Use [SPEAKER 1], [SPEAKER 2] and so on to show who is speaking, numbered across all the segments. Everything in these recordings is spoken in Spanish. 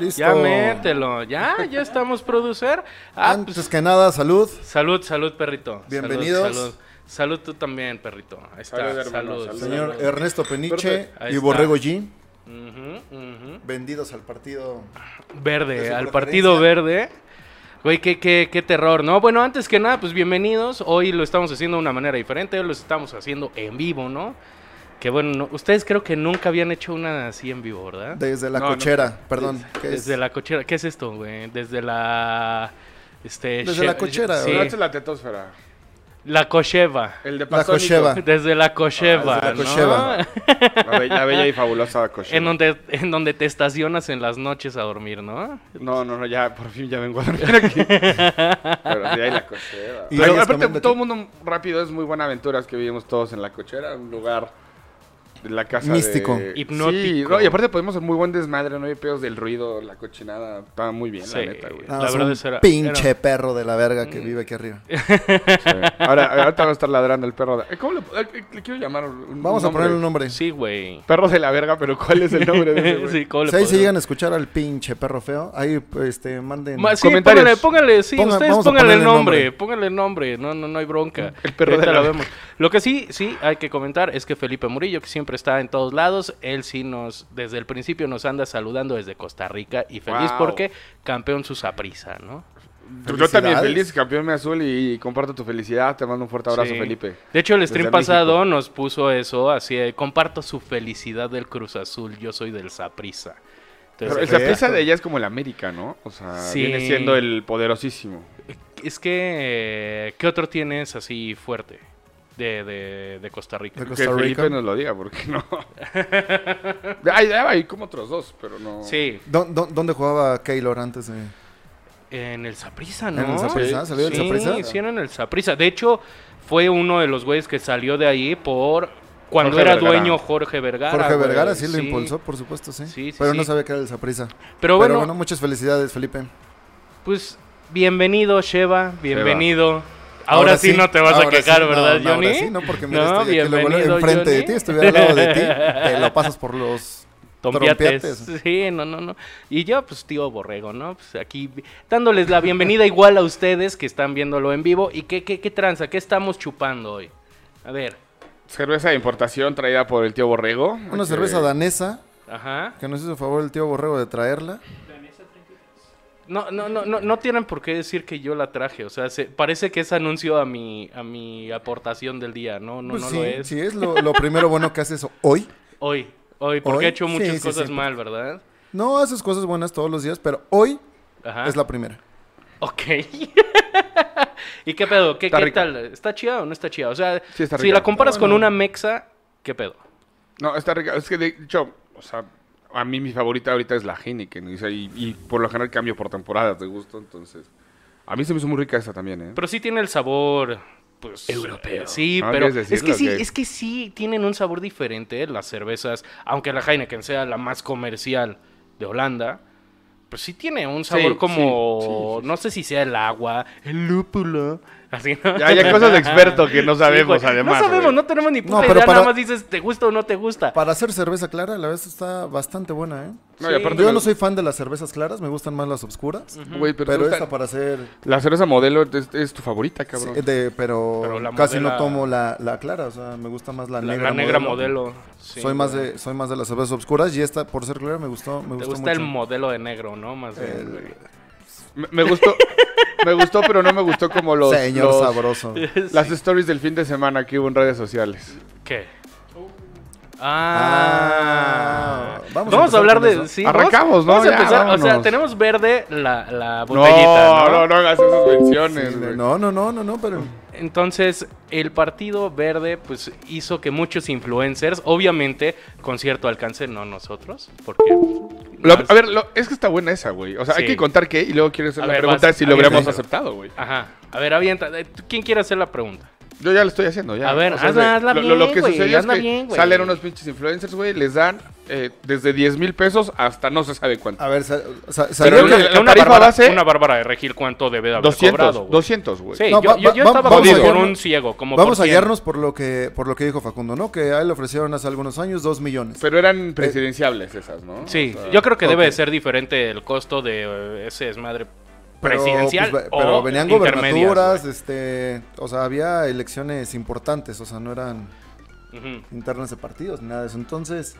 [SPEAKER 1] Listo.
[SPEAKER 2] Ya mételo, ya, ya estamos producer. Ah,
[SPEAKER 1] Antes
[SPEAKER 2] pues,
[SPEAKER 1] que nada, salud.
[SPEAKER 2] salud, salud, perrito. Salud,
[SPEAKER 1] Bienvenidos.
[SPEAKER 2] Salud, Salud tú también, perrito. Ahí está,
[SPEAKER 3] Salud,
[SPEAKER 2] salud.
[SPEAKER 3] hermano, salud.
[SPEAKER 1] Señor Ernesto Peniche
[SPEAKER 2] Ahí
[SPEAKER 1] y
[SPEAKER 2] está.
[SPEAKER 1] Borrego G.
[SPEAKER 2] Ujú, ujú.
[SPEAKER 1] Vendidos al partido. De
[SPEAKER 2] Verde,
[SPEAKER 1] su
[SPEAKER 2] al partido
[SPEAKER 1] preferencia.
[SPEAKER 2] verde. Güey, qué, qué, qué terror, ¿no? Bueno, antes que nada, pues bienvenidos. Hoy lo estamos haciendo de una manera diferente, hoy lo estamos haciendo en vivo, ¿no? Que bueno, no- ustedes creo que nunca habían hecho una así en vivo, ¿verdad?
[SPEAKER 1] Desde la
[SPEAKER 3] No, no.
[SPEAKER 1] cochera, perdón. ¿qué es?
[SPEAKER 2] Desde la cochera. ¿Qué es esto, güey? Desde la... Este,
[SPEAKER 1] Desde
[SPEAKER 2] she-
[SPEAKER 1] la cochera,
[SPEAKER 2] sí.
[SPEAKER 3] Hablaste de la tetosfera.
[SPEAKER 2] La cocheva.
[SPEAKER 3] El de
[SPEAKER 1] La
[SPEAKER 3] Pasónico.
[SPEAKER 1] cocheva.
[SPEAKER 2] Desde la cocheva,
[SPEAKER 1] Ah, desde la
[SPEAKER 2] ¿no?
[SPEAKER 1] cocheva.
[SPEAKER 3] La, be- la bella y fabulosa cocheva.
[SPEAKER 2] en, donde, en donde te estacionas en las noches a dormir, ¿no?
[SPEAKER 3] No, no, no, ya por fin ya vengo a dormir aquí. Pero sí hay la cochera.
[SPEAKER 1] Y
[SPEAKER 3] Pero
[SPEAKER 1] ellos
[SPEAKER 3] aparte,
[SPEAKER 1] comiendo
[SPEAKER 3] todo el mundo rápido es muy buena aventura es que vivimos todos en la cochera, un lugar de la casa.
[SPEAKER 1] Místico.
[SPEAKER 3] de-
[SPEAKER 2] Hipnótico.
[SPEAKER 3] Sí, no, y aparte podemos hacer muy buen desmadre, no hay pedos del ruido, la cochinada. Está muy bien, la
[SPEAKER 2] Sí.
[SPEAKER 3] neta, güey.
[SPEAKER 1] Nada
[SPEAKER 2] La
[SPEAKER 1] más
[SPEAKER 2] verdad
[SPEAKER 1] un
[SPEAKER 2] es que era- Mm.
[SPEAKER 1] pinche perro de la verga que vive aquí arriba.
[SPEAKER 3] Sí. Ahora, ahorita va a estar ladrando el perro. de- ¿Cómo le, eh, le quiero llamar? un-
[SPEAKER 1] Vamos a
[SPEAKER 3] nombre?
[SPEAKER 1] ponerle un nombre.
[SPEAKER 2] Sí, güey.
[SPEAKER 3] Perro de la verga, pero ¿cuál es el nombre de ese güey?
[SPEAKER 2] sí, ¿cómo le
[SPEAKER 1] Si ahí se
[SPEAKER 2] podemos-
[SPEAKER 1] llegan a escuchar al pinche perro feo, ahí este, manden.
[SPEAKER 2] Ma- sí,
[SPEAKER 3] comentarios.
[SPEAKER 2] póngale, póngale, sí,
[SPEAKER 1] Ponga-
[SPEAKER 2] ustedes
[SPEAKER 1] vamos a
[SPEAKER 2] pónganle el
[SPEAKER 1] ponerle
[SPEAKER 2] nombre,
[SPEAKER 1] nombre.
[SPEAKER 2] pónganle el nombre, no, no, no hay bronca.
[SPEAKER 3] El perro
[SPEAKER 2] Ahorita
[SPEAKER 3] de la-
[SPEAKER 2] lo vemos. Lo que sí, sí, hay que comentar es que Felipe Murillo, que siempre está en todos lados, él sí nos, desde el principio nos anda saludando desde Costa Rica y feliz
[SPEAKER 3] Wow.
[SPEAKER 2] porque campeón su saprisa, ¿no?
[SPEAKER 3] Yo también,
[SPEAKER 1] Felicidades.
[SPEAKER 3] feliz campeón mi azul y, comparto tu felicidad. Te mando un fuerte abrazo,
[SPEAKER 2] Sí.
[SPEAKER 3] Felipe.
[SPEAKER 2] De hecho, el
[SPEAKER 3] Desde
[SPEAKER 2] stream
[SPEAKER 3] México.
[SPEAKER 2] pasado nos puso eso, así, de, comparto su felicidad del Cruz Azul, yo soy del saprisa.
[SPEAKER 3] Pero el
[SPEAKER 1] Perfecto.
[SPEAKER 3] Saprissa de ella es como el América, ¿no? O sea,
[SPEAKER 2] Sí.
[SPEAKER 3] viene siendo el poderosísimo.
[SPEAKER 2] Es que, eh, ¿qué otro tienes así fuerte de, de- de Costa Rica?
[SPEAKER 1] De
[SPEAKER 3] Que
[SPEAKER 1] Costa Rica.
[SPEAKER 3] Felipe nos lo diga, porque no. hay, hay como otros dos, pero no.
[SPEAKER 2] Sí,
[SPEAKER 1] ¿Dó- dó- ¿Dónde jugaba Keylor antes de.?
[SPEAKER 2] en el Saprisa,
[SPEAKER 1] ¿En
[SPEAKER 2] ¿no?
[SPEAKER 1] el Saprissa? ¿Salió del
[SPEAKER 2] sí,
[SPEAKER 1] Saprissa?
[SPEAKER 2] Sí, era en el Saprisa. De hecho, fue uno de los güeyes que salió de ahí por cuando
[SPEAKER 3] Jorge
[SPEAKER 2] era
[SPEAKER 3] Vergara.
[SPEAKER 2] dueño Jorge Vergara.
[SPEAKER 1] Jorge
[SPEAKER 2] güey,
[SPEAKER 1] Vergara sí lo impulsó, por supuesto, sí.
[SPEAKER 2] Sí, sí,
[SPEAKER 1] Pero no
[SPEAKER 2] sí.
[SPEAKER 1] sabía que era el Saprisa. Pero,
[SPEAKER 2] Pero bueno,
[SPEAKER 1] bueno, muchas felicidades, Felipe.
[SPEAKER 2] pues bienvenido, Sheva, bienvenido. Ahora, sí, no te vas a
[SPEAKER 1] ahora
[SPEAKER 2] quejar,
[SPEAKER 1] sí, no,
[SPEAKER 2] ¿verdad,
[SPEAKER 1] no,
[SPEAKER 2] Johnny?
[SPEAKER 1] Ahora sí, no, porque mira, este
[SPEAKER 2] No,
[SPEAKER 1] estoy aquí luego, luego
[SPEAKER 2] bienvenido,
[SPEAKER 1] enfrente de
[SPEAKER 2] Johnny.
[SPEAKER 1] ti, estuviera al lado de ti, te lo pasas por los
[SPEAKER 2] Tompiates.
[SPEAKER 1] trompiates.
[SPEAKER 2] Sí, no, no, no. Y yo, pues, tío Borrego, ¿no? Pues aquí dándoles la bienvenida igual a ustedes que están viéndolo en vivo. ¿Y qué, qué, qué tranza? ¿Qué estamos chupando hoy? A ver.
[SPEAKER 3] Cerveza de importación traída por el tío Borrego.
[SPEAKER 1] Una
[SPEAKER 3] Que-
[SPEAKER 1] cerveza danesa,
[SPEAKER 2] Ajá.
[SPEAKER 1] que nos hizo favor el tío Borrego de traerla.
[SPEAKER 2] No, no, no, no, no tienen por qué decir que yo la traje. O sea, se- parece que es anuncio a mi, a mi aportación del día. No, no,
[SPEAKER 1] Pues
[SPEAKER 2] no
[SPEAKER 1] sí,
[SPEAKER 2] lo es.
[SPEAKER 1] sí, es lo, lo primero bueno que haces hoy.
[SPEAKER 2] Hoy, hoy, porque
[SPEAKER 1] Hoy,
[SPEAKER 2] he hecho
[SPEAKER 1] sí,
[SPEAKER 2] muchas
[SPEAKER 1] sí,
[SPEAKER 2] cosas
[SPEAKER 1] sí,
[SPEAKER 2] mal, ¿verdad?
[SPEAKER 1] No haces cosas buenas todos los días, pero hoy
[SPEAKER 2] Ajá.
[SPEAKER 1] es la primera.
[SPEAKER 2] Ok. ¿Y qué pedo? ¿Qué,
[SPEAKER 3] Está
[SPEAKER 2] qué
[SPEAKER 3] rica.
[SPEAKER 2] tal? ¿Está chida o no está chida? O sea,
[SPEAKER 3] Sí, está
[SPEAKER 2] si
[SPEAKER 3] rica.
[SPEAKER 2] la comparas con
[SPEAKER 1] Bueno.
[SPEAKER 2] una mexa, ¿qué pedo?
[SPEAKER 3] No, está rica. Es que de hecho, o sea, a mí mi favorita ahorita es la Heineken. Y, o sea, y- y por lo general cambio por temporadas de gusto, entonces. A mí se me hizo muy rica esa también, ¿eh?
[SPEAKER 2] Pero sí tiene el sabor pues europeo. Sí,
[SPEAKER 3] Ah,
[SPEAKER 2] pero
[SPEAKER 3] ¿quieres
[SPEAKER 2] es que
[SPEAKER 3] decirlo,
[SPEAKER 2] sí,
[SPEAKER 3] o qué?
[SPEAKER 2] es que sí tienen un sabor diferente las cervezas, aunque la Heineken sea la más comercial de Holanda. Pues sí tiene un sabor
[SPEAKER 3] sí,
[SPEAKER 2] como
[SPEAKER 3] sí, sí, sí.
[SPEAKER 2] no sé si sea el agua, el lúpulo, así ¿no?
[SPEAKER 3] Ya, ya cosas de experto que no
[SPEAKER 2] Sí,
[SPEAKER 3] sabemos,
[SPEAKER 2] güey.
[SPEAKER 3] además.
[SPEAKER 2] No sabemos,
[SPEAKER 3] güey.
[SPEAKER 2] no tenemos ni puta
[SPEAKER 1] No, pero
[SPEAKER 2] idea, nada
[SPEAKER 1] para-
[SPEAKER 2] más dices te gusta o no te gusta.
[SPEAKER 1] Para hacer cerveza clara, la verdad está bastante buena, ¿eh?
[SPEAKER 3] No, y
[SPEAKER 2] Sí.
[SPEAKER 3] aparte
[SPEAKER 1] Yo
[SPEAKER 3] me-
[SPEAKER 1] no soy fan de las cervezas claras, me gustan más las obscuras.
[SPEAKER 3] Güey, pero,
[SPEAKER 1] Pero,
[SPEAKER 3] te gusta-
[SPEAKER 1] esta para hacer...
[SPEAKER 3] La cerveza modelo es, es tu favorita, cabrón.
[SPEAKER 1] sí, de- pero,
[SPEAKER 2] Pero la
[SPEAKER 1] casi
[SPEAKER 2] modela-
[SPEAKER 1] no tomo la, la clara, o sea, me gusta más la,
[SPEAKER 2] La,
[SPEAKER 1] negra,
[SPEAKER 2] la negra modelo. sí,
[SPEAKER 1] soy, más
[SPEAKER 2] güey.
[SPEAKER 1] de, soy más de las cervezas obscuras y esta, por ser clara, me gustó, me
[SPEAKER 2] Te
[SPEAKER 1] gustó
[SPEAKER 2] gusta
[SPEAKER 1] mucho.
[SPEAKER 2] el modelo de negro, ¿no? Más bien, güey.
[SPEAKER 3] Me, me gustó, me gustó, pero no me gustó como los,
[SPEAKER 1] Señor
[SPEAKER 3] los-
[SPEAKER 1] sabroso.
[SPEAKER 3] las stories del fin de semana que hubo en redes sociales.
[SPEAKER 2] ¿Qué? Ah.
[SPEAKER 1] Ah,
[SPEAKER 2] vamos,
[SPEAKER 1] vamos
[SPEAKER 2] a,
[SPEAKER 1] a empezar
[SPEAKER 2] hablar
[SPEAKER 1] con
[SPEAKER 2] de.
[SPEAKER 1] eso.
[SPEAKER 2] sí,
[SPEAKER 3] Arrancamos, ¿no?
[SPEAKER 2] vamos a
[SPEAKER 3] Ya,
[SPEAKER 2] empezar, o sea,
[SPEAKER 3] vámonos.
[SPEAKER 2] tenemos verde la, la
[SPEAKER 3] No,
[SPEAKER 2] botellita. No,
[SPEAKER 3] no, no hagas esas
[SPEAKER 1] Sí,
[SPEAKER 3] menciones, güey.
[SPEAKER 1] no, no, no, no, no, pero...
[SPEAKER 2] Entonces, el partido verde, pues hizo que muchos influencers, obviamente con cierto alcance, no nosotros, porque.
[SPEAKER 3] Lo-
[SPEAKER 2] más-
[SPEAKER 3] a ver, lo- es que está buena esa, güey. O sea, hay
[SPEAKER 2] Sí.
[SPEAKER 3] que contar qué y luego quiero hacer
[SPEAKER 2] A
[SPEAKER 3] la
[SPEAKER 2] ver,
[SPEAKER 3] pregunta
[SPEAKER 2] vas,
[SPEAKER 3] si lo
[SPEAKER 2] avienta.
[SPEAKER 3] hubiéramos aceptado, güey.
[SPEAKER 2] Ajá. A ver, avienta. eh, ¿Quién quiere hacer la pregunta?
[SPEAKER 3] Yo ya lo estoy haciendo, ya.
[SPEAKER 2] A ver,
[SPEAKER 3] de-
[SPEAKER 2] hazla- hazla
[SPEAKER 3] lo, lo- lo
[SPEAKER 2] bien,
[SPEAKER 3] que
[SPEAKER 2] güey,
[SPEAKER 3] sucedió es
[SPEAKER 2] hazla
[SPEAKER 3] que
[SPEAKER 2] bien, güey.
[SPEAKER 3] salen unos pinches influencers, güey, les dan eh, desde 10 mil pesos hasta no se sabe
[SPEAKER 2] Ah,
[SPEAKER 3] cuánto.
[SPEAKER 1] A ver, sa- sa-
[SPEAKER 3] Pero
[SPEAKER 1] salió
[SPEAKER 3] una-
[SPEAKER 1] que...
[SPEAKER 3] la tarifa
[SPEAKER 2] Bárbara,
[SPEAKER 3] base-
[SPEAKER 2] una Bárbara de Regil, ¿cuánto debe de haber
[SPEAKER 3] 200,
[SPEAKER 2] cobrado, güey?
[SPEAKER 3] 200, güey.
[SPEAKER 2] Sí,
[SPEAKER 1] No,
[SPEAKER 2] yo,
[SPEAKER 1] va-
[SPEAKER 2] yo- yo
[SPEAKER 1] va-
[SPEAKER 2] estaba
[SPEAKER 1] vamos
[SPEAKER 2] como
[SPEAKER 3] a
[SPEAKER 2] por
[SPEAKER 1] guiarnos-
[SPEAKER 2] un ciego, como
[SPEAKER 1] Vamos
[SPEAKER 2] por
[SPEAKER 1] a
[SPEAKER 2] cien.
[SPEAKER 1] guiarnos por lo, que, por lo que dijo Facundo, ¿no? Que a él le ofrecieron hace algunos años dos millones.
[SPEAKER 3] Pero eran presidenciables esas, ¿no?
[SPEAKER 2] Sí,
[SPEAKER 3] O sea,
[SPEAKER 2] yo creo que debe de
[SPEAKER 1] ok.
[SPEAKER 2] ser diferente el costo de eh, ese desmadre
[SPEAKER 1] Pero,
[SPEAKER 2] presidencial
[SPEAKER 1] pues, ve-
[SPEAKER 2] o
[SPEAKER 1] pero venían
[SPEAKER 2] intermedias,
[SPEAKER 1] gobernaturas, este, o sea, había elecciones importantes, o sea, no eran
[SPEAKER 2] güey. Ujú.
[SPEAKER 1] internas de partidos, ni nada de eso. Entonces,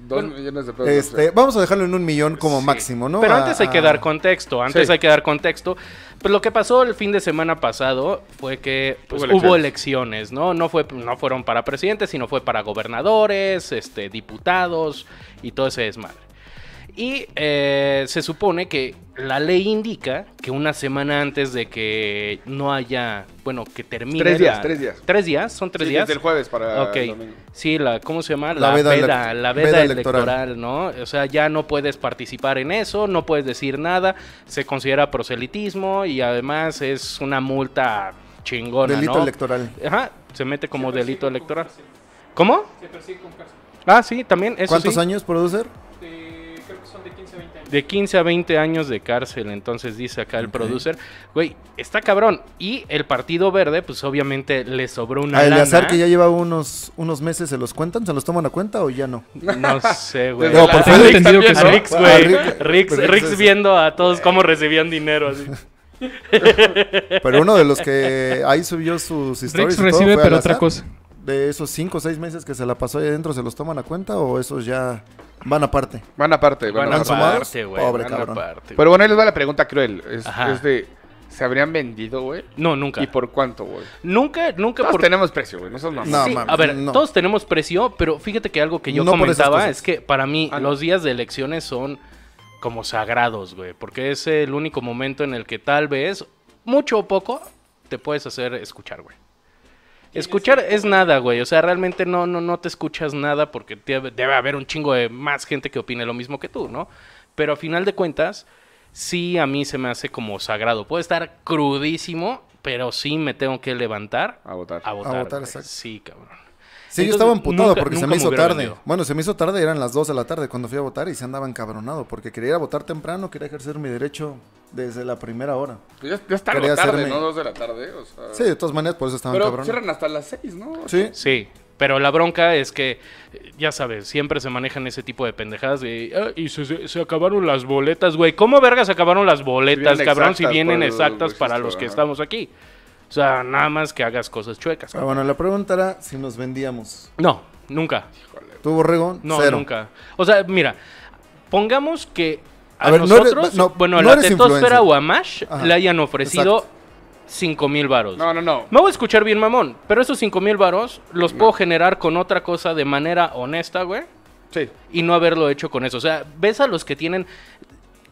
[SPEAKER 3] Dos millones de pesos.
[SPEAKER 1] este, vamos a dejarlo en un millón como
[SPEAKER 2] Pues, Sí.
[SPEAKER 1] máximo, ¿no?
[SPEAKER 2] Pero
[SPEAKER 1] A-
[SPEAKER 2] antes hay que
[SPEAKER 1] a-
[SPEAKER 2] dar contexto, antes
[SPEAKER 3] Sí.
[SPEAKER 2] hay que dar contexto. Pues lo que pasó el fin de semana pasado fue que pues,
[SPEAKER 3] Hubo
[SPEAKER 2] hubo,
[SPEAKER 3] elecciones.
[SPEAKER 2] elecciones, ¿no? No, fue, no fueron para presidentes, sino fue para gobernadores, este, diputados y todo ese desmadre. Y eh, se supone que la ley indica que una semana antes de que no haya, bueno, que termine.
[SPEAKER 3] Tres días,
[SPEAKER 2] la-
[SPEAKER 3] tres días.
[SPEAKER 2] Tres días, son tres
[SPEAKER 3] Sí,
[SPEAKER 2] días.
[SPEAKER 3] desde el jueves para
[SPEAKER 2] Ok.
[SPEAKER 3] el domingo.
[SPEAKER 2] Sí, la, ¿cómo se llama? La,
[SPEAKER 1] Ah, La
[SPEAKER 2] veda,
[SPEAKER 1] veda elec-
[SPEAKER 2] la veda,
[SPEAKER 1] veda
[SPEAKER 2] electoral.
[SPEAKER 1] electoral.
[SPEAKER 2] ¿no? O sea, ya no puedes participar en eso, no puedes decir nada, se considera proselitismo y además es una multa chingona,
[SPEAKER 1] Delito
[SPEAKER 2] ¿no?
[SPEAKER 1] electoral.
[SPEAKER 2] Ajá, se mete como delito electoral. ¿Cómo? Se persigue con Ah, sí, también eso
[SPEAKER 1] ¿Cuántos
[SPEAKER 2] sí,
[SPEAKER 1] años, producer?
[SPEAKER 2] De 15 a 20 años de cárcel, entonces dice acá el producer. Güey, está cabrón. Y el Partido Verde, pues obviamente le sobró una
[SPEAKER 1] A
[SPEAKER 2] lana.
[SPEAKER 1] Eleazar, que ya lleva unos, unos meses, ¿se los cuentan? ¿Se los toman a cuenta o ya no?
[SPEAKER 2] No sé, güey.
[SPEAKER 3] Desde
[SPEAKER 1] No,
[SPEAKER 3] la-
[SPEAKER 1] por
[SPEAKER 3] la
[SPEAKER 1] favor,
[SPEAKER 3] Rix
[SPEAKER 4] entendido que
[SPEAKER 3] también,
[SPEAKER 2] A
[SPEAKER 4] ¿no?
[SPEAKER 2] Rix,
[SPEAKER 1] Ah,
[SPEAKER 2] güey.
[SPEAKER 1] Rix-
[SPEAKER 2] Rix,
[SPEAKER 1] Rix
[SPEAKER 2] Rix
[SPEAKER 1] es-
[SPEAKER 2] viendo a todos cómo recibían dinero. Así.
[SPEAKER 1] Pero uno de los que ahí subió sus historias. y
[SPEAKER 4] Rex
[SPEAKER 1] todo
[SPEAKER 4] recibe,
[SPEAKER 1] fue
[SPEAKER 4] pero
[SPEAKER 1] Eleazar.
[SPEAKER 4] otra cosa.
[SPEAKER 1] De esos cinco o seis meses que se la pasó ahí adentro, ¿se los toman a cuenta o esos ya van aparte?
[SPEAKER 3] Van aparte, van
[SPEAKER 2] Van
[SPEAKER 1] a
[SPEAKER 3] aparte.
[SPEAKER 1] sumar.
[SPEAKER 2] aparte, güey.
[SPEAKER 1] Pobre
[SPEAKER 2] van
[SPEAKER 1] cabrón.
[SPEAKER 2] aparte.
[SPEAKER 3] Pero bueno, ahí les va la pregunta cruel. Es,
[SPEAKER 2] Ajá.
[SPEAKER 3] es de, ¿se habrían vendido, güey?
[SPEAKER 2] No, nunca.
[SPEAKER 3] ¿Y por cuánto, güey?
[SPEAKER 2] Nunca, nunca
[SPEAKER 3] Todos
[SPEAKER 2] por...
[SPEAKER 3] tenemos precio, güey. No son mamás.
[SPEAKER 1] No,
[SPEAKER 2] Sí,
[SPEAKER 1] mames,
[SPEAKER 2] a ver,
[SPEAKER 1] no.
[SPEAKER 2] todos tenemos precio, pero fíjate que algo que yo
[SPEAKER 1] No por esas
[SPEAKER 2] comentaba
[SPEAKER 1] cosas.
[SPEAKER 2] es que para mí
[SPEAKER 3] Ah, no.
[SPEAKER 2] los días de elecciones son como sagrados, güey, porque es el único momento en el que tal vez, mucho o poco, te puedes hacer escuchar, güey. Escuchar es nada, güey. O sea, realmente no, no, no te escuchas nada porque te- debe haber un chingo de más gente que opine lo mismo que tú, ¿no? Pero a final de cuentas, sí a mí se me hace como sagrado. Puede estar crudísimo, pero sí me tengo que levantar
[SPEAKER 3] A votar.
[SPEAKER 2] a votar.
[SPEAKER 1] votar,
[SPEAKER 2] güey.
[SPEAKER 1] exacto.
[SPEAKER 2] Sí, cabrón.
[SPEAKER 1] Sí,
[SPEAKER 2] Entonces,
[SPEAKER 1] yo estaba emputado
[SPEAKER 2] nunca-
[SPEAKER 1] porque se
[SPEAKER 2] nunca
[SPEAKER 1] me
[SPEAKER 2] me
[SPEAKER 1] hizo
[SPEAKER 2] hubiera
[SPEAKER 1] tarde.
[SPEAKER 2] vendido.
[SPEAKER 1] Bueno, se me hizo tarde, eran las 2 de la tarde cuando fui a votar y se andaba encabronado porque quería ir a votar temprano, quería ejercer mi derecho desde la primera hora.
[SPEAKER 3] Ya, ya está
[SPEAKER 1] Quería
[SPEAKER 3] la tarde,
[SPEAKER 1] hacerme-
[SPEAKER 3] ¿no? Dos de la tarde, o sea...
[SPEAKER 1] Sí, de todas maneras, por eso estaba
[SPEAKER 3] Pero
[SPEAKER 1] encabronado.
[SPEAKER 3] cierran hasta las seis, ¿no?
[SPEAKER 1] Sí,
[SPEAKER 2] Sí, pero la bronca es que, eh, ya sabes, siempre se manejan ese tipo de pendejadas de, "Ah, y se, se- se acabaron las boletas, güey. ¿Cómo verga se acabaron las boletas,
[SPEAKER 3] vienen
[SPEAKER 2] cabrón, si
[SPEAKER 3] exactas
[SPEAKER 2] vienen
[SPEAKER 3] para el
[SPEAKER 2] exactas para
[SPEAKER 3] registro,
[SPEAKER 2] los que
[SPEAKER 3] ajá.
[SPEAKER 2] estamos aquí? O sea, nada más que hagas cosas chuecas.
[SPEAKER 1] Pero Ah, bueno, la pregunta era si nos vendíamos.
[SPEAKER 2] No, nunca.
[SPEAKER 1] ¿Tú, Borrego?
[SPEAKER 2] No,
[SPEAKER 1] Cero.
[SPEAKER 2] nunca. O sea, mira, pongamos que a,
[SPEAKER 1] A ver, no eres-
[SPEAKER 2] nosotros,
[SPEAKER 1] no,
[SPEAKER 2] bueno,
[SPEAKER 1] no
[SPEAKER 2] la
[SPEAKER 1] eres
[SPEAKER 2] tetosfera
[SPEAKER 1] influencer.
[SPEAKER 2] o a Mash
[SPEAKER 1] Ajá,
[SPEAKER 2] le hayan ofrecido
[SPEAKER 1] exacto.
[SPEAKER 2] 5 mil varos.
[SPEAKER 3] No, no, no.
[SPEAKER 2] Me voy a escuchar bien, mamón, pero esos 5 mil varos los puedo generar con otra cosa de manera honesta, güey,
[SPEAKER 3] Sí.
[SPEAKER 2] y no haberlo hecho con eso. O sea, ves a los que tienen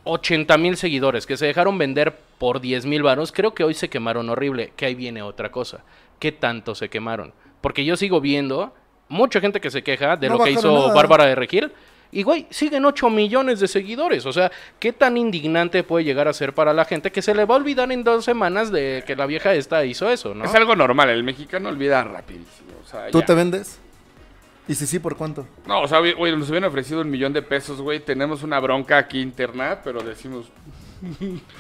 [SPEAKER 2] 80 mil seguidores, que se dejaron vender por 10 mil varos, creo que hoy se quemaron horrible, que ahí viene otra cosa. ¿Qué tanto se quemaron? Porque yo sigo viendo mucha gente que se queja de
[SPEAKER 1] No
[SPEAKER 2] lo que
[SPEAKER 1] bajaron
[SPEAKER 2] hizo
[SPEAKER 1] nada.
[SPEAKER 2] Bárbara de Regil. Y, güey, siguen 8 millones de seguidores. O sea, ¿qué tan indignante puede llegar a ser para la gente que se le va a olvidar en dos semanas de que la vieja esta hizo eso, ¿no?
[SPEAKER 3] Es algo normal. El mexicano olvida rapidísimo. O sea,
[SPEAKER 1] ¿Tú
[SPEAKER 3] ya.
[SPEAKER 1] te vendes? Y si sí, ¿por cuánto?
[SPEAKER 3] No, o sea, güey, güey, nos hubieran ofrecido un millón de pesos, güey. Tenemos una bronca aquí interna, pero decimos...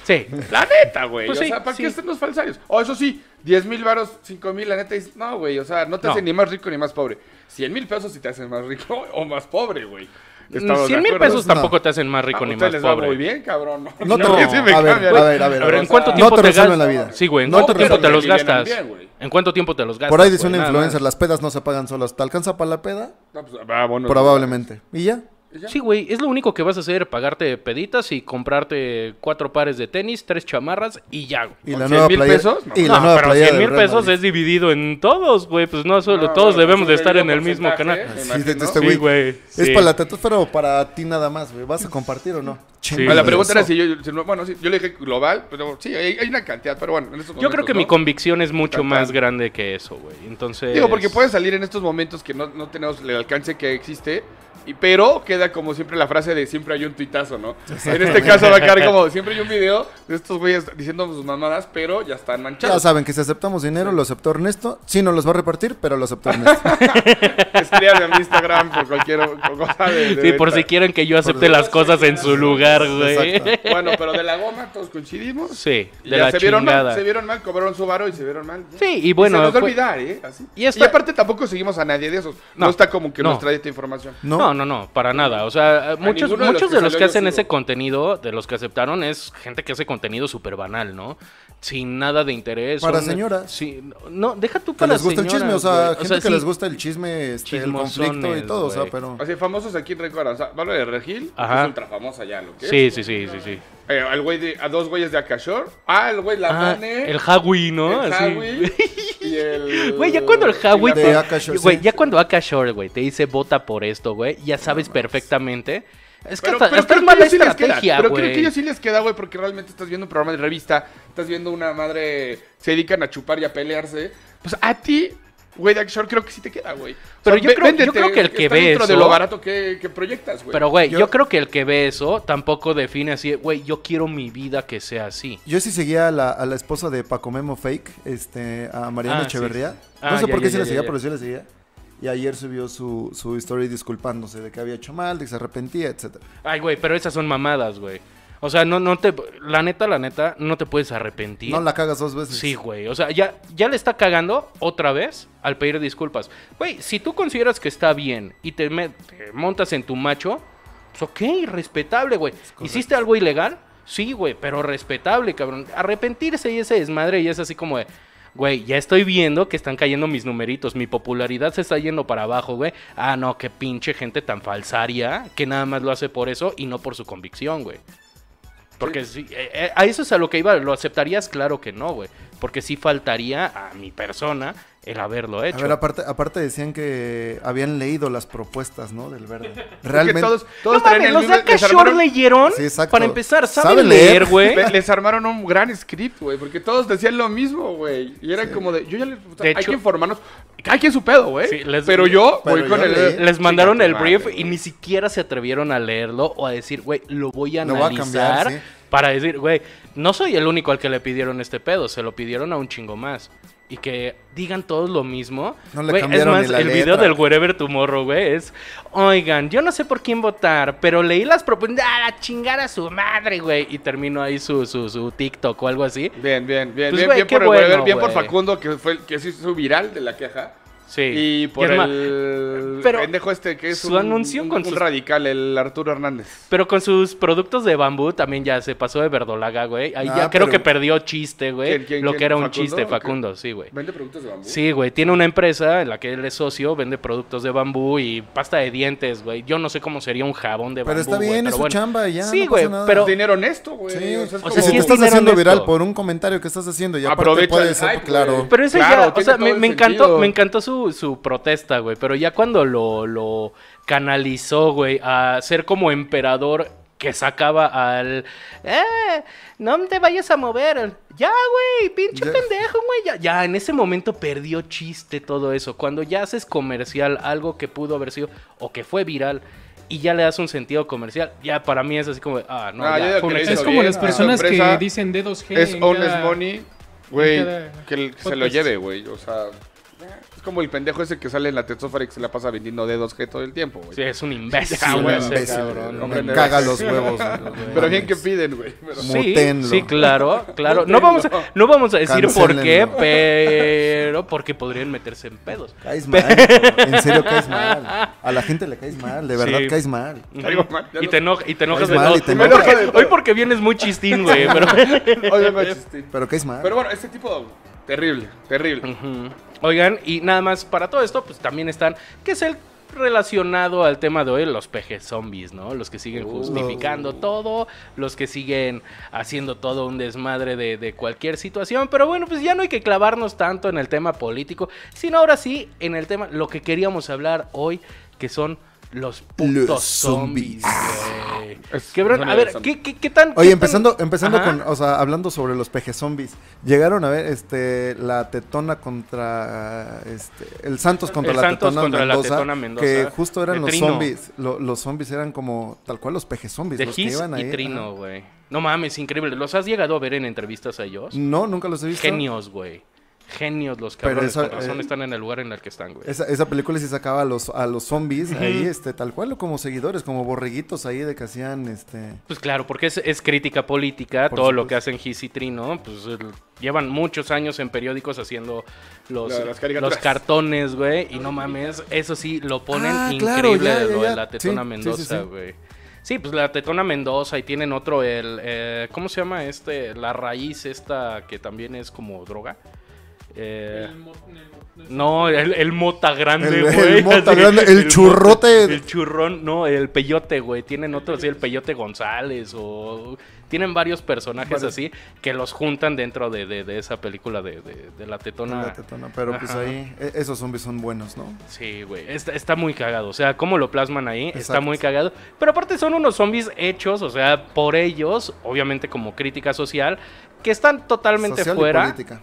[SPEAKER 2] Sí.
[SPEAKER 3] La neta, güey.
[SPEAKER 2] Pues
[SPEAKER 3] o
[SPEAKER 2] sí,
[SPEAKER 3] sea, ¿para
[SPEAKER 2] sí.
[SPEAKER 3] qué están los falsarios? O eso sí, 10 mil varos, 5 mil, la neta dices, no, güey. O sea, no te
[SPEAKER 2] No.
[SPEAKER 3] hacen ni más rico ni más pobre. 100 mil pesos si te hacen más rico o más pobre, güey.
[SPEAKER 2] 100 mil pesos
[SPEAKER 1] No.
[SPEAKER 2] tampoco te hacen más rico ni más
[SPEAKER 3] les va muy
[SPEAKER 2] pobre.
[SPEAKER 3] bien, cabrón. No,
[SPEAKER 1] No te
[SPEAKER 2] No,
[SPEAKER 1] a
[SPEAKER 3] Sí me
[SPEAKER 1] ver, a ver,
[SPEAKER 3] cambian.
[SPEAKER 1] a ver, a ver.
[SPEAKER 2] A ver, ¿en
[SPEAKER 1] o sea,
[SPEAKER 2] cuánto
[SPEAKER 1] no
[SPEAKER 2] tiempo
[SPEAKER 1] te
[SPEAKER 2] te
[SPEAKER 1] resuelven
[SPEAKER 2] gastas?
[SPEAKER 1] la vida.
[SPEAKER 2] Sí, güey, ¿en
[SPEAKER 1] No
[SPEAKER 2] cuánto
[SPEAKER 1] te
[SPEAKER 2] tiempo te
[SPEAKER 1] resuelven
[SPEAKER 2] los
[SPEAKER 3] la vida.
[SPEAKER 2] gastas?
[SPEAKER 3] Bien, güey.
[SPEAKER 2] ¿En cuánto tiempo te los gastas?
[SPEAKER 1] Por ahí dice un
[SPEAKER 2] güey? pues, Nada
[SPEAKER 1] influencer, las pedas no se pagan solas. ¿Te alcanza para la peda?
[SPEAKER 3] No, pues, ah, bueno,
[SPEAKER 1] Probablemente. ¿Y ya?
[SPEAKER 3] Y ya.
[SPEAKER 2] más. Sí, güey, es lo único que vas a hacer, pagarte peditas y comprarte cuatro pares de tenis, tres chamarras y ya, güey.
[SPEAKER 1] ¿Y
[SPEAKER 3] ¿Con
[SPEAKER 1] la
[SPEAKER 3] 100
[SPEAKER 1] nueva
[SPEAKER 3] mil
[SPEAKER 1] playera?
[SPEAKER 3] pesos? No.
[SPEAKER 1] Y la
[SPEAKER 2] No,
[SPEAKER 1] nueva
[SPEAKER 2] pero
[SPEAKER 1] playera
[SPEAKER 2] 100 mil
[SPEAKER 1] del Real
[SPEAKER 2] pesos
[SPEAKER 1] Madrid.
[SPEAKER 2] es dividido en todos, güey. Pues no solo,
[SPEAKER 3] No,
[SPEAKER 2] todos
[SPEAKER 3] bueno,
[SPEAKER 2] debemos de
[SPEAKER 3] pues,
[SPEAKER 2] estar en
[SPEAKER 3] un
[SPEAKER 2] el mismo
[SPEAKER 3] porcentaje,
[SPEAKER 2] canal.
[SPEAKER 3] me
[SPEAKER 1] Sí, de- de
[SPEAKER 3] imagino.
[SPEAKER 1] este
[SPEAKER 2] Sí, güey.
[SPEAKER 1] ¿Es
[SPEAKER 2] sí.
[SPEAKER 1] para la tetosfera o para ti nada más, güey? ¿Vas a compartir o no?
[SPEAKER 2] Sí.
[SPEAKER 3] Ah,
[SPEAKER 2] Bueno,
[SPEAKER 3] la pregunta era
[SPEAKER 1] Eso.
[SPEAKER 3] si yo, yo- si no- bueno, sí, yo le dije global, pero sí, hay, hay una cantidad, pero bueno, en estos
[SPEAKER 2] Yo creo
[SPEAKER 3] momentos,
[SPEAKER 2] que mi
[SPEAKER 3] ¿no?
[SPEAKER 2] convicción es mucho
[SPEAKER 3] Tan,
[SPEAKER 2] más
[SPEAKER 3] tan.
[SPEAKER 2] grande que eso, güey. Entonces.
[SPEAKER 3] Digo, porque puede salir en estos momentos que no, no tenemos el alcance que existe, Y- pero queda como siempre la frase de siempre hay un tuitazo, ¿no? En este caso va a quedar como siempre hay un video de estos güeyes diciendo sus mamadas, pero ya están
[SPEAKER 1] Ya
[SPEAKER 3] manchados.
[SPEAKER 1] saben que si aceptamos dinero, lo aceptó Ernesto. Sí, nos los va a repartir, pero lo aceptó Ernesto.
[SPEAKER 3] Escríbanme a mi Instagram por cualquier cosa de, de
[SPEAKER 2] Sí, por
[SPEAKER 3] venta.
[SPEAKER 2] si quieren que yo acepte
[SPEAKER 1] si-
[SPEAKER 2] las cosas en su lugar, güey.
[SPEAKER 1] Exacto.
[SPEAKER 3] Bueno, pero de la goma todos coincidimos.
[SPEAKER 2] Sí,
[SPEAKER 3] Y
[SPEAKER 2] de
[SPEAKER 3] ya
[SPEAKER 2] la
[SPEAKER 3] se vieron mal,
[SPEAKER 2] chingada.
[SPEAKER 3] se vieron mal, cobraron su varo y se vieron mal. ya.
[SPEAKER 2] Sí, y bueno,
[SPEAKER 3] se nos va a
[SPEAKER 2] fue-
[SPEAKER 3] olvidar, ¿eh? Así.
[SPEAKER 2] Y
[SPEAKER 3] Y,
[SPEAKER 2] esta-
[SPEAKER 3] aparte tampoco seguimos a nadie de esos. No,
[SPEAKER 2] No,
[SPEAKER 3] está como que
[SPEAKER 2] no.
[SPEAKER 3] nos trae esta información.
[SPEAKER 1] No,
[SPEAKER 2] No, no, no, para nada. O sea, muchos,
[SPEAKER 3] ninguno de los
[SPEAKER 2] muchos
[SPEAKER 3] que
[SPEAKER 2] de los
[SPEAKER 3] salió
[SPEAKER 2] que
[SPEAKER 3] yo
[SPEAKER 2] hacen
[SPEAKER 3] sigo.
[SPEAKER 2] ese contenido, de los que aceptaron, es gente que hace contenido súper banal, ¿no? Sin nada de interés.
[SPEAKER 1] Para
[SPEAKER 2] son-
[SPEAKER 1] señoras.
[SPEAKER 2] Sí, no, deja tú
[SPEAKER 1] que
[SPEAKER 2] para
[SPEAKER 1] les gusta el
[SPEAKER 2] señoras,
[SPEAKER 1] chisme, o sea,
[SPEAKER 2] güey.
[SPEAKER 1] gente que
[SPEAKER 2] sí,
[SPEAKER 1] les gusta el chisme, este, el conflicto y
[SPEAKER 2] Chismosones,
[SPEAKER 1] todo, o sea,
[SPEAKER 2] güey.
[SPEAKER 1] pero...
[SPEAKER 3] Así, famosos aquí en Recuerda. O sea, Pablo de Regil
[SPEAKER 2] Ajá.
[SPEAKER 3] es ultra famosa ya, lo que
[SPEAKER 2] Sí,
[SPEAKER 3] es.
[SPEAKER 2] sí, sí, sí, sí.
[SPEAKER 3] Eh, al güey de, a dos güeyes de Akashor. Ah, el güey
[SPEAKER 2] Ah,
[SPEAKER 3] Lamane.
[SPEAKER 2] el Hawi, ¿no?
[SPEAKER 3] el
[SPEAKER 2] Así.
[SPEAKER 3] Hawi y el...
[SPEAKER 2] Güey, ya cuando el Hawi
[SPEAKER 1] De
[SPEAKER 2] te-
[SPEAKER 1] Aka Shore,
[SPEAKER 2] güey,
[SPEAKER 1] sí.
[SPEAKER 2] ya cuando Aka Shore, güey, te dice vota por esto, güey, ya sabes perfectamente. Es que
[SPEAKER 3] Pero,
[SPEAKER 2] hasta,
[SPEAKER 3] pero
[SPEAKER 2] hasta
[SPEAKER 3] creo
[SPEAKER 2] es
[SPEAKER 3] que
[SPEAKER 2] mala
[SPEAKER 3] ellos sí les queda,
[SPEAKER 2] estrategia,
[SPEAKER 3] Pero creo que
[SPEAKER 2] güey.
[SPEAKER 3] ellos sí les queda, güey, porque realmente estás viendo un programa de revista, estás viendo una madre, se dedican a chupar y a pelearse. Pues a ti, güey, de Action, creo que sí te queda, güey. O
[SPEAKER 2] Pero
[SPEAKER 3] sea,
[SPEAKER 2] yo
[SPEAKER 3] vé-
[SPEAKER 2] creo- yo creo que el que
[SPEAKER 3] está
[SPEAKER 2] ve
[SPEAKER 3] dentro de
[SPEAKER 2] eso-
[SPEAKER 3] lo barato que, que proyectas, güey.
[SPEAKER 2] Pero, güey, yo...
[SPEAKER 1] Yo-
[SPEAKER 2] creo que el que ve eso tampoco define así, güey, yo quiero mi vida que sea así.
[SPEAKER 1] Yo sí seguía a la, a la esposa de Paco Memo Fake, este, a Mariana
[SPEAKER 2] Ah, sí,
[SPEAKER 1] Echeverría.
[SPEAKER 2] sí.
[SPEAKER 1] no
[SPEAKER 2] Ah,
[SPEAKER 1] sé
[SPEAKER 2] ya,
[SPEAKER 1] por qué
[SPEAKER 2] ya,
[SPEAKER 1] sí
[SPEAKER 2] ya,
[SPEAKER 1] la
[SPEAKER 2] ya,
[SPEAKER 1] seguía,
[SPEAKER 2] ya.
[SPEAKER 1] pero sí la seguía. Y ayer subió su, su story disculpándose de que había hecho mal, de que se arrepentía, etcétera.
[SPEAKER 2] Ay, güey, pero esas son mamadas, güey. O sea, no, no te. La neta, la neta, no te puedes arrepentir.
[SPEAKER 1] No la cagas dos veces.
[SPEAKER 2] Sí, güey. O sea, ya, ya le está cagando otra vez al pedir disculpas. Güey, si tú consideras que está bien y te, me- te montas en tu macho, pues ok, respetable, güey. ¿Hiciste algo ilegal? Sí, güey, pero respetable, cabrón. Arrepentirse y ese desmadre y es así como de... Güey, ya estoy viendo que están cayendo mis numeritos, mi popularidad se está yendo para abajo, güey. Ah, no, qué pinche gente tan falsaria que nada más lo hace por eso y no por su convicción, güey. Porque sí, eh, eh, a eso es a lo que iba. ¿Lo aceptarías? Claro que no, güey. Porque sí faltaría a mi persona el haberlo hecho.
[SPEAKER 1] A ver, aparte, aparte decían que habían leído las propuestas, ¿no? Del verde.
[SPEAKER 3] Es que
[SPEAKER 1] Realmente.
[SPEAKER 3] todos, todos
[SPEAKER 2] no
[SPEAKER 3] traen
[SPEAKER 2] mames,
[SPEAKER 3] el
[SPEAKER 2] los de
[SPEAKER 3] mismo-
[SPEAKER 2] Aka
[SPEAKER 3] les
[SPEAKER 2] Shore
[SPEAKER 3] armaron-
[SPEAKER 2] leyeron.
[SPEAKER 1] Sí, exacto.
[SPEAKER 2] Para empezar, saben,
[SPEAKER 1] Saben
[SPEAKER 2] leer,
[SPEAKER 1] leer,
[SPEAKER 2] güey.
[SPEAKER 3] le- Les armaron un gran script, güey, porque todos decían lo mismo, güey. Y era como de, yo ya les, o sea,
[SPEAKER 2] De
[SPEAKER 3] hay
[SPEAKER 2] hecho-
[SPEAKER 3] que informarnos, hay que su pedo, güey.
[SPEAKER 2] Sí, les-
[SPEAKER 3] pero yo
[SPEAKER 1] Pero
[SPEAKER 3] voy con
[SPEAKER 1] yo
[SPEAKER 3] el...
[SPEAKER 1] leí.
[SPEAKER 2] Les mandaron el
[SPEAKER 3] Chinga tu madre,
[SPEAKER 2] brief y
[SPEAKER 3] güey.
[SPEAKER 2] ni siquiera se atrevieron a leerlo o a decir, güey, lo voy a
[SPEAKER 1] Lo voy a
[SPEAKER 2] analizar
[SPEAKER 1] cambiar, sí.
[SPEAKER 2] para decir, güey, no soy el único al que le pidieron este pedo, se lo pidieron a un chingo más. Y que digan todos lo mismo.
[SPEAKER 1] No le
[SPEAKER 2] Güey, es
[SPEAKER 1] cambiaron
[SPEAKER 2] más,
[SPEAKER 1] ni la
[SPEAKER 2] el video
[SPEAKER 1] letra.
[SPEAKER 2] del Wherever Tomorrow, güey, es, oigan, yo no sé por quién votar, pero leí las propuestas, ¡Ah, a chingar a su madre, güey, y terminó ahí su, su, su TikTok o algo así.
[SPEAKER 3] Bien, bien, bien,
[SPEAKER 2] Pues,
[SPEAKER 3] bien,
[SPEAKER 2] güey,
[SPEAKER 3] bien
[SPEAKER 2] qué
[SPEAKER 3] por el
[SPEAKER 2] bueno,
[SPEAKER 3] Weber, bien por
[SPEAKER 2] güey.
[SPEAKER 3] Facundo, que fue el que se hizo viral de la queja.
[SPEAKER 2] Sí.
[SPEAKER 3] Y por
[SPEAKER 2] es más,
[SPEAKER 3] el
[SPEAKER 2] pero
[SPEAKER 3] pendejo este que es
[SPEAKER 2] su anuncio
[SPEAKER 3] un,
[SPEAKER 2] con
[SPEAKER 3] un
[SPEAKER 2] sus-
[SPEAKER 3] radical, el Arturo Hernández.
[SPEAKER 2] Pero con sus productos de bambú también ya se pasó de verdolaga, güey. Ahí ya
[SPEAKER 1] Ah,
[SPEAKER 2] creo
[SPEAKER 1] pero-
[SPEAKER 2] que perdió chiste, güey.
[SPEAKER 3] ¿Quién, quién,
[SPEAKER 2] lo
[SPEAKER 3] quién?
[SPEAKER 2] que era un
[SPEAKER 3] ¿Facundo
[SPEAKER 2] chiste,
[SPEAKER 3] o qué?
[SPEAKER 2] Facundo, sí, güey.
[SPEAKER 3] ¿Vende productos de bambú? Pues
[SPEAKER 2] Sí, güey. Tiene una empresa en la que él es socio, vende productos de bambú y pasta de dientes, güey. Yo no sé cómo sería un jabón de
[SPEAKER 1] Pero
[SPEAKER 2] bambú.
[SPEAKER 1] está
[SPEAKER 2] güey,
[SPEAKER 1] bien, es su
[SPEAKER 2] bueno.
[SPEAKER 1] chamba, ya,
[SPEAKER 2] Sí,
[SPEAKER 1] no
[SPEAKER 2] güey,
[SPEAKER 1] pasa nada.
[SPEAKER 2] pero.
[SPEAKER 3] Dinero honesto, güey.
[SPEAKER 1] Sí,
[SPEAKER 3] O sea, es
[SPEAKER 1] o
[SPEAKER 3] como-
[SPEAKER 1] sea, si
[SPEAKER 2] sí
[SPEAKER 1] te
[SPEAKER 2] es
[SPEAKER 1] estás
[SPEAKER 2] dinero
[SPEAKER 1] haciendo
[SPEAKER 2] honesto.
[SPEAKER 1] viral por un comentario que estás haciendo y aparte
[SPEAKER 3] Aprovecha
[SPEAKER 1] puede
[SPEAKER 3] el
[SPEAKER 1] ser,
[SPEAKER 3] hype,
[SPEAKER 1] claro.
[SPEAKER 3] güey.
[SPEAKER 2] Pero eso
[SPEAKER 3] Claro,
[SPEAKER 2] ya, o
[SPEAKER 3] tiene
[SPEAKER 2] sea,
[SPEAKER 3] todo
[SPEAKER 2] me,
[SPEAKER 3] el
[SPEAKER 2] me encantó,
[SPEAKER 3] sentido.
[SPEAKER 2] me encantó su, su protesta, güey. Pero ya cuando lo, lo canalizó, güey, a ser como emperador que sacaba al... Eh, no te vayas a mover. Ya, güey, pinche
[SPEAKER 1] Ya.
[SPEAKER 2] pendejo, güey. Ya, ya, en ese momento perdió chiste todo eso. Cuando ya haces comercial algo que pudo haber sido o que fue viral y ya le das un sentido comercial, ya para mí es así como... Ah, no,
[SPEAKER 3] Ah,
[SPEAKER 2] ya,
[SPEAKER 3] yo ya
[SPEAKER 2] fue un
[SPEAKER 3] creí,
[SPEAKER 2] exceso.
[SPEAKER 4] Es
[SPEAKER 3] Eso
[SPEAKER 4] como
[SPEAKER 3] bien,
[SPEAKER 4] las
[SPEAKER 3] la
[SPEAKER 4] personas que
[SPEAKER 3] sorpresa
[SPEAKER 4] dicen D2G.
[SPEAKER 3] Es
[SPEAKER 4] en
[SPEAKER 3] honest
[SPEAKER 4] cada-
[SPEAKER 3] money, güey,
[SPEAKER 4] cada
[SPEAKER 3] que el- que se lo
[SPEAKER 4] podcast.
[SPEAKER 3] lleve, güey. O sea, es como el pendejo ese que sale en la Tetsófara y que se la pasa vendiendo dedos G todo el tiempo, güey.
[SPEAKER 2] Sí, es un imbécil.
[SPEAKER 3] Ya,
[SPEAKER 1] Sí,
[SPEAKER 3] güey,
[SPEAKER 2] ese
[SPEAKER 1] imbécil,
[SPEAKER 2] ah, cabrón,
[SPEAKER 1] güey,
[SPEAKER 2] no
[SPEAKER 1] me
[SPEAKER 3] mames.
[SPEAKER 1] caga los huevos.
[SPEAKER 3] Pero bien que piden, güey. Pero-
[SPEAKER 1] Sí.
[SPEAKER 2] Sí,
[SPEAKER 1] Mutenlo.
[SPEAKER 2] sí, claro, claro. No vamos, a, no vamos a decir por qué,
[SPEAKER 1] Cancélenlo.
[SPEAKER 2] pero porque podrían meterse en pedos.
[SPEAKER 1] Caes mal, cabrón. en serio caes mal. A la gente le caes mal, de verdad
[SPEAKER 2] Sí.
[SPEAKER 1] caes mal.
[SPEAKER 3] Caigo mal, ya
[SPEAKER 2] Y
[SPEAKER 3] no-
[SPEAKER 2] te, enoja- y te enojas
[SPEAKER 1] Es
[SPEAKER 2] de
[SPEAKER 1] mal,
[SPEAKER 2] todo.
[SPEAKER 1] y te
[SPEAKER 2] Hoy
[SPEAKER 1] enojas
[SPEAKER 2] porque-
[SPEAKER 3] de todo.
[SPEAKER 2] Hoy porque vienes muy chistín, güey. pero-
[SPEAKER 3] Hoy vengo a chistín.
[SPEAKER 1] Pero caes mal.
[SPEAKER 3] Pero bueno, este tipo, terrible, terrible.
[SPEAKER 2] Ujú. Oigan, y nada más para todo esto, pues también están, que es el relacionado al tema de hoy, los pejes zombies, ¿no? Los que
[SPEAKER 1] Uh.
[SPEAKER 2] siguen justificando todo, los que siguen haciendo todo un desmadre de, de cualquier situación, pero bueno, pues ya no hay que clavarnos tanto en el tema político, sino ahora sí en el tema, lo que queríamos hablar hoy, que son Los putos
[SPEAKER 1] Los zombies.
[SPEAKER 2] zombies, güey.
[SPEAKER 3] Es-
[SPEAKER 2] Cabrón,
[SPEAKER 3] no
[SPEAKER 2] a
[SPEAKER 3] le
[SPEAKER 2] ver,
[SPEAKER 3] besan.
[SPEAKER 2] ¿qué, qué, qué tan.
[SPEAKER 1] Oye,
[SPEAKER 2] qué tan-
[SPEAKER 1] empezando, empezando
[SPEAKER 2] Ajá.
[SPEAKER 1] con, o sea, hablando sobre los peje zombies. Llegaron a ver este la tetona contra este el Santos contra,
[SPEAKER 2] El
[SPEAKER 1] la,
[SPEAKER 2] Santos
[SPEAKER 1] tetona
[SPEAKER 2] contra la
[SPEAKER 1] Mendoza,
[SPEAKER 2] Tetona Mendoza,
[SPEAKER 1] Que justo
[SPEAKER 2] de
[SPEAKER 1] eran los
[SPEAKER 2] Trino.
[SPEAKER 1] zombies. lo- los zombies eran como tal cual los peje zombies.
[SPEAKER 2] De
[SPEAKER 1] los que
[SPEAKER 2] His
[SPEAKER 1] iban
[SPEAKER 2] y
[SPEAKER 1] ahí,
[SPEAKER 2] Trino,
[SPEAKER 1] ajá.
[SPEAKER 2] güey. No mames, increíble. ¿Los has llegado a ver en entrevistas a ellos?
[SPEAKER 1] No, nunca los he visto.
[SPEAKER 2] Genios, güey. Genios los
[SPEAKER 1] Pero
[SPEAKER 2] cabrones.
[SPEAKER 1] esa,
[SPEAKER 2] Por razón
[SPEAKER 1] eh,
[SPEAKER 2] están en el lugar en el que están, güey.
[SPEAKER 1] Esa, esa película sí sacaba a los, a los zombies ahí, este, tal cual, o como seguidores, como borreguitos ahí de que hacían este.
[SPEAKER 2] Pues claro, porque es, es crítica política,
[SPEAKER 1] Por
[SPEAKER 2] todo lo
[SPEAKER 1] supuesto.
[SPEAKER 2] que hacen Gis y Trino, pues el- llevan muchos años en periódicos haciendo los,
[SPEAKER 3] La- las caricaturas.
[SPEAKER 2] los cartones, güey, y no mames, eso sí, lo ponen
[SPEAKER 1] Ah, claro,
[SPEAKER 2] increíble
[SPEAKER 1] ya,
[SPEAKER 2] de
[SPEAKER 1] ya,
[SPEAKER 2] lo de
[SPEAKER 1] ya.
[SPEAKER 2] la Tetona
[SPEAKER 1] Sí, sí, sí,
[SPEAKER 2] Mendoza,
[SPEAKER 1] sí.
[SPEAKER 2] güey. Sí, pues la Tetona Mendoza y tienen otro, el, eh, ¿cómo se llama este? La raíz esta que también es como droga. Eh, no, el, el mota grande,
[SPEAKER 1] El- el
[SPEAKER 2] güey.
[SPEAKER 1] mota
[SPEAKER 2] así,
[SPEAKER 1] grande, el
[SPEAKER 2] mota-
[SPEAKER 1] churrote.
[SPEAKER 2] el churrón, no, el peyote, güey. Tienen otros, sí, el peyote González o... Tienen varios personajes
[SPEAKER 1] Varios.
[SPEAKER 2] así que los juntan dentro de, de- de esa película de, de- de la tetona.
[SPEAKER 1] la tetona, pero pues
[SPEAKER 2] Ajá.
[SPEAKER 1] ahí, e- esos zombies son buenos, ¿no?
[SPEAKER 2] Sí, güey. Está, está muy cagado. O sea, cómo lo plasman ahí, está
[SPEAKER 1] Exacto.
[SPEAKER 2] muy cagado. Pero aparte son unos zombies hechos, o sea, por ellos, obviamente como crítica social, que están totalmente
[SPEAKER 1] Social y
[SPEAKER 2] fuera
[SPEAKER 1] política.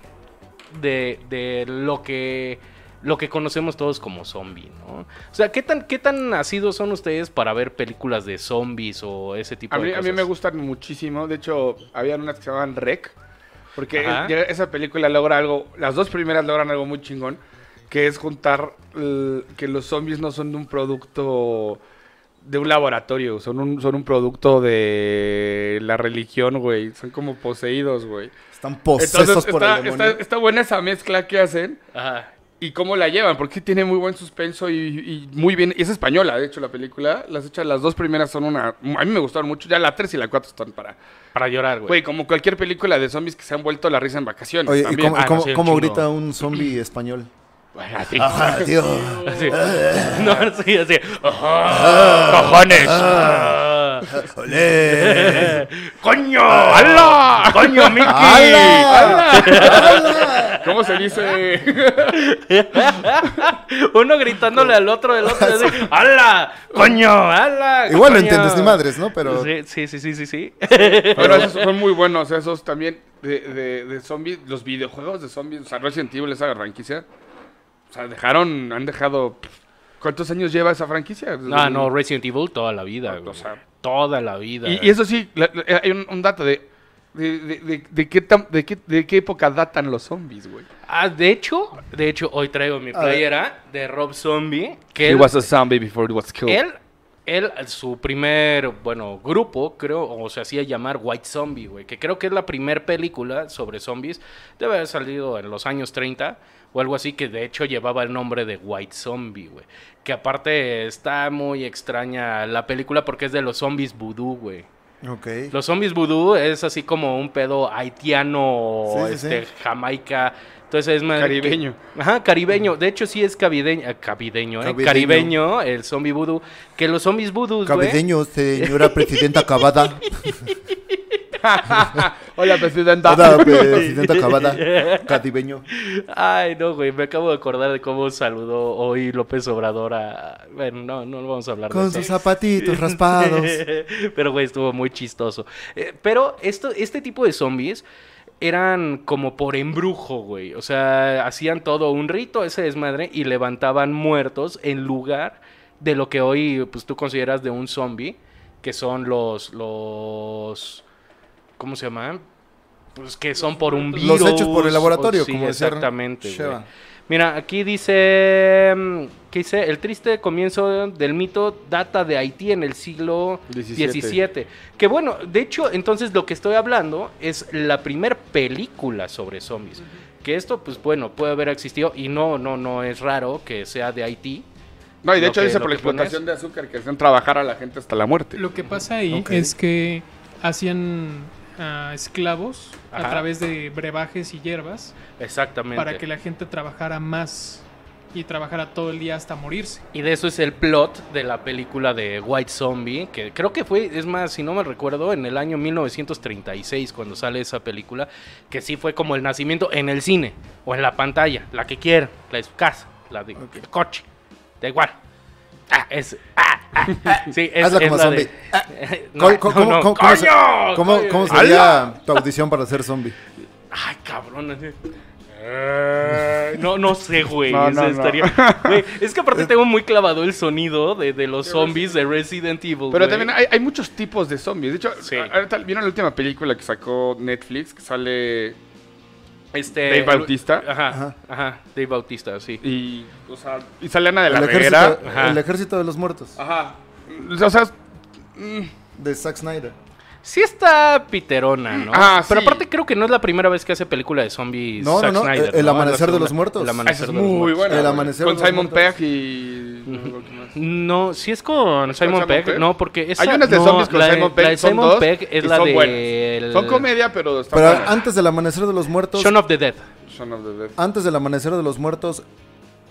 [SPEAKER 2] de, de lo que lo que conocemos todos como zombie, ¿no? O sea, ¿qué tan, qué tan nacidos son ustedes para ver películas de zombies o ese tipo
[SPEAKER 3] A
[SPEAKER 2] de
[SPEAKER 3] mí, a
[SPEAKER 2] cosas?
[SPEAKER 3] mí me gustan muchísimo. De hecho, habían unas que se llamaban Rec. Porque
[SPEAKER 2] Ajá.
[SPEAKER 3] ya esa película logra algo. Las dos primeras logran algo muy chingón. Que es juntar el- que los zombies no son de un producto de un laboratorio. Son un, son un producto de la religión, güey. Son como poseídos, güey.
[SPEAKER 1] Están posesos
[SPEAKER 3] Entonces,
[SPEAKER 1] por
[SPEAKER 3] está,
[SPEAKER 1] el demonio.
[SPEAKER 3] está, está buena esa mezcla que hacen.
[SPEAKER 2] Ajá.
[SPEAKER 3] Y cómo la llevan, porque tiene muy buen suspenso y, y muy bien. Y es española, de hecho, la película. Las hechas, las dos primeras son una. A mí me gustaron mucho. Ya la tres y la cuatro están para.
[SPEAKER 2] Para llorar,
[SPEAKER 3] Güey,
[SPEAKER 2] güey.
[SPEAKER 3] como cualquier película de zombies que se han vuelto la risa en vacaciones.
[SPEAKER 1] Oye, ¿y
[SPEAKER 3] también.
[SPEAKER 1] cómo,
[SPEAKER 2] Ah, no,
[SPEAKER 1] cómo-
[SPEAKER 2] sí, un
[SPEAKER 1] cómo
[SPEAKER 2] chingo.
[SPEAKER 1] grita un zombie español?
[SPEAKER 3] Bueno, así.
[SPEAKER 1] Ajá, tío. Ah.
[SPEAKER 2] Así. No, sí, así. ¡Ajá! ¡Cojones!
[SPEAKER 1] Ah.
[SPEAKER 2] Ah.
[SPEAKER 1] ¡Olé!
[SPEAKER 2] ¡Coño! ¡Hala! ¡Coño, Mickey!
[SPEAKER 1] ¡Hala!
[SPEAKER 3] ¿Cómo se dice?
[SPEAKER 2] Uno gritándole al otro del otro. así, ¡Hala! ¡Coño! ¡Hala!
[SPEAKER 1] Igual no
[SPEAKER 2] coño".
[SPEAKER 1] entiendes ni madres, ¿no? Pero
[SPEAKER 2] Sí, sí, sí, sí, sí, sí.
[SPEAKER 3] Pero esos son muy buenos, esos también de, de, de zombies. Los videojuegos de zombies, o sea, Resident Evil, esa franquicia. O sea, dejaron, han dejado. pff, ¿Cuántos años lleva esa franquicia?
[SPEAKER 2] No, Ah, no, Resident Evil toda la vida, güey.
[SPEAKER 3] sea-
[SPEAKER 2] toda la vida.
[SPEAKER 3] Y, y eso sí, la- la- hay un, un dato de. De, de, de- de qué tam- de, qué, ¿De qué época datan los zombies, güey?
[SPEAKER 2] Ah, de hecho, de hecho, hoy traigo mi
[SPEAKER 1] A ver.
[SPEAKER 2] playera de Rob Zombie. Que él,
[SPEAKER 3] a zombie before it was killed.
[SPEAKER 2] él, él, su primer, bueno, grupo, creo, o se hacía llamar White Zombie, güey. Que creo que es la primer película sobre zombies. Debe haber salido en los años 30 o algo así, que de hecho llevaba el nombre de White Zombie, güey. Que aparte está muy extraña la película porque es de los zombies vudú, güey.
[SPEAKER 1] ok.
[SPEAKER 2] Los zombies vudú es así como un pedo haitiano,
[SPEAKER 1] Sí, sí,
[SPEAKER 2] este, Jamaica. Entonces es más.
[SPEAKER 3] Caribeño.
[SPEAKER 2] que- ajá, caribeño. De hecho, sí es cabideño. eh, Cabideño, ¿eh?
[SPEAKER 1] Cabideño.
[SPEAKER 2] Caribeño, el zombie vudú. Que los zombies vudú, güey.
[SPEAKER 1] Cabideño, señora presidenta Cavada.
[SPEAKER 3] Hola, presidenta.
[SPEAKER 1] Hola, presidenta Cavada. Cadibeño.
[SPEAKER 2] Ay, no, güey. Me acabo de acordar de cómo saludó hoy López Obrador a. Bueno, no, no vamos a hablar de
[SPEAKER 1] Con
[SPEAKER 2] eso.
[SPEAKER 1] sus zapatitos raspados.
[SPEAKER 2] pero, güey, estuvo muy chistoso. Eh, pero esto, este tipo de zombies eran como por embrujo, güey. O sea, hacían todo un rito, ese desmadre, y levantaban muertos en lugar de lo que hoy pues, tú consideras de un zombie, que son los, los... ¿Cómo se llaman? Pues que son por un virus.
[SPEAKER 1] Los hechos por el laboratorio,
[SPEAKER 2] o- sí,
[SPEAKER 1] como decía
[SPEAKER 2] exactamente. güey.
[SPEAKER 1] Sheva.
[SPEAKER 2] Mira, aquí dice, mm, ¿qué dice? El triste comienzo del mito data de Haití en el siglo
[SPEAKER 3] XVII.
[SPEAKER 2] XVII. Que bueno, de hecho, entonces lo que estoy hablando es la primer película sobre zombies. Que esto, pues bueno, puede haber existido y no, no, no es raro que sea de Haití.
[SPEAKER 3] No, y de
[SPEAKER 2] Lo
[SPEAKER 3] hecho
[SPEAKER 2] que-
[SPEAKER 3] dice
[SPEAKER 2] lo
[SPEAKER 3] por la
[SPEAKER 2] que pones.
[SPEAKER 3] explotación de azúcar que hacen trabajar a la gente hasta la muerte.
[SPEAKER 4] Lo que pasa ahí
[SPEAKER 1] Ok.
[SPEAKER 4] es que hacían ah, esclavos
[SPEAKER 2] Ajá.
[SPEAKER 4] a través de brebajes y hierbas
[SPEAKER 2] Exactamente.
[SPEAKER 4] para que la gente trabajara más y trabajara todo el día hasta morirse.
[SPEAKER 2] Y de eso es el plot de la película de White Zombie, que creo que fue, es más, si no me recuerdo, en el año 1936 cuando sale esa película, que sí fue como el nacimiento en el cine o en la pantalla, la que quieran, la de su casa, la de el coche, da igual. Ah, es, ah, Sí, es,
[SPEAKER 1] Hazla
[SPEAKER 2] es
[SPEAKER 1] como
[SPEAKER 2] la de-
[SPEAKER 1] zombie. Ah, ¿Cómo- cómo-
[SPEAKER 2] no, no.
[SPEAKER 1] cómo- cómo se-
[SPEAKER 3] ¡Coño!
[SPEAKER 1] cómo-
[SPEAKER 3] ¡Coño!
[SPEAKER 1] cómo sería tu audición para ser zombie?
[SPEAKER 2] Ay, cabrón. así. Eh, No, no sé, güey.
[SPEAKER 3] No, no,
[SPEAKER 2] Eso
[SPEAKER 3] no.
[SPEAKER 2] estaría- güey, es que aparte tengo muy clavado el sonido de, de los zombies de Resident Evil.
[SPEAKER 3] Pero
[SPEAKER 2] güey.
[SPEAKER 3] también hay, hay muchos tipos de zombies. De hecho,
[SPEAKER 2] Sí.
[SPEAKER 3] a- ahorita, ¿vieron la última película que sacó Netflix? Que sale.
[SPEAKER 2] Este,
[SPEAKER 3] Dave Bautista.
[SPEAKER 2] Ajá,
[SPEAKER 1] Ajá.
[SPEAKER 2] ajá. Dave Bautista, sí.
[SPEAKER 3] Y, o sea, y sale Ana de la
[SPEAKER 1] El
[SPEAKER 3] Reguera.
[SPEAKER 1] ejército,
[SPEAKER 2] Ajá.
[SPEAKER 1] el ejército de los muertos.
[SPEAKER 3] Ajá. O sea,
[SPEAKER 1] De Zack Snyder.
[SPEAKER 2] Sí está piterona, ¿no?
[SPEAKER 3] Ah,
[SPEAKER 2] Pero
[SPEAKER 3] sí.
[SPEAKER 2] aparte creo que no es la primera vez que hace película de zombies
[SPEAKER 1] No, no,
[SPEAKER 2] Zack
[SPEAKER 1] no,
[SPEAKER 2] Snyder,
[SPEAKER 1] El
[SPEAKER 2] ¿no?
[SPEAKER 1] amanecer
[SPEAKER 2] Es la
[SPEAKER 1] de los
[SPEAKER 2] segunda-
[SPEAKER 1] muertos.
[SPEAKER 2] El
[SPEAKER 3] esa
[SPEAKER 2] amanecer
[SPEAKER 3] es
[SPEAKER 2] de los
[SPEAKER 3] muy
[SPEAKER 2] muertos.
[SPEAKER 3] buena.
[SPEAKER 1] El
[SPEAKER 3] güey.
[SPEAKER 1] amanecer
[SPEAKER 3] Con
[SPEAKER 1] de los
[SPEAKER 3] Simon
[SPEAKER 1] muertos.
[SPEAKER 3] Pegg y. no me acuerdo quién más.
[SPEAKER 2] No, sí es con Simon,
[SPEAKER 3] Simon
[SPEAKER 2] Pegg.
[SPEAKER 3] Pegg?
[SPEAKER 2] No, porque esa,
[SPEAKER 3] Hay unas de
[SPEAKER 2] no,
[SPEAKER 3] zombies con
[SPEAKER 2] la de-
[SPEAKER 3] Simon
[SPEAKER 2] La
[SPEAKER 3] Pegg.
[SPEAKER 2] de
[SPEAKER 3] Son
[SPEAKER 2] Simon
[SPEAKER 3] dos
[SPEAKER 2] Pegg es
[SPEAKER 3] y
[SPEAKER 2] la
[SPEAKER 3] son
[SPEAKER 2] de.
[SPEAKER 3] buenas.
[SPEAKER 2] el-
[SPEAKER 3] Son comedia, pero están
[SPEAKER 1] Pero
[SPEAKER 3] buenas.
[SPEAKER 1] antes del amanecer de los muertos.
[SPEAKER 2] Shaun of the Dead.
[SPEAKER 3] Shaun of the Dead.
[SPEAKER 1] Antes del amanecer de los muertos.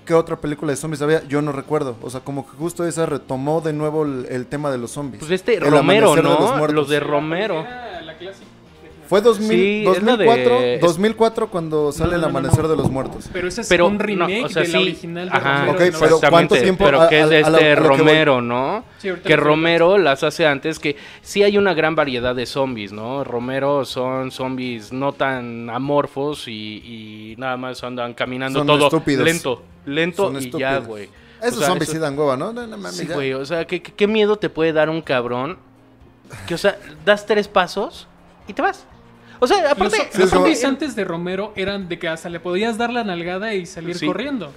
[SPEAKER 1] ¿Qué otra película de zombies había? Yo no recuerdo. O sea, como que justo esa retomó de nuevo el, el tema de los zombies.
[SPEAKER 2] Pues este
[SPEAKER 1] El
[SPEAKER 2] Romero,
[SPEAKER 1] amanecer de los
[SPEAKER 2] ¿no? los,
[SPEAKER 1] muertos.
[SPEAKER 2] de Romero.
[SPEAKER 4] Era la clásica. la
[SPEAKER 1] Fue 2000,
[SPEAKER 2] Sí, es la de-
[SPEAKER 1] 2004, 2004 cuando sale el amanecer de los muertos.
[SPEAKER 4] Pero ese es
[SPEAKER 2] Pero,
[SPEAKER 4] un remake
[SPEAKER 2] no, o sea,
[SPEAKER 4] de
[SPEAKER 2] sí.
[SPEAKER 4] la original de
[SPEAKER 2] Ajá.
[SPEAKER 1] Ok,
[SPEAKER 4] Romero, ¿no?
[SPEAKER 1] pero ¿cuánto
[SPEAKER 2] Exactamente,
[SPEAKER 1] tiempo?
[SPEAKER 2] Pero
[SPEAKER 1] A-
[SPEAKER 2] que es
[SPEAKER 1] a-
[SPEAKER 2] de
[SPEAKER 1] a lo-
[SPEAKER 2] este
[SPEAKER 1] a lo que voy.
[SPEAKER 2] Romero, ¿no?
[SPEAKER 4] Sí,
[SPEAKER 2] que
[SPEAKER 4] ahorita lo estoy
[SPEAKER 2] Romero las hace antes, que sí hay una gran variedad de zombies, ¿no? Romero son zombies no tan amorfos y, y nada más andan caminando
[SPEAKER 1] Son
[SPEAKER 2] todo
[SPEAKER 1] estúpidos.
[SPEAKER 2] lento, lento
[SPEAKER 1] Son
[SPEAKER 2] y ya,
[SPEAKER 1] estúpidos.
[SPEAKER 2] güey. O
[SPEAKER 1] Esos
[SPEAKER 2] sea,
[SPEAKER 1] zombies
[SPEAKER 2] eso-
[SPEAKER 1] sí dan hueva, ¿no? No, no mames,
[SPEAKER 2] Sí,
[SPEAKER 1] ya.
[SPEAKER 2] güey, o sea, ¿qué, qué- qué miedo te puede dar un cabrón? Que, o sea, das tres pasos y te vas. O sea,
[SPEAKER 4] Los,
[SPEAKER 2] aparte...
[SPEAKER 4] los
[SPEAKER 1] Sí, es como-
[SPEAKER 4] zombies antes de Romero eran de que hasta le podías dar la nalgada y salir
[SPEAKER 2] Sí.
[SPEAKER 4] corriendo.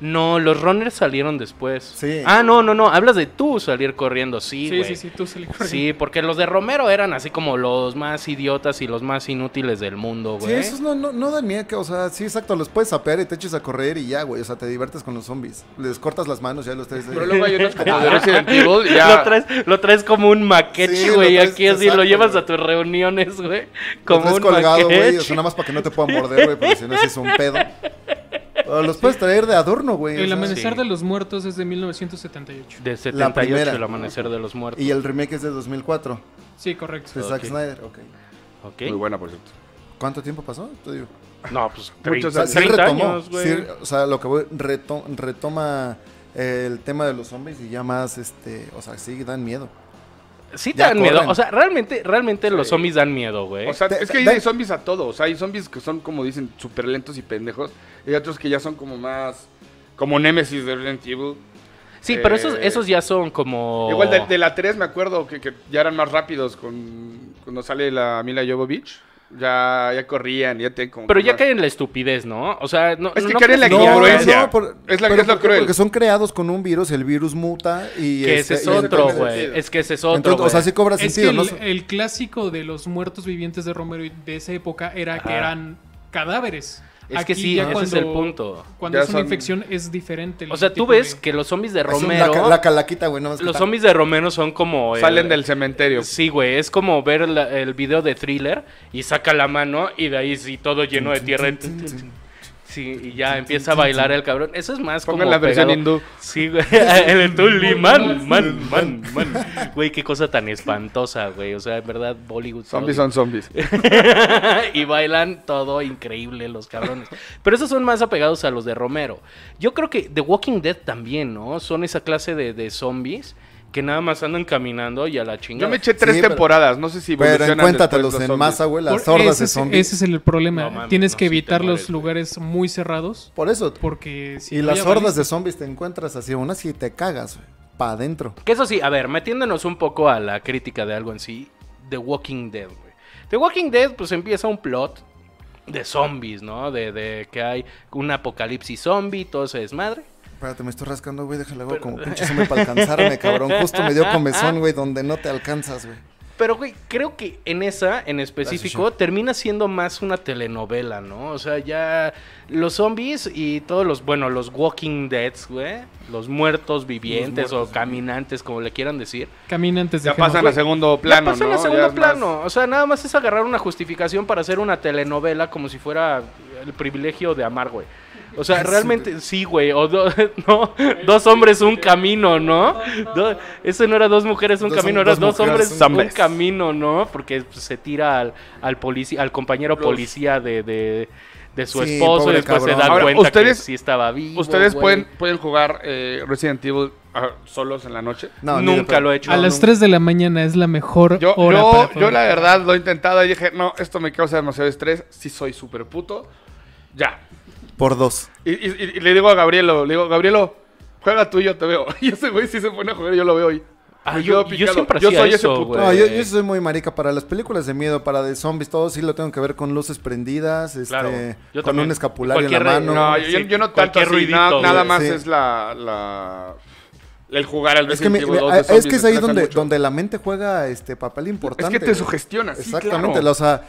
[SPEAKER 2] No, los runners salieron después.
[SPEAKER 1] Sí.
[SPEAKER 2] Ah, no, no, no, hablas de tú salir corriendo, sí,
[SPEAKER 4] Sí,
[SPEAKER 2] güey.
[SPEAKER 4] sí, sí, tú salí corriendo.
[SPEAKER 2] Sí, porque los de Romero eran así como los más idiotas y los más inútiles del mundo,
[SPEAKER 1] Sí,
[SPEAKER 2] güey.
[SPEAKER 1] esos no, no, no dan miedo, que, o sea, sí, exacto, los puedes sapear y te echas a correr y ya, güey, o sea, te diviertes con los zombies. Les cortas las manos, ya los traes. ahí.
[SPEAKER 3] Pero luego hay unos como de Resident Evil. y Ya.
[SPEAKER 2] Lo, traes, lo traes como un maquete,
[SPEAKER 1] Sí, lo
[SPEAKER 2] güey,
[SPEAKER 1] traes-
[SPEAKER 2] aquí así, lo
[SPEAKER 1] exacto,
[SPEAKER 2] llevas
[SPEAKER 1] güey.
[SPEAKER 2] a tus reuniones, güey.
[SPEAKER 1] Los
[SPEAKER 2] Como
[SPEAKER 1] traes
[SPEAKER 2] un
[SPEAKER 1] colgado, güey,
[SPEAKER 2] maquete.
[SPEAKER 1] o sea, nada más para que no te puedan morder, güey, porque si no, sí es un pedo. O los puedes traer de adorno, güey. o
[SPEAKER 4] El
[SPEAKER 1] sea,
[SPEAKER 4] amanecer
[SPEAKER 2] Sí.
[SPEAKER 4] de los muertos es de 1978.
[SPEAKER 2] De
[SPEAKER 1] La
[SPEAKER 2] 78,
[SPEAKER 1] primera.
[SPEAKER 2] el amanecer de los muertos.
[SPEAKER 1] Y el remake es de 2004,
[SPEAKER 4] Sí, correcto.
[SPEAKER 1] de Zack
[SPEAKER 2] Ok.
[SPEAKER 1] Snyder, ok.
[SPEAKER 2] Ok.
[SPEAKER 3] Muy buena, por cierto.
[SPEAKER 1] ¿Cuánto tiempo pasó? Te digo.
[SPEAKER 2] No, pues
[SPEAKER 3] Muchos-
[SPEAKER 1] O sea, sí
[SPEAKER 2] 30
[SPEAKER 1] retomó,
[SPEAKER 2] años, güey.
[SPEAKER 1] sí, o sea, lo que voy, reto- retoma eh, el tema de los zombies y ya más, este, o sea, sí dan miedo.
[SPEAKER 2] Sí te
[SPEAKER 1] Ya
[SPEAKER 2] dan miedo.
[SPEAKER 1] corren.
[SPEAKER 2] O sea, realmente, realmente los
[SPEAKER 3] Sí.
[SPEAKER 2] zombies dan miedo, güey.
[SPEAKER 3] O sea,
[SPEAKER 1] Te-
[SPEAKER 3] es que
[SPEAKER 1] te-
[SPEAKER 3] hay zombies a todos. O sea, hay zombies que son, como dicen, súper lentos y pendejos. Y hay otros que ya son como más. Como Nemesis de Resident Evil.
[SPEAKER 2] sí, pero esos,
[SPEAKER 3] eh,
[SPEAKER 2] esos ya son como.
[SPEAKER 3] Igual de, de la 3 me acuerdo que, que ya eran más rápidos con cuando sale la Mila Jovovich. Ya, ya corrían, ya te como
[SPEAKER 2] Pero ya
[SPEAKER 3] más-
[SPEAKER 2] caen en la estupidez, ¿no? O sea, no.
[SPEAKER 3] Es que
[SPEAKER 2] no
[SPEAKER 3] caen en la
[SPEAKER 2] crees que-
[SPEAKER 3] ignorancia. Es la-
[SPEAKER 1] pero
[SPEAKER 3] es lo
[SPEAKER 1] ¿por qué?
[SPEAKER 3] cruel.
[SPEAKER 1] Porque son creados con un virus, el virus muta y...
[SPEAKER 2] Que
[SPEAKER 1] este,
[SPEAKER 2] ese es
[SPEAKER 1] y
[SPEAKER 2] otro,
[SPEAKER 1] entonces-
[SPEAKER 2] güey.
[SPEAKER 3] sentido.
[SPEAKER 2] Es que ese es otro,
[SPEAKER 1] Entonces,
[SPEAKER 2] güey.
[SPEAKER 1] o sea, sí cobra
[SPEAKER 4] Es
[SPEAKER 1] sentido,
[SPEAKER 4] que
[SPEAKER 1] ¿no?
[SPEAKER 4] el, el clásico de los muertos vivientes de Romero y de esa época era que
[SPEAKER 2] Ajá.
[SPEAKER 4] eran cadáveres.
[SPEAKER 2] Es que
[SPEAKER 4] Aquí
[SPEAKER 2] sí,
[SPEAKER 4] ya
[SPEAKER 2] ese es el punto.
[SPEAKER 4] Cuando
[SPEAKER 3] Ya
[SPEAKER 4] es una
[SPEAKER 3] son-
[SPEAKER 4] infección es diferente. el
[SPEAKER 2] O sea, tú
[SPEAKER 4] tipo
[SPEAKER 2] ves
[SPEAKER 4] de-
[SPEAKER 2] que los zombies de
[SPEAKER 1] Es un
[SPEAKER 2] eh, Romero.
[SPEAKER 1] laca- la calaquita, güey, nada más que
[SPEAKER 2] los
[SPEAKER 1] ta-
[SPEAKER 2] zombies de Romero son como. el-
[SPEAKER 3] Salen del cementerio.
[SPEAKER 2] Sí, güey. Es como ver la- el video de thriller y saca la mano y de ahí sí todo lleno de tierra. Sí, y ya empieza a bailar el cabrón. Eso es más como.
[SPEAKER 3] Pongan la versión
[SPEAKER 2] pegado-
[SPEAKER 3] hindú.
[SPEAKER 2] Sí, güey. El de Tully, man, man, man, man. Güey, qué cosa tan espantosa, güey. O sea, en verdad, Bollywood.
[SPEAKER 3] Zombies son zombies.
[SPEAKER 2] y bailan todo increíble los cabrones. Pero esos son más apegados a los de Romero. Yo creo que The Walking Dead también, ¿no? Son esa clase de, de zombies que nada más andan caminando y a la
[SPEAKER 3] Yo
[SPEAKER 2] chingada.
[SPEAKER 3] me eché tres
[SPEAKER 1] Sí, pero-
[SPEAKER 3] temporadas, no sé si
[SPEAKER 1] Pero
[SPEAKER 3] evolucionan
[SPEAKER 1] encuéntratelos
[SPEAKER 3] después los
[SPEAKER 1] en
[SPEAKER 3] zombies.
[SPEAKER 1] masa, güey, las
[SPEAKER 4] Por-
[SPEAKER 1] hordas
[SPEAKER 4] ese
[SPEAKER 1] de
[SPEAKER 4] es-
[SPEAKER 1] zombies.
[SPEAKER 4] Ese es el problema.
[SPEAKER 2] No mames,
[SPEAKER 4] Tienes
[SPEAKER 2] no,
[SPEAKER 4] que
[SPEAKER 2] sí te
[SPEAKER 4] evitar
[SPEAKER 2] mueres,
[SPEAKER 4] los lugares muy cerrados
[SPEAKER 1] Por eso.
[SPEAKER 4] porque
[SPEAKER 1] y
[SPEAKER 4] si no,
[SPEAKER 1] las
[SPEAKER 4] ya
[SPEAKER 1] hordas
[SPEAKER 4] valiste.
[SPEAKER 1] de zombies te encuentras así, aún así te cagas, güey, pa' adentro.
[SPEAKER 2] Que eso sí, a ver, metiéndonos un poco a la crítica de algo en sí, The Walking Dead, güey. The Walking Dead, pues empieza un plot de zombies, ¿no? De, de que hay un apocalipsis zombie, todo se desmadre.
[SPEAKER 1] Espérate, me estoy rascando, güey, déjale, hago como pinche zombie para alcanzarme, cabrón. Justo me dio comezón, güey, donde no te alcanzas, güey.
[SPEAKER 2] Pero, güey, creo que en esa, en específico, termina siendo más una telenovela, ¿no? O sea, ya los zombies y todos los, bueno, los walking deads, güey, los muertos vivientes o caminantes, como le quieran decir,
[SPEAKER 4] Caminantes de
[SPEAKER 3] Ya
[SPEAKER 4] Génova.
[SPEAKER 3] pasan a segundo plano,
[SPEAKER 2] ya pasan
[SPEAKER 3] ¿no?
[SPEAKER 2] a segundo
[SPEAKER 3] es más-
[SPEAKER 2] plano. O sea, nada más es agarrar una justificación para hacer una telenovela como si fuera el privilegio de amar, güey. O sea,
[SPEAKER 1] Sí,
[SPEAKER 2] realmente sí, güey. O do- no, dos hombres, un camino, ¿no? Do- eso no era dos mujeres, un
[SPEAKER 1] Dos hom-
[SPEAKER 2] camino, era
[SPEAKER 1] dos
[SPEAKER 2] dos
[SPEAKER 1] mujeres,
[SPEAKER 2] hombres,
[SPEAKER 1] un-
[SPEAKER 2] un
[SPEAKER 1] hombres.
[SPEAKER 2] camino, ¿no? Porque pues, se tira al, al, polici- al compañero
[SPEAKER 3] Los-
[SPEAKER 2] policía de, de, de su
[SPEAKER 1] Sí,
[SPEAKER 2] esposo y
[SPEAKER 1] pobre
[SPEAKER 2] después se
[SPEAKER 1] cabrón.
[SPEAKER 2] dan
[SPEAKER 3] Ahora,
[SPEAKER 2] cuenta
[SPEAKER 3] ustedes-
[SPEAKER 2] que sí estaba vivo.
[SPEAKER 3] Ustedes
[SPEAKER 2] güey.
[SPEAKER 3] pueden, pueden jugar eh, Resident Evil ah, solos en la noche.
[SPEAKER 1] No, ni de
[SPEAKER 2] Nunca
[SPEAKER 1] pedo.
[SPEAKER 2] lo he hecho.
[SPEAKER 4] A
[SPEAKER 1] No,
[SPEAKER 4] las
[SPEAKER 1] no.
[SPEAKER 4] 3 de la mañana es la mejor
[SPEAKER 3] Yo,
[SPEAKER 4] hora
[SPEAKER 3] yo-
[SPEAKER 4] para
[SPEAKER 3] yo
[SPEAKER 4] poder-
[SPEAKER 3] la verdad lo he intentado y dije, no, esto me causa demasiado estrés, sí soy súper puto. Ya.
[SPEAKER 1] Por dos.
[SPEAKER 3] Y, y- y le digo a Gabrielo, le digo, Gabrielo, juega tú y yo te veo. Y ese güey sí se pone a jugar y yo lo veo y
[SPEAKER 2] Ah,
[SPEAKER 3] me
[SPEAKER 2] yo-
[SPEAKER 3] quedo
[SPEAKER 2] yo
[SPEAKER 3] picado.
[SPEAKER 2] siempre hacía eso, güey.
[SPEAKER 1] No, yo,
[SPEAKER 2] Eh.
[SPEAKER 3] Pues
[SPEAKER 1] yo soy muy marica para las películas de miedo, para de zombies, todo sí lo tengo que ver con luces prendidas, este,
[SPEAKER 2] Claro, yo
[SPEAKER 1] con
[SPEAKER 2] también.
[SPEAKER 1] un escapulario en la
[SPEAKER 2] Cualquier re-
[SPEAKER 1] mano.
[SPEAKER 3] No, yo, yo-
[SPEAKER 2] sí,
[SPEAKER 3] yo no tanto
[SPEAKER 2] cualquier
[SPEAKER 3] así,
[SPEAKER 2] ruidito,
[SPEAKER 3] na-
[SPEAKER 2] güey.
[SPEAKER 3] nada más
[SPEAKER 1] Sí.
[SPEAKER 3] es la, la- el jugar al
[SPEAKER 1] es que, me-
[SPEAKER 3] Resident Evil
[SPEAKER 1] me-
[SPEAKER 3] 2 de
[SPEAKER 1] es que
[SPEAKER 3] zombies,
[SPEAKER 1] es
[SPEAKER 3] me
[SPEAKER 1] ahí
[SPEAKER 3] estresa
[SPEAKER 1] donde,
[SPEAKER 3] mucho.
[SPEAKER 1] donde la mente juega este papel
[SPEAKER 3] Es
[SPEAKER 1] importante.
[SPEAKER 3] que te
[SPEAKER 1] güey.
[SPEAKER 3] sugestionas. sí,
[SPEAKER 1] Exactamente,
[SPEAKER 3] claro.
[SPEAKER 1] o sea,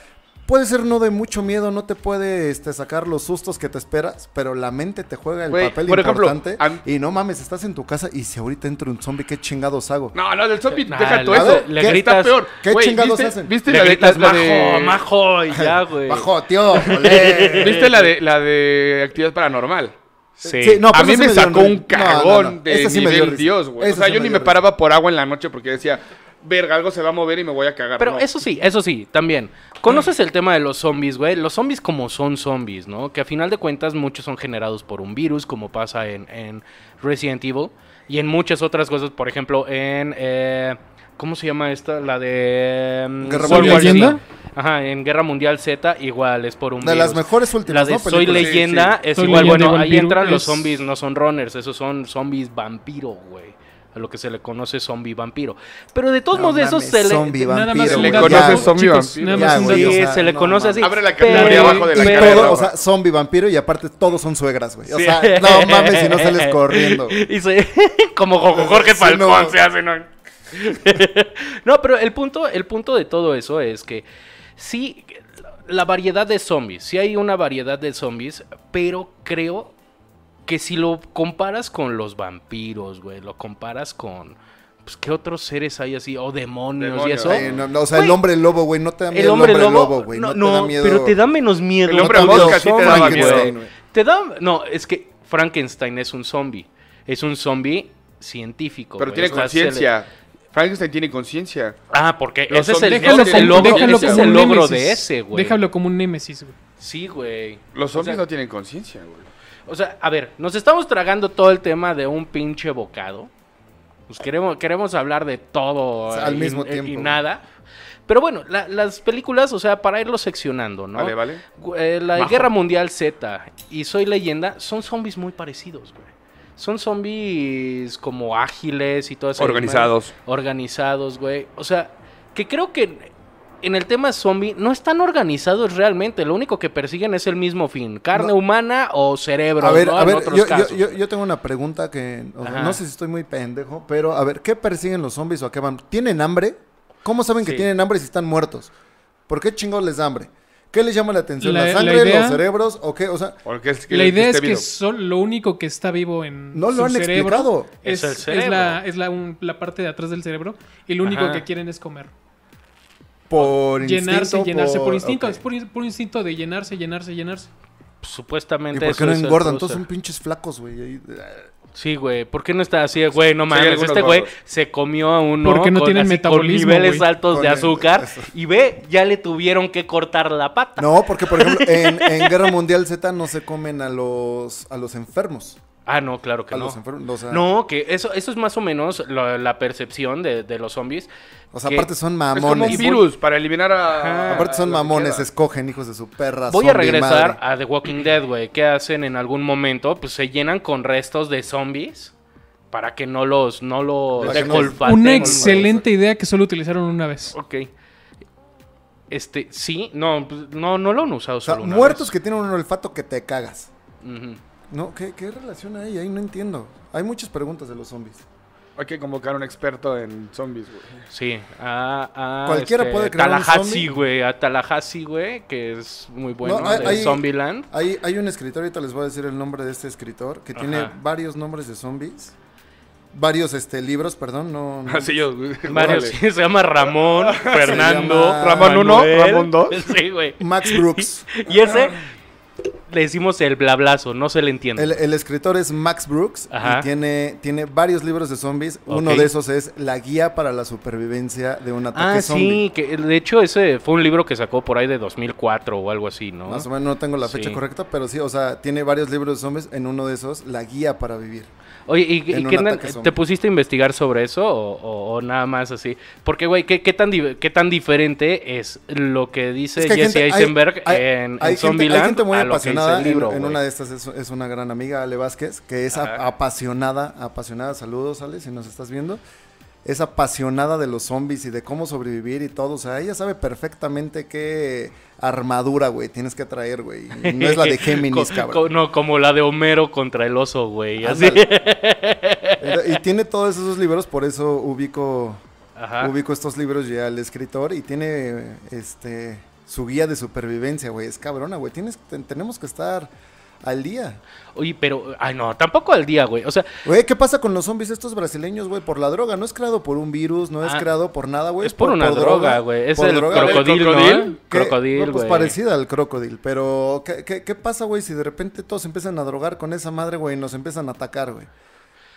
[SPEAKER 1] puede ser no de mucho miedo, no te puede este, sacar los sustos que te esperas, pero la mente te juega el
[SPEAKER 3] Güey,
[SPEAKER 1] papel
[SPEAKER 3] por ejemplo,
[SPEAKER 1] importante.
[SPEAKER 3] a mí-
[SPEAKER 1] Y no mames, estás en tu casa y si ahorita entra un zombie, ¿qué chingados hago?
[SPEAKER 3] No, no, del zombie,
[SPEAKER 2] Nah,
[SPEAKER 3] deja todo
[SPEAKER 1] le-
[SPEAKER 3] eso.
[SPEAKER 1] le
[SPEAKER 3] está
[SPEAKER 2] gritas-
[SPEAKER 3] peor.
[SPEAKER 1] ¿qué
[SPEAKER 3] Güey,
[SPEAKER 1] chingados
[SPEAKER 3] ¿viste-
[SPEAKER 1] hacen?
[SPEAKER 3] ¿Viste
[SPEAKER 2] Le
[SPEAKER 3] la de-
[SPEAKER 2] gritas
[SPEAKER 3] la de-
[SPEAKER 2] majo, majo y ya, güey.
[SPEAKER 1] Bajo, tío. olé.
[SPEAKER 3] ¿Viste la de, la de actividad paranormal?
[SPEAKER 2] Sí.
[SPEAKER 1] Sí, no,
[SPEAKER 3] este, a
[SPEAKER 1] pero
[SPEAKER 3] mí
[SPEAKER 1] esa
[SPEAKER 3] me
[SPEAKER 1] sí dio
[SPEAKER 3] sacó
[SPEAKER 1] risa.
[SPEAKER 3] un
[SPEAKER 1] No, no, no,
[SPEAKER 3] cagón de
[SPEAKER 1] esa sí me dio
[SPEAKER 3] nivel
[SPEAKER 1] risa.
[SPEAKER 3] Dios, güey. O
[SPEAKER 1] Esa
[SPEAKER 3] sea,
[SPEAKER 1] sí me
[SPEAKER 3] yo ni
[SPEAKER 1] dio
[SPEAKER 3] me
[SPEAKER 1] risa.
[SPEAKER 3] paraba por agua en la noche porque decía, verga, algo se va a mover y me voy a cagar.
[SPEAKER 2] Pero
[SPEAKER 3] No.
[SPEAKER 2] eso sí, eso sí, también. ¿Conoces el tema de los zombies, güey? Los zombies como son zombies, ¿no? Que a final de cuentas muchos son generados por un virus, como pasa en, en Resident Evil. Y en muchas otras cosas, por ejemplo, en... eh, ¿Cómo se llama esta? La de... mm,
[SPEAKER 1] ¿Guerra
[SPEAKER 2] World
[SPEAKER 1] Mundial
[SPEAKER 2] War Z.
[SPEAKER 4] Leyenda?
[SPEAKER 2] Ajá, en Guerra Mundial Z igual es por un
[SPEAKER 1] De
[SPEAKER 2] virus.
[SPEAKER 1] las mejores últimas,
[SPEAKER 2] La de
[SPEAKER 1] ¿no?
[SPEAKER 2] Soy
[SPEAKER 1] películas.
[SPEAKER 3] Ley- Sí,
[SPEAKER 2] Leyenda es
[SPEAKER 4] Soy
[SPEAKER 2] igual,
[SPEAKER 4] Leyenda
[SPEAKER 2] bueno,
[SPEAKER 4] y
[SPEAKER 2] ahí
[SPEAKER 4] Vampiro
[SPEAKER 2] entran los
[SPEAKER 4] es-
[SPEAKER 2] zombies, no son runners, esos son zombies vampiro, güey. A lo que se le conoce zombie vampiro. Pero de todos
[SPEAKER 1] No
[SPEAKER 2] modos de esos
[SPEAKER 1] mames,
[SPEAKER 2] se le...
[SPEAKER 1] zombie
[SPEAKER 4] Nada
[SPEAKER 1] vampiro,
[SPEAKER 4] más
[SPEAKER 3] Se
[SPEAKER 4] un
[SPEAKER 3] le
[SPEAKER 4] dato,
[SPEAKER 3] conoce
[SPEAKER 4] chicos,
[SPEAKER 3] zombie vampiro.
[SPEAKER 4] nada
[SPEAKER 1] Ya,
[SPEAKER 4] más un
[SPEAKER 1] güey,
[SPEAKER 4] dato.
[SPEAKER 1] o
[SPEAKER 2] Sí,
[SPEAKER 1] sea,
[SPEAKER 2] se le
[SPEAKER 1] no
[SPEAKER 2] conoce
[SPEAKER 1] mames.
[SPEAKER 2] así.
[SPEAKER 3] Abre la
[SPEAKER 2] pero-
[SPEAKER 3] categoría abajo de la
[SPEAKER 1] Y
[SPEAKER 2] pero-
[SPEAKER 3] carrera.
[SPEAKER 1] todo, o sea, zombie, vampiro y aparte todos son suegras, güey. O
[SPEAKER 2] Sí.
[SPEAKER 1] sea, no mames si no sales corriendo. Pues
[SPEAKER 2] Y se- como Jo- Jorge
[SPEAKER 1] Sí,
[SPEAKER 2] Falcón
[SPEAKER 1] no.
[SPEAKER 2] se hace, ¿no? no, pero el punto, el punto de todo eso es que sí, la variedad de zombies, sí hay una variedad de zombies, pero creo que si lo comparas con los vampiros, güey, lo comparas con... Pues, ¿Qué otros seres hay así? O demonios, y
[SPEAKER 3] Demonios.
[SPEAKER 2] eso.
[SPEAKER 1] Ay, no, no, o sea, el
[SPEAKER 2] Güey,
[SPEAKER 1] hombre lobo, güey, no te da miedo
[SPEAKER 2] el hombre, lobo,
[SPEAKER 1] güey.
[SPEAKER 2] no,
[SPEAKER 1] No,
[SPEAKER 2] no,
[SPEAKER 1] te da miedo.
[SPEAKER 2] pero te da menos miedo.
[SPEAKER 3] El hombre
[SPEAKER 2] No,
[SPEAKER 1] mosca
[SPEAKER 2] los
[SPEAKER 1] sí te
[SPEAKER 3] daba
[SPEAKER 2] zombies,
[SPEAKER 3] miedo.
[SPEAKER 2] güey. Te da, no, es que Frankenstein es un zombie, es un zombie científico.
[SPEAKER 3] Pero
[SPEAKER 2] güey,
[SPEAKER 3] tiene
[SPEAKER 2] o sea,
[SPEAKER 3] conciencia. Frankenstein tiene conciencia.
[SPEAKER 2] se le- Ah, porque
[SPEAKER 3] Los
[SPEAKER 2] ese es el,
[SPEAKER 3] zombies
[SPEAKER 2] ese
[SPEAKER 3] no
[SPEAKER 2] es el
[SPEAKER 3] tienen
[SPEAKER 2] logro,
[SPEAKER 3] conciencia.
[SPEAKER 2] ese es
[SPEAKER 3] como
[SPEAKER 2] el
[SPEAKER 4] un
[SPEAKER 2] logro
[SPEAKER 4] némesis.
[SPEAKER 2] de ese, güey.
[SPEAKER 4] Déjalo como un némesis, güey.
[SPEAKER 2] Sí, güey.
[SPEAKER 3] Los zombies
[SPEAKER 2] o sea,
[SPEAKER 3] no tienen conciencia, güey.
[SPEAKER 2] o sea, a ver, nos estamos tragando todo el tema de un pinche bocado. Pues queremos, queremos hablar de todo
[SPEAKER 1] O sea, al
[SPEAKER 2] y-
[SPEAKER 1] mismo
[SPEAKER 2] y-
[SPEAKER 1] tiempo,
[SPEAKER 2] y
[SPEAKER 1] güey.
[SPEAKER 2] nada. Pero bueno, la- las películas, o sea, para irlo seccionando, ¿no?
[SPEAKER 3] Vale, vale.
[SPEAKER 2] Gu- eh, la de
[SPEAKER 3] Bajo.
[SPEAKER 2] Guerra Mundial Z y Soy Leyenda son zombies muy parecidos, güey. Son zombies como ágiles y todo eso.
[SPEAKER 3] Organizados.
[SPEAKER 2] Organizados, güey. O sea, que creo que en el tema zombie no están organizados realmente. Lo único que persiguen es el mismo fin. Carne
[SPEAKER 1] No.
[SPEAKER 2] humana o cerebro,
[SPEAKER 1] A ver,
[SPEAKER 2] ¿no?
[SPEAKER 1] a
[SPEAKER 2] En
[SPEAKER 1] ver,
[SPEAKER 2] otros
[SPEAKER 1] yo, yo,
[SPEAKER 2] casos.
[SPEAKER 1] yo, yo tengo una pregunta que o sea,
[SPEAKER 2] Ajá.
[SPEAKER 1] no sé si estoy muy pendejo, pero a ver, ¿qué persiguen los zombies o a qué van? ¿Tienen hambre? ¿Cómo saben que
[SPEAKER 2] Sí.
[SPEAKER 1] tienen hambre si están muertos? ¿Por qué chingados les da hambre? ¿Qué les llama la atención?
[SPEAKER 4] La- e-,
[SPEAKER 1] ¿La,
[SPEAKER 4] la
[SPEAKER 1] sangre,
[SPEAKER 4] idea-
[SPEAKER 1] los cerebros o qué? O sea,
[SPEAKER 3] Porque es que
[SPEAKER 4] La idea es
[SPEAKER 3] esté
[SPEAKER 4] que
[SPEAKER 3] vivo.
[SPEAKER 4] sol- lo único que está vivo en
[SPEAKER 1] No lo
[SPEAKER 4] su
[SPEAKER 1] han
[SPEAKER 4] cerebro
[SPEAKER 1] explicado.
[SPEAKER 2] Es
[SPEAKER 4] Es,
[SPEAKER 2] el
[SPEAKER 4] es
[SPEAKER 2] cerebro.
[SPEAKER 4] la, es la, un- la parte de atrás del cerebro y lo único
[SPEAKER 2] Ajá.
[SPEAKER 4] que quieren es comer.
[SPEAKER 1] por
[SPEAKER 4] llenarse,
[SPEAKER 1] instinto.
[SPEAKER 4] llenarse por, instinto.
[SPEAKER 1] ok.
[SPEAKER 4] Es por, por instinto de llenarse, llenarse, llenarse.
[SPEAKER 1] ¿Y
[SPEAKER 2] Supuestamente
[SPEAKER 1] por qué
[SPEAKER 2] eso
[SPEAKER 1] no
[SPEAKER 2] es el
[SPEAKER 1] engordan?
[SPEAKER 2] cruce.
[SPEAKER 1] Todos son pinches flacos, güey. ahí, eh,
[SPEAKER 2] Sí, güey. ¿Por qué no está así, güey? No mames.
[SPEAKER 3] algunos
[SPEAKER 2] Este güey
[SPEAKER 3] gordos.
[SPEAKER 2] se comió a uno
[SPEAKER 4] Porque no tienen metabolismo,
[SPEAKER 2] niveles
[SPEAKER 4] güey.
[SPEAKER 2] altos de
[SPEAKER 1] Con el-
[SPEAKER 2] azúcar. Y ve, ya le tuvieron que cortar la pata.
[SPEAKER 1] No, porque por ejemplo, en, en Guerra Mundial Z no se comen a los, a los enfermos.
[SPEAKER 2] Ah, no, claro que
[SPEAKER 1] a
[SPEAKER 2] no.
[SPEAKER 1] los enfermos. O sea,
[SPEAKER 2] No, que eso, eso es más o menos la, la percepción de, de los zombies.
[SPEAKER 1] o sea
[SPEAKER 2] que-
[SPEAKER 1] aparte son
[SPEAKER 3] Es como un
[SPEAKER 1] mamones.
[SPEAKER 3] virus para eliminar a.
[SPEAKER 2] Ajá.
[SPEAKER 1] Aparte son
[SPEAKER 3] a lo que
[SPEAKER 1] mamones,
[SPEAKER 3] queda.
[SPEAKER 1] escogen hijos de su perra.
[SPEAKER 2] Voy a
[SPEAKER 1] zombie
[SPEAKER 2] regresar
[SPEAKER 1] madre.
[SPEAKER 2] a The Walking Dead, güey. ¿Qué hacen en algún momento? Pues se llenan con restos de zombies para que no los, no los
[SPEAKER 1] Para que no-
[SPEAKER 2] olfateen,
[SPEAKER 4] Una
[SPEAKER 2] güey.
[SPEAKER 4] excelente idea que solo utilizaron una vez.
[SPEAKER 2] Ok. Este, sí, no, pues, no, no lo han usado
[SPEAKER 1] O sea,
[SPEAKER 2] solo una
[SPEAKER 1] muertos que tienen un olfato que te cagas.
[SPEAKER 2] vez. Ujú.
[SPEAKER 1] No, ¿qué, qué relación hay? Ahí no entiendo. Hay muchas preguntas de los zombies.
[SPEAKER 3] Hay que convocar a un experto en zombies, güey.
[SPEAKER 2] Sí, a, a,
[SPEAKER 1] Cualquiera puede crear un
[SPEAKER 2] Tallahassee,
[SPEAKER 1] zombie.
[SPEAKER 2] güey, a Tallahassee, güey, que es muy bueno,
[SPEAKER 1] No, hay-
[SPEAKER 2] de
[SPEAKER 1] hay-
[SPEAKER 2] Zombieland.
[SPEAKER 1] Hay, hay un escritor, ahorita les voy a decir el nombre de este escritor, que tiene
[SPEAKER 2] Ajá.
[SPEAKER 1] varios nombres de zombies. Varios este, libros, perdón, no.
[SPEAKER 2] Ah,
[SPEAKER 1] no-
[SPEAKER 3] Así yo. güey.
[SPEAKER 2] Varios,
[SPEAKER 3] Órale.
[SPEAKER 2] sí, se llama Ramón, Fernando,
[SPEAKER 1] llama- Ramón
[SPEAKER 3] uno,
[SPEAKER 2] Manuel.
[SPEAKER 3] Ramón dos.
[SPEAKER 2] Sí, güey.
[SPEAKER 1] Max Brooks.
[SPEAKER 2] Y ese le decimos el blablazo, no se le entiende.
[SPEAKER 1] El, el escritor es Max Brooks
[SPEAKER 2] Ajá.
[SPEAKER 1] y tiene, tiene varios libros de zombies. Uno
[SPEAKER 2] Ok.
[SPEAKER 1] de esos es La guía para la supervivencia de un ataque
[SPEAKER 2] ah,
[SPEAKER 1] zombie.
[SPEAKER 2] sí, que de hecho ese fue un libro que sacó por ahí de 2004 o algo así, ¿no?
[SPEAKER 1] Más o menos no tengo la fecha
[SPEAKER 2] Sí.
[SPEAKER 1] correcta, pero sí, o sea, tiene varios libros de zombies. En uno de esos, La guía para vivir.
[SPEAKER 2] Oye, ¿y, y
[SPEAKER 1] en un
[SPEAKER 2] qué tan- eh,
[SPEAKER 1] ataque zombie.
[SPEAKER 2] te pusiste a investigar sobre eso o, o- o nada más así? Porque, güey, ¿qué, qué tan di- ¿qué tan diferente es lo que dice
[SPEAKER 1] Es que hay
[SPEAKER 2] Jesse
[SPEAKER 1] gente- hay-
[SPEAKER 2] Eisenberg
[SPEAKER 1] hay-
[SPEAKER 2] en, en
[SPEAKER 1] hay gente-
[SPEAKER 2] Zombieland
[SPEAKER 1] Hay gente muy
[SPEAKER 2] a lo que dice
[SPEAKER 1] apasionada.
[SPEAKER 2] el
[SPEAKER 1] en-
[SPEAKER 2] libro,
[SPEAKER 1] en,
[SPEAKER 2] güey?
[SPEAKER 1] una de estas es, es una gran amiga, Ale Vázquez, que es a-
[SPEAKER 2] Ajá.
[SPEAKER 1] apasionada, apasionada. Saludos, Ale, si nos estás viendo. Es apasionada de los zombies y de cómo sobrevivir y todo. O sea, ella sabe perfectamente qué armadura, güey, tienes que traer, güey. Y No es la de Géminis,
[SPEAKER 2] Co-
[SPEAKER 1] cabrón.
[SPEAKER 2] co- no, como la de Homero contra el oso, güey. Así.
[SPEAKER 1] Ándale. Y tiene todos esos libros, por eso ubico,
[SPEAKER 2] Ajá.
[SPEAKER 1] ubico estos libros ya al escritor y tiene este su guía de supervivencia, güey. Es cabrona, güey. Tienes, ten- tenemos que estar al día.
[SPEAKER 2] Oye, pero, ay, no, tampoco al día, güey. O sea,
[SPEAKER 1] Güey, ¿qué pasa con los zombies estos brasileños, güey? Por la droga. No es creado por un virus, no es
[SPEAKER 2] Ah,
[SPEAKER 1] creado por nada, güey.
[SPEAKER 2] es por, una droga, güey. Es
[SPEAKER 1] Por
[SPEAKER 2] el
[SPEAKER 1] droga, güey.
[SPEAKER 2] crocodilo, ¿no?
[SPEAKER 3] crocodil?
[SPEAKER 2] El
[SPEAKER 1] ¿Qué?
[SPEAKER 2] Crocodil,
[SPEAKER 1] No, pues
[SPEAKER 2] güey.
[SPEAKER 1] parecida al crocodil. Pero, ¿qué, qué, qué pasa, güey, si de repente todos empiezan a drogar con esa madre, güey, y nos empiezan a atacar, güey?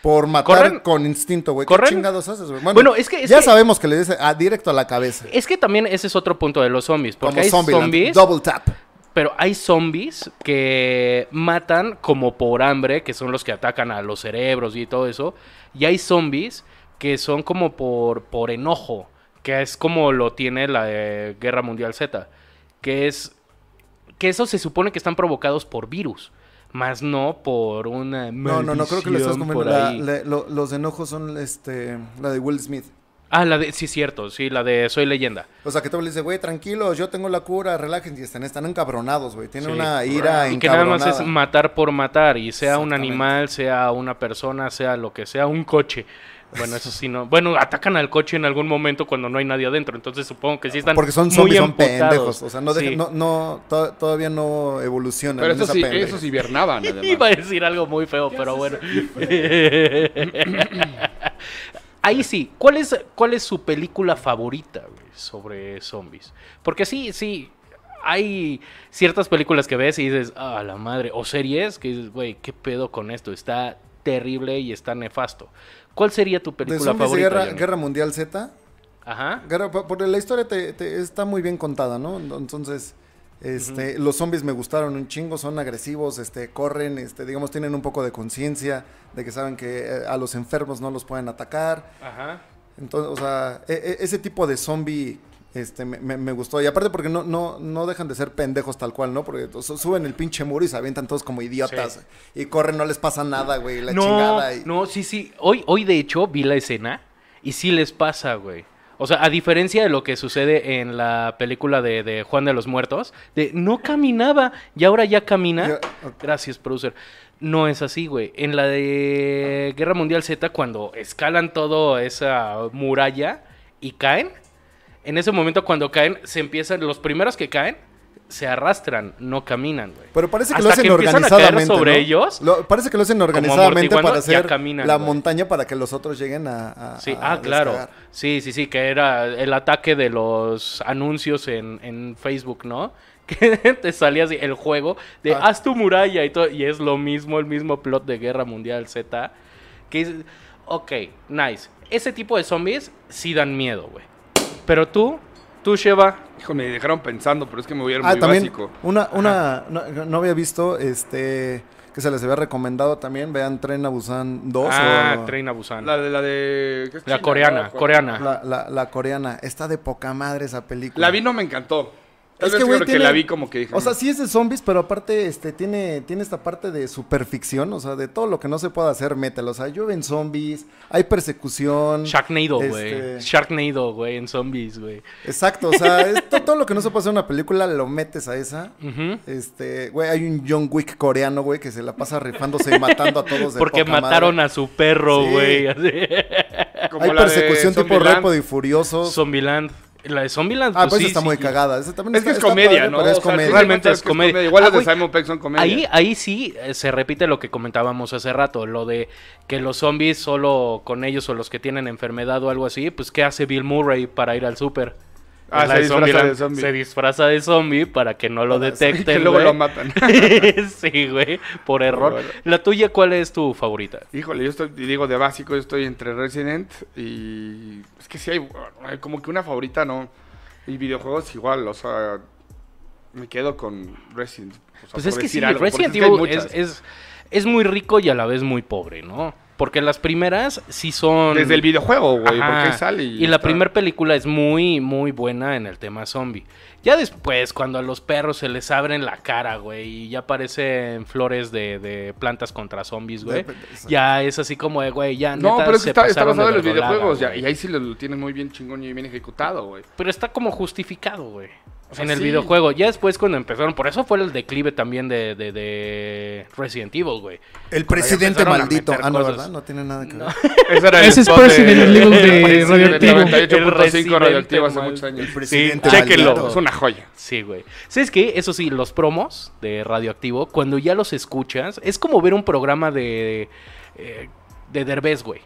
[SPEAKER 1] Por matar
[SPEAKER 2] Corren.
[SPEAKER 1] con instinto, güey. ¿Qué
[SPEAKER 2] Corren.
[SPEAKER 1] chingados haces, güey?
[SPEAKER 2] Bueno, es que- es
[SPEAKER 1] ya
[SPEAKER 2] que-
[SPEAKER 1] sabemos que le dice ah, directo a la cabeza.
[SPEAKER 2] Es que también ese es otro punto de los zombies. Porque
[SPEAKER 1] Como
[SPEAKER 2] hay
[SPEAKER 1] zombie.
[SPEAKER 2] zombies,
[SPEAKER 1] Double tap.
[SPEAKER 2] pero hay zombies que matan como por hambre, que son los que atacan a los cerebros y todo eso. Y hay zombies que son como por, por enojo, que es como lo tiene la eh, Guerra Mundial Z. Que es. Que eso se supone que están provocados por virus. Más no por una.
[SPEAKER 1] No, no, no, creo que lo estás comiendo.
[SPEAKER 2] maldición por
[SPEAKER 1] La-
[SPEAKER 2] ahí.
[SPEAKER 1] la- lo- los enojos son este, la de Will Smith.
[SPEAKER 2] Ah, la de. Sí, cierto, sí, la de Soy Leyenda.
[SPEAKER 1] O sea, que todo le dice, güey, tranquilo, yo tengo la cura, relájense. Y están, están encabronados, güey. Tienen
[SPEAKER 2] Sí.
[SPEAKER 1] una ira
[SPEAKER 2] Ah, Y que nada más es
[SPEAKER 1] encabronada.
[SPEAKER 2] matar por matar, y sea un
[SPEAKER 1] Exactamente.
[SPEAKER 2] animal, sea una persona, sea lo que sea, un coche. Bueno, eso sí no. Bueno, atacan al coche en algún momento cuando no hay nadie adentro, entonces supongo que sí están
[SPEAKER 1] Porque son
[SPEAKER 2] muy
[SPEAKER 1] zombies, son
[SPEAKER 2] emputados.
[SPEAKER 1] pendejos. O sea, no, dejan-
[SPEAKER 2] Sí.
[SPEAKER 1] no, no to- todavía no evolucionan.
[SPEAKER 3] Pero
[SPEAKER 1] en
[SPEAKER 3] eso
[SPEAKER 1] esa
[SPEAKER 3] sí,
[SPEAKER 1] pendeja.
[SPEAKER 3] esos hibernaban,
[SPEAKER 2] Iba
[SPEAKER 3] además.
[SPEAKER 2] a decir algo muy feo, pero bueno. Ahí sí, ¿cuál es, ¿cuál es su película favorita güey, sobre zombies? Porque sí, sí, hay ciertas películas que ves y dices, ah, la madre, o series que dices, güey, ¿qué pedo con esto? Está terrible y está nefasto. ¿Cuál sería tu
[SPEAKER 1] De
[SPEAKER 2] película
[SPEAKER 1] zombies de
[SPEAKER 2] favorita?
[SPEAKER 1] guerra,
[SPEAKER 2] Johnny?
[SPEAKER 1] Guerra Mundial Z.
[SPEAKER 2] Ajá.
[SPEAKER 1] Guerra- por- Porque la historia te- te- está muy bien contada, ¿no? Entonces, este, los zombies me gustaron un chingo, son agresivos, este, corren, este, digamos, tienen un poco de conciencia de que saben que eh, a los enfermos no los pueden atacar.
[SPEAKER 2] Ajá.
[SPEAKER 1] Entonces, o sea, e- e- ese tipo de zombie este, me, me- me gustó. Y aparte porque no, no, no dejan de ser pendejos tal cual, ¿no? Porque su- suben el pinche muro y se avientan todos como idiotas.
[SPEAKER 2] Sí.
[SPEAKER 1] Y corren, no les pasa nada, güey, la
[SPEAKER 2] no,
[SPEAKER 1] chingada. Y...
[SPEAKER 2] no, sí, sí. Hoy, hoy, de hecho, vi la escena y sí les pasa, güey. O sea, a diferencia de lo que sucede en la película de, de Juan de los Muertos, de no caminaba y ahora ya camina.
[SPEAKER 1] Yo-
[SPEAKER 2] Gracias, producer. No es así, güey. En la de Guerra Mundial Z, cuando escalan toda esa muralla y caen, en ese momento cuando caen, se empiezan, los primeros que caen, se arrastran, no caminan, güey.
[SPEAKER 1] Pero parece que lo
[SPEAKER 2] Hasta
[SPEAKER 1] hacen
[SPEAKER 2] que empiezan a caer
[SPEAKER 1] organizadamente.
[SPEAKER 2] sobre
[SPEAKER 1] ¿no?
[SPEAKER 2] ellos,
[SPEAKER 1] Lo- parece que lo hacen organizadamente
[SPEAKER 2] amortiguando,
[SPEAKER 1] para
[SPEAKER 2] ya
[SPEAKER 1] hacer
[SPEAKER 2] caminan,
[SPEAKER 1] la
[SPEAKER 2] güey.
[SPEAKER 1] montaña para que los otros lleguen a. a-
[SPEAKER 2] Sí,
[SPEAKER 1] a
[SPEAKER 2] ah, claro.
[SPEAKER 1] descargar.
[SPEAKER 2] Sí, sí, sí, que era el ataque de los anuncios en, en Facebook, ¿no? Que te salía así el juego de
[SPEAKER 1] Ah.
[SPEAKER 2] haz tu muralla y todo. Y es lo mismo, el mismo plot de Guerra Mundial Z. Que es, ok, nice. Ese tipo de zombies sí dan miedo, güey. Pero tú, tú, Sheva,
[SPEAKER 3] Hijo, me dejaron pensando, pero es que me voy a ir
[SPEAKER 1] Ah,
[SPEAKER 3] muy
[SPEAKER 1] también.
[SPEAKER 3] básico.
[SPEAKER 1] Una, una, no, no había visto este que se les había recomendado también. Vean Tren a Busan 2.
[SPEAKER 2] ah,
[SPEAKER 1] o-
[SPEAKER 2] Train a Busan.
[SPEAKER 3] La de la de ¿qué es
[SPEAKER 2] La
[SPEAKER 3] China?
[SPEAKER 2] coreana,
[SPEAKER 3] No,
[SPEAKER 2] coreana.
[SPEAKER 1] La, la- la coreana. Está de poca madre esa película.
[SPEAKER 3] La vi no me encantó. Tal
[SPEAKER 1] Es
[SPEAKER 3] vez
[SPEAKER 1] que, güey,
[SPEAKER 3] creo que
[SPEAKER 1] tiene-
[SPEAKER 3] la vi como que dije.
[SPEAKER 1] O sea,
[SPEAKER 3] "Mm".
[SPEAKER 1] sí es de zombies, pero aparte este, tiene, tiene esta parte de superficción, o sea, de todo lo que no se puede hacer, mételo. O sea, llueven zombies, hay persecución.
[SPEAKER 2] Sharknado, güey.
[SPEAKER 1] Este-
[SPEAKER 2] Sharknado, güey, en zombies, güey.
[SPEAKER 1] Exacto, o sea, es to- todo lo que no se puede hacer en una película lo metes a esa.
[SPEAKER 2] Ujú.
[SPEAKER 1] Este, güey, hay un John Wick coreano, güey, que se la pasa rifándose y matando a todos de
[SPEAKER 2] Porque
[SPEAKER 1] poca
[SPEAKER 2] mataron
[SPEAKER 1] madre.
[SPEAKER 2] a su perro,
[SPEAKER 1] Sí.
[SPEAKER 2] güey. así.
[SPEAKER 3] "Mm, Como
[SPEAKER 1] Hay
[SPEAKER 3] la de
[SPEAKER 1] persecución tipo
[SPEAKER 3] Zombieland.
[SPEAKER 1] Rápido y Furioso.
[SPEAKER 2] Zombieland. La de Zombieland,
[SPEAKER 1] ah,
[SPEAKER 2] pues
[SPEAKER 1] pues
[SPEAKER 2] sí,
[SPEAKER 1] está
[SPEAKER 2] sí,
[SPEAKER 1] muy
[SPEAKER 2] sí.
[SPEAKER 1] cagada. Esa también
[SPEAKER 3] Es que es
[SPEAKER 1] está- está
[SPEAKER 3] comedia,
[SPEAKER 1] padre,
[SPEAKER 3] ¿no?
[SPEAKER 1] pero es
[SPEAKER 3] O sea,
[SPEAKER 1] comedia.
[SPEAKER 3] sí,
[SPEAKER 2] Realmente
[SPEAKER 3] cuenta
[SPEAKER 2] es
[SPEAKER 3] que
[SPEAKER 2] comedia.
[SPEAKER 3] Igual
[SPEAKER 2] Ah,
[SPEAKER 3] las de
[SPEAKER 2] güey,
[SPEAKER 3] Simon Pegg son comedia.
[SPEAKER 2] Ahí, ahí sí eh, se repite lo que comentábamos hace rato, lo de que los zombies solo con ellos o los que tienen enfermedad o algo así, pues ¿qué hace Bill Murray para ir al súper?
[SPEAKER 3] Ah,
[SPEAKER 2] La
[SPEAKER 3] se
[SPEAKER 2] de
[SPEAKER 3] disfraza
[SPEAKER 2] Zombieland
[SPEAKER 3] de zombie.
[SPEAKER 2] se disfraza de zombie para que no lo detecten.
[SPEAKER 3] que luego
[SPEAKER 2] güey.
[SPEAKER 3] lo matan.
[SPEAKER 2] sí, güey, por error.
[SPEAKER 3] Bueno.
[SPEAKER 2] ¿La tuya cuál es tu favorita?
[SPEAKER 3] Híjole, yo estoy, y digo, de básico, yo estoy entre Resident y. Es que sí hay, hay como que una favorita, ¿no? Y videojuegos igual, o sea. Me quedo con Resident. o
[SPEAKER 2] Pues
[SPEAKER 3] sea, por
[SPEAKER 2] es que
[SPEAKER 3] decir
[SPEAKER 2] sí,
[SPEAKER 3] algo, porque
[SPEAKER 2] Resident
[SPEAKER 3] es que hay
[SPEAKER 2] Evil
[SPEAKER 3] muchas.
[SPEAKER 2] es, es- es muy rico y a la vez muy pobre, ¿no? Porque las primeras sí son...
[SPEAKER 3] Desde el videojuego, güey,
[SPEAKER 2] Ajá.
[SPEAKER 3] porque sale.
[SPEAKER 2] Y la
[SPEAKER 3] está-
[SPEAKER 2] primera película es muy, muy buena en el tema zombie. Ya después, cuando a los perros se les abren la cara, güey, y ya aparecen flores de, de plantas contra zombies, güey.
[SPEAKER 1] De- de-
[SPEAKER 2] Ya es así como de, güey, ya
[SPEAKER 3] No,
[SPEAKER 2] neta,
[SPEAKER 3] pero es que
[SPEAKER 2] se
[SPEAKER 3] está, está
[SPEAKER 2] pasaron de
[SPEAKER 3] basado en los
[SPEAKER 2] verdolada,
[SPEAKER 3] videojuegos, ya,
[SPEAKER 2] güey.
[SPEAKER 3] y ahí sí lo, lo tienen muy bien chingón y bien ejecutado, güey.
[SPEAKER 2] Pero está como justificado, güey.
[SPEAKER 3] O sea,
[SPEAKER 2] en el
[SPEAKER 3] sí.
[SPEAKER 2] videojuego. Ya después cuando empezaron, por eso fue el declive también de, de- de Resident Evil, güey.
[SPEAKER 1] El presidente
[SPEAKER 2] empezaron a
[SPEAKER 1] maldito.
[SPEAKER 2] meter
[SPEAKER 1] Ah, no,
[SPEAKER 2] cosas.
[SPEAKER 1] ¿verdad? No tiene nada que ver.
[SPEAKER 3] Ese, era
[SPEAKER 4] Ese es
[SPEAKER 3] spot
[SPEAKER 4] President Evil de
[SPEAKER 3] Resident Evil
[SPEAKER 4] Radioactivo.
[SPEAKER 3] 98.5
[SPEAKER 2] El
[SPEAKER 3] radioactivo hace
[SPEAKER 2] Resident
[SPEAKER 3] muchos
[SPEAKER 2] Evil.
[SPEAKER 3] años.
[SPEAKER 1] presidente
[SPEAKER 3] Chéquenlo,
[SPEAKER 1] maldito.
[SPEAKER 3] es una joya.
[SPEAKER 2] Sí, güey. ¿Sabes qué? Eso sí, los promos de Radioactivo, cuando ya los escuchas, es como ver un programa de. eh, de Derbez, güey.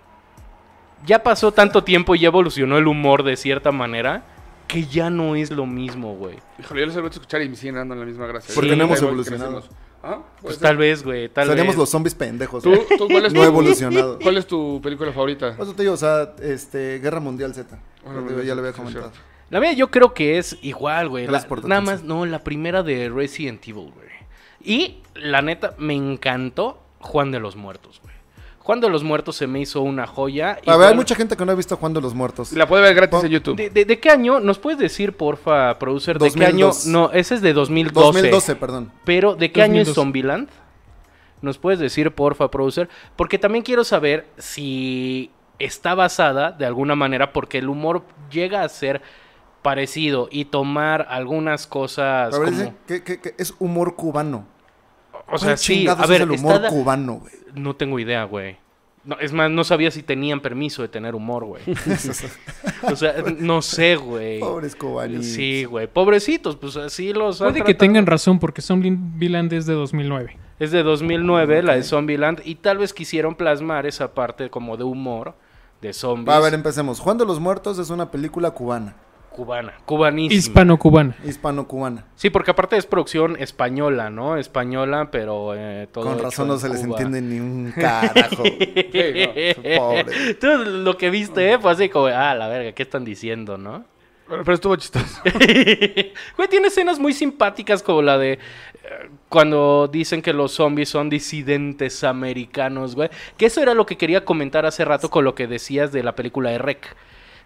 [SPEAKER 2] Ya pasó tanto tiempo y ya evolucionó el humor de cierta manera que ya no es lo mismo, güey.
[SPEAKER 1] Pues
[SPEAKER 3] Híjole, yo los he vuelto a escuchar y me siguen dando la misma gracia.
[SPEAKER 1] Porque
[SPEAKER 3] Sí,
[SPEAKER 1] no hemos
[SPEAKER 3] igual que
[SPEAKER 1] evolucionado.
[SPEAKER 3] nacimos. Ah, puede
[SPEAKER 2] Pues
[SPEAKER 3] ser.
[SPEAKER 2] tal vez, güey. Tal
[SPEAKER 1] Seríamos
[SPEAKER 2] vez.
[SPEAKER 1] los zombies pendejos.
[SPEAKER 3] ¿Tú,
[SPEAKER 1] güey.
[SPEAKER 3] tú, cuál es
[SPEAKER 1] No
[SPEAKER 3] tu-
[SPEAKER 1] he evolucionado. Pues,
[SPEAKER 3] ¿Cuál es tu película favorita?
[SPEAKER 1] Por eso te digo, o sea, este, Guerra Mundial Z. Digo, ya lo había
[SPEAKER 3] Sí,
[SPEAKER 1] comentado.
[SPEAKER 3] cierto.
[SPEAKER 2] La mía yo creo que es igual, güey. La-
[SPEAKER 1] Gracias por tu
[SPEAKER 2] Nada más,
[SPEAKER 1] atención.
[SPEAKER 2] no, la primera de Resident Evil, güey. Y la neta, me encantó Juan de los Muertos, güey. Juan de los Muertos se me hizo una joya.
[SPEAKER 1] A ver,
[SPEAKER 2] Igual-
[SPEAKER 1] hay mucha gente que no ha visto Juan de los Muertos.
[SPEAKER 3] La puede ver gratis
[SPEAKER 1] Pon-
[SPEAKER 3] en YouTube.
[SPEAKER 2] ¿De, de- de qué año? ¿Nos puedes decir, porfa, producer, de qué año?
[SPEAKER 1] 2002.
[SPEAKER 2] No, ese es de 2012.
[SPEAKER 1] 2012, perdón.
[SPEAKER 2] Pero, ¿de qué año es
[SPEAKER 4] 2002.
[SPEAKER 2] Zombieland? ¿Nos puedes decir, porfa, producer? Porque también quiero saber si está basada de alguna manera, porque el humor llega a ser parecido y tomar algunas cosas
[SPEAKER 1] A ver,
[SPEAKER 2] como...
[SPEAKER 1] dicen que, que- que es humor cubano.
[SPEAKER 2] O sea,
[SPEAKER 1] ¿Cuál
[SPEAKER 2] sí,
[SPEAKER 1] chingados
[SPEAKER 2] a ver,
[SPEAKER 1] es el humor
[SPEAKER 2] está da-
[SPEAKER 1] cubano, güey.
[SPEAKER 2] no tengo idea, güey. No, es más, no sabía si tenían permiso de tener humor, güey. O sea, no sé, güey.
[SPEAKER 1] Pobres cubanos.
[SPEAKER 2] Sí, güey. Pobrecitos, pues así los. han
[SPEAKER 4] Puede que
[SPEAKER 2] tratado.
[SPEAKER 4] tengan razón porque Zombieland es de 2009.
[SPEAKER 2] Es de 2009, la de Zombieland. Y tal vez quisieron plasmar esa parte como de humor de zombies.
[SPEAKER 1] Va, a ver, empecemos. Juan de los Muertos es una película cubana,
[SPEAKER 2] Cubana, cubanísima.
[SPEAKER 4] Hispano-cubana.
[SPEAKER 1] hispano-cubana.
[SPEAKER 2] Sí, porque aparte es producción española, ¿no? Española, pero eh, todo.
[SPEAKER 1] Con
[SPEAKER 2] hecho
[SPEAKER 1] razón
[SPEAKER 2] en
[SPEAKER 1] no se les
[SPEAKER 2] Cuba.
[SPEAKER 1] entiende ni un carajo.
[SPEAKER 3] Sí, no.
[SPEAKER 1] Pobre.
[SPEAKER 2] Entonces, lo que viste eh, fue así como, ah, la verga, ¿qué están diciendo, no?
[SPEAKER 3] Pero, pero estuvo chistoso.
[SPEAKER 2] Güey, tiene escenas muy simpáticas como la de eh, cuando dicen que los zombies son disidentes americanos, güey. Que eso era lo que quería comentar hace rato con lo que decías de la película de Rec.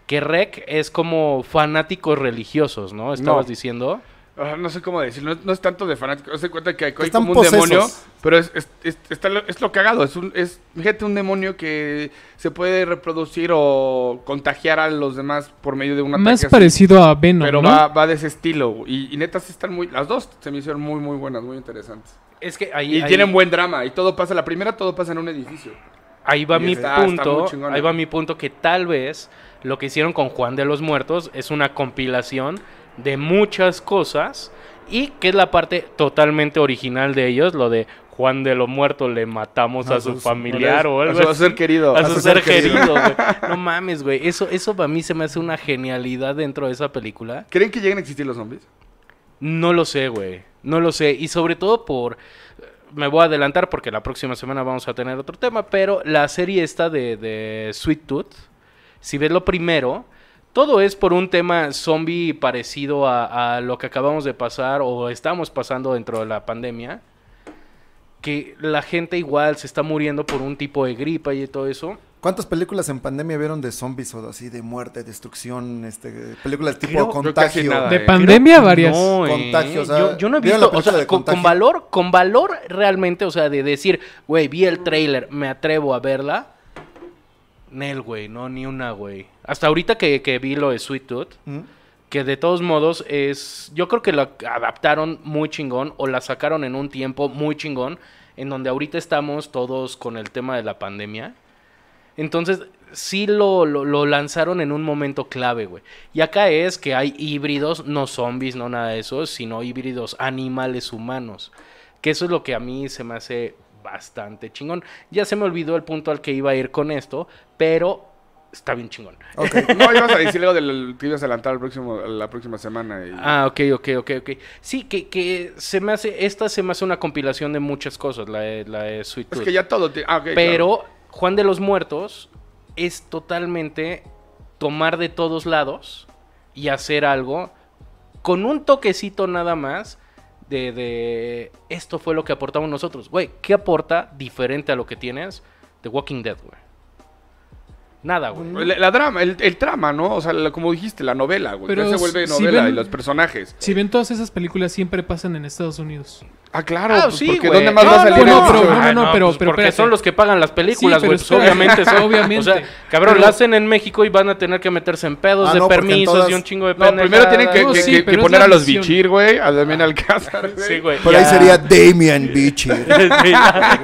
[SPEAKER 2] Que Rec es como fanáticos religiosos, ¿no? Estabas
[SPEAKER 3] No.
[SPEAKER 2] diciendo.
[SPEAKER 3] Ah, No sé cómo decirlo, no, no es tanto de fanático. No se cuenta que hay, hay
[SPEAKER 1] Están
[SPEAKER 3] como un
[SPEAKER 1] posesos.
[SPEAKER 3] demonio, pero es, es, es- está lo, es lo cagado. Es, un, es, fíjate, un demonio que se puede reproducir o contagiar a los demás por medio de una
[SPEAKER 4] Más parecido a Venom,
[SPEAKER 3] Pero
[SPEAKER 4] ¿no?
[SPEAKER 3] va, va de ese estilo. Y, y neta, sí están muy. Las dos se me hicieron muy, muy buenas, muy interesantes.
[SPEAKER 2] Es que
[SPEAKER 3] Y,
[SPEAKER 2] ahí, ahí,
[SPEAKER 3] tienen buen drama. Y todo pasa. La primera, todo pasa en un edificio.
[SPEAKER 2] ahí va
[SPEAKER 3] y
[SPEAKER 2] mi
[SPEAKER 3] está- está
[SPEAKER 2] punto.
[SPEAKER 3] muy chingona.
[SPEAKER 2] ahí va mi punto que tal vez lo que hicieron con Juan de los Muertos es una compilación de muchas cosas y que es la parte totalmente original de ellos, lo de Juan de los Muertos le matamos a,
[SPEAKER 1] A
[SPEAKER 2] su
[SPEAKER 1] sus-
[SPEAKER 2] familiar o algo
[SPEAKER 3] pues, a su
[SPEAKER 2] así.
[SPEAKER 3] ser querido.
[SPEAKER 2] A su ser querido, güey. No mames, güey. Eso, eso para mí se me hace una genialidad dentro de esa película.
[SPEAKER 3] ¿Creen que lleguen a existir los zombies?
[SPEAKER 2] No lo sé, güey. No lo sé. Y sobre todo por... Me voy a adelantar porque la próxima semana vamos a tener otro tema, pero la serie esta de, de Sweet Tooth, si ves lo primero, todo es por un tema zombie parecido a, a lo que acabamos de pasar o estamos pasando dentro de la pandemia, que la gente igual se está muriendo por un tipo de gripa y todo eso.
[SPEAKER 1] ¿Cuántas películas en pandemia vieron de zombies o así, de muerte, destrucción, este, películas tipo
[SPEAKER 2] Creo- creo
[SPEAKER 1] contagio?
[SPEAKER 3] casi nada.
[SPEAKER 4] de
[SPEAKER 3] creo-
[SPEAKER 4] pandemia varias.
[SPEAKER 2] No, eh.
[SPEAKER 1] Contagio, o sea,
[SPEAKER 2] yo, yo no he
[SPEAKER 1] ¿vieron la
[SPEAKER 2] visto, o sea,
[SPEAKER 1] película de
[SPEAKER 2] con, con
[SPEAKER 1] Contagio?
[SPEAKER 2] valor, con valor realmente, o sea, de decir, güey, vi el trailer, me atrevo a verla. Nel, güey, no, ni una, güey. Hasta ahorita que, que vi lo de Sweet Tooth,
[SPEAKER 1] ¿Mm?
[SPEAKER 2] que de todos modos es, yo creo que la adaptaron muy chingón o la sacaron en un tiempo muy chingón, en donde ahorita estamos todos con el tema de la pandemia. Entonces, sí lo, lo- lo lanzaron en un momento clave, güey. Y acá es que hay híbridos, no zombies, no nada de eso, sino híbridos animales humanos. Que eso es lo que a mí se me hace bastante chingón. Ya se me olvidó el punto al que iba a ir con esto, pero está bien chingón.
[SPEAKER 1] Ok.
[SPEAKER 3] No, ibas a decir algo del que ibas a adelantar el próximo, la próxima semana. Y...
[SPEAKER 2] Ah, ok, ok, ok, ok. Sí, que, que se me hace, esta se me hace una compilación de muchas cosas, la de, la de Sweet
[SPEAKER 3] es
[SPEAKER 2] Tooth.
[SPEAKER 3] que ya todo. te- ah, ok,
[SPEAKER 2] Pero
[SPEAKER 3] claro.
[SPEAKER 2] Juan de los Muertos es totalmente tomar de todos lados y hacer algo con un toquecito nada más de, de esto fue lo que aportamos nosotros. Güey, ¿qué aporta diferente a lo que tienes de Walking Dead, güey? Nada, güey.
[SPEAKER 3] La, la drama, el, el trama, ¿no? O sea, la- como dijiste, la novela, güey.
[SPEAKER 4] Pero
[SPEAKER 3] Ya se vuelve
[SPEAKER 4] si- si
[SPEAKER 3] novela
[SPEAKER 4] ven-
[SPEAKER 3] y los personajes.
[SPEAKER 4] Si ven todas esas películas, siempre pasan en Estados Unidos.
[SPEAKER 3] Ah, claro.
[SPEAKER 2] Ah,
[SPEAKER 3] pues,
[SPEAKER 2] sí,
[SPEAKER 3] porque
[SPEAKER 2] güey.
[SPEAKER 3] ¿dónde más
[SPEAKER 2] No,
[SPEAKER 3] va a
[SPEAKER 2] no,
[SPEAKER 3] salir
[SPEAKER 4] no,
[SPEAKER 3] el-
[SPEAKER 4] pero-
[SPEAKER 2] Ah,
[SPEAKER 4] no, pero-
[SPEAKER 2] pues
[SPEAKER 4] pero
[SPEAKER 2] porque
[SPEAKER 4] espérate.
[SPEAKER 2] son los que pagan las películas,
[SPEAKER 4] Sí,
[SPEAKER 2] güey.
[SPEAKER 4] pero
[SPEAKER 2] pues obviamente
[SPEAKER 4] espérate,
[SPEAKER 2] son.
[SPEAKER 4] obviamente.
[SPEAKER 2] O sea, cabrón,
[SPEAKER 4] Pero-
[SPEAKER 2] lo hacen en México y van a tener que meterse en pedos
[SPEAKER 1] Ah,
[SPEAKER 2] de
[SPEAKER 1] no, porque en
[SPEAKER 2] permisos
[SPEAKER 1] todas-
[SPEAKER 2] y un chingo de Ah,
[SPEAKER 3] No, primero tienen que,
[SPEAKER 4] No,
[SPEAKER 3] que-
[SPEAKER 4] sí,
[SPEAKER 3] que- que
[SPEAKER 4] pero es
[SPEAKER 3] poner
[SPEAKER 4] la
[SPEAKER 3] a los
[SPEAKER 4] visión.
[SPEAKER 3] bichir, güey. A Damián Alcázar, güey.
[SPEAKER 2] Sí, güey.
[SPEAKER 1] Por ahí
[SPEAKER 2] ya.
[SPEAKER 1] sería Damien Bichi.
[SPEAKER 2] Sí,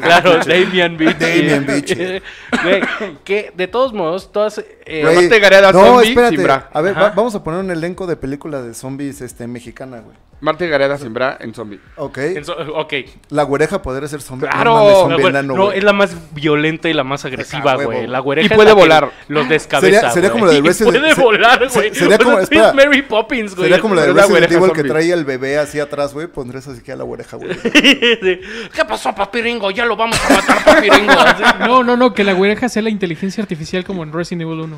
[SPEAKER 2] claro, Damian Beach.
[SPEAKER 1] Damian Beach.
[SPEAKER 2] Güey, que de todos modos, todas. eh,
[SPEAKER 3] Güey. te gané a la zombie sin bra.
[SPEAKER 1] A ver,
[SPEAKER 2] Ajá.
[SPEAKER 1] va- vamos a poner un elenco de películas de zombies este, mexicana, güey.
[SPEAKER 3] Marte Gareda sin bra en zombie.
[SPEAKER 1] Ok.
[SPEAKER 2] en so- ok.
[SPEAKER 1] La güereja podría ser zombie.
[SPEAKER 3] Claro.
[SPEAKER 1] mames,
[SPEAKER 2] No,
[SPEAKER 1] zombie
[SPEAKER 2] güey,
[SPEAKER 1] enano,
[SPEAKER 2] no,
[SPEAKER 1] güey.
[SPEAKER 2] es la más violenta y la más agresiva,
[SPEAKER 1] Ah, huevo.
[SPEAKER 2] güey. La güereja
[SPEAKER 3] Y
[SPEAKER 2] es
[SPEAKER 3] puede
[SPEAKER 2] la que
[SPEAKER 3] volar.
[SPEAKER 2] Los descabeza.
[SPEAKER 1] Sería- sería
[SPEAKER 2] güey.
[SPEAKER 1] como la de
[SPEAKER 2] Y
[SPEAKER 1] Resident-
[SPEAKER 2] Puede
[SPEAKER 1] se-
[SPEAKER 2] volar,
[SPEAKER 1] se-
[SPEAKER 2] güey.
[SPEAKER 1] sería
[SPEAKER 2] O sea,
[SPEAKER 1] como-
[SPEAKER 2] es
[SPEAKER 1] espera.
[SPEAKER 2] Mary Poppins, güey.
[SPEAKER 1] Sería como la de
[SPEAKER 3] Pero es la
[SPEAKER 1] Resident
[SPEAKER 3] güereja
[SPEAKER 1] Evil que
[SPEAKER 3] zombie.
[SPEAKER 1] traía el bebé así atrás, güey. Pondrías así que a la güereja, güey.
[SPEAKER 2] ¿Qué pasó, papiringo? Ya lo vamos a matar, papiringo. Así.
[SPEAKER 4] No, no, no, que la güereja sea la inteligencia artificial como en Resident Evil 1.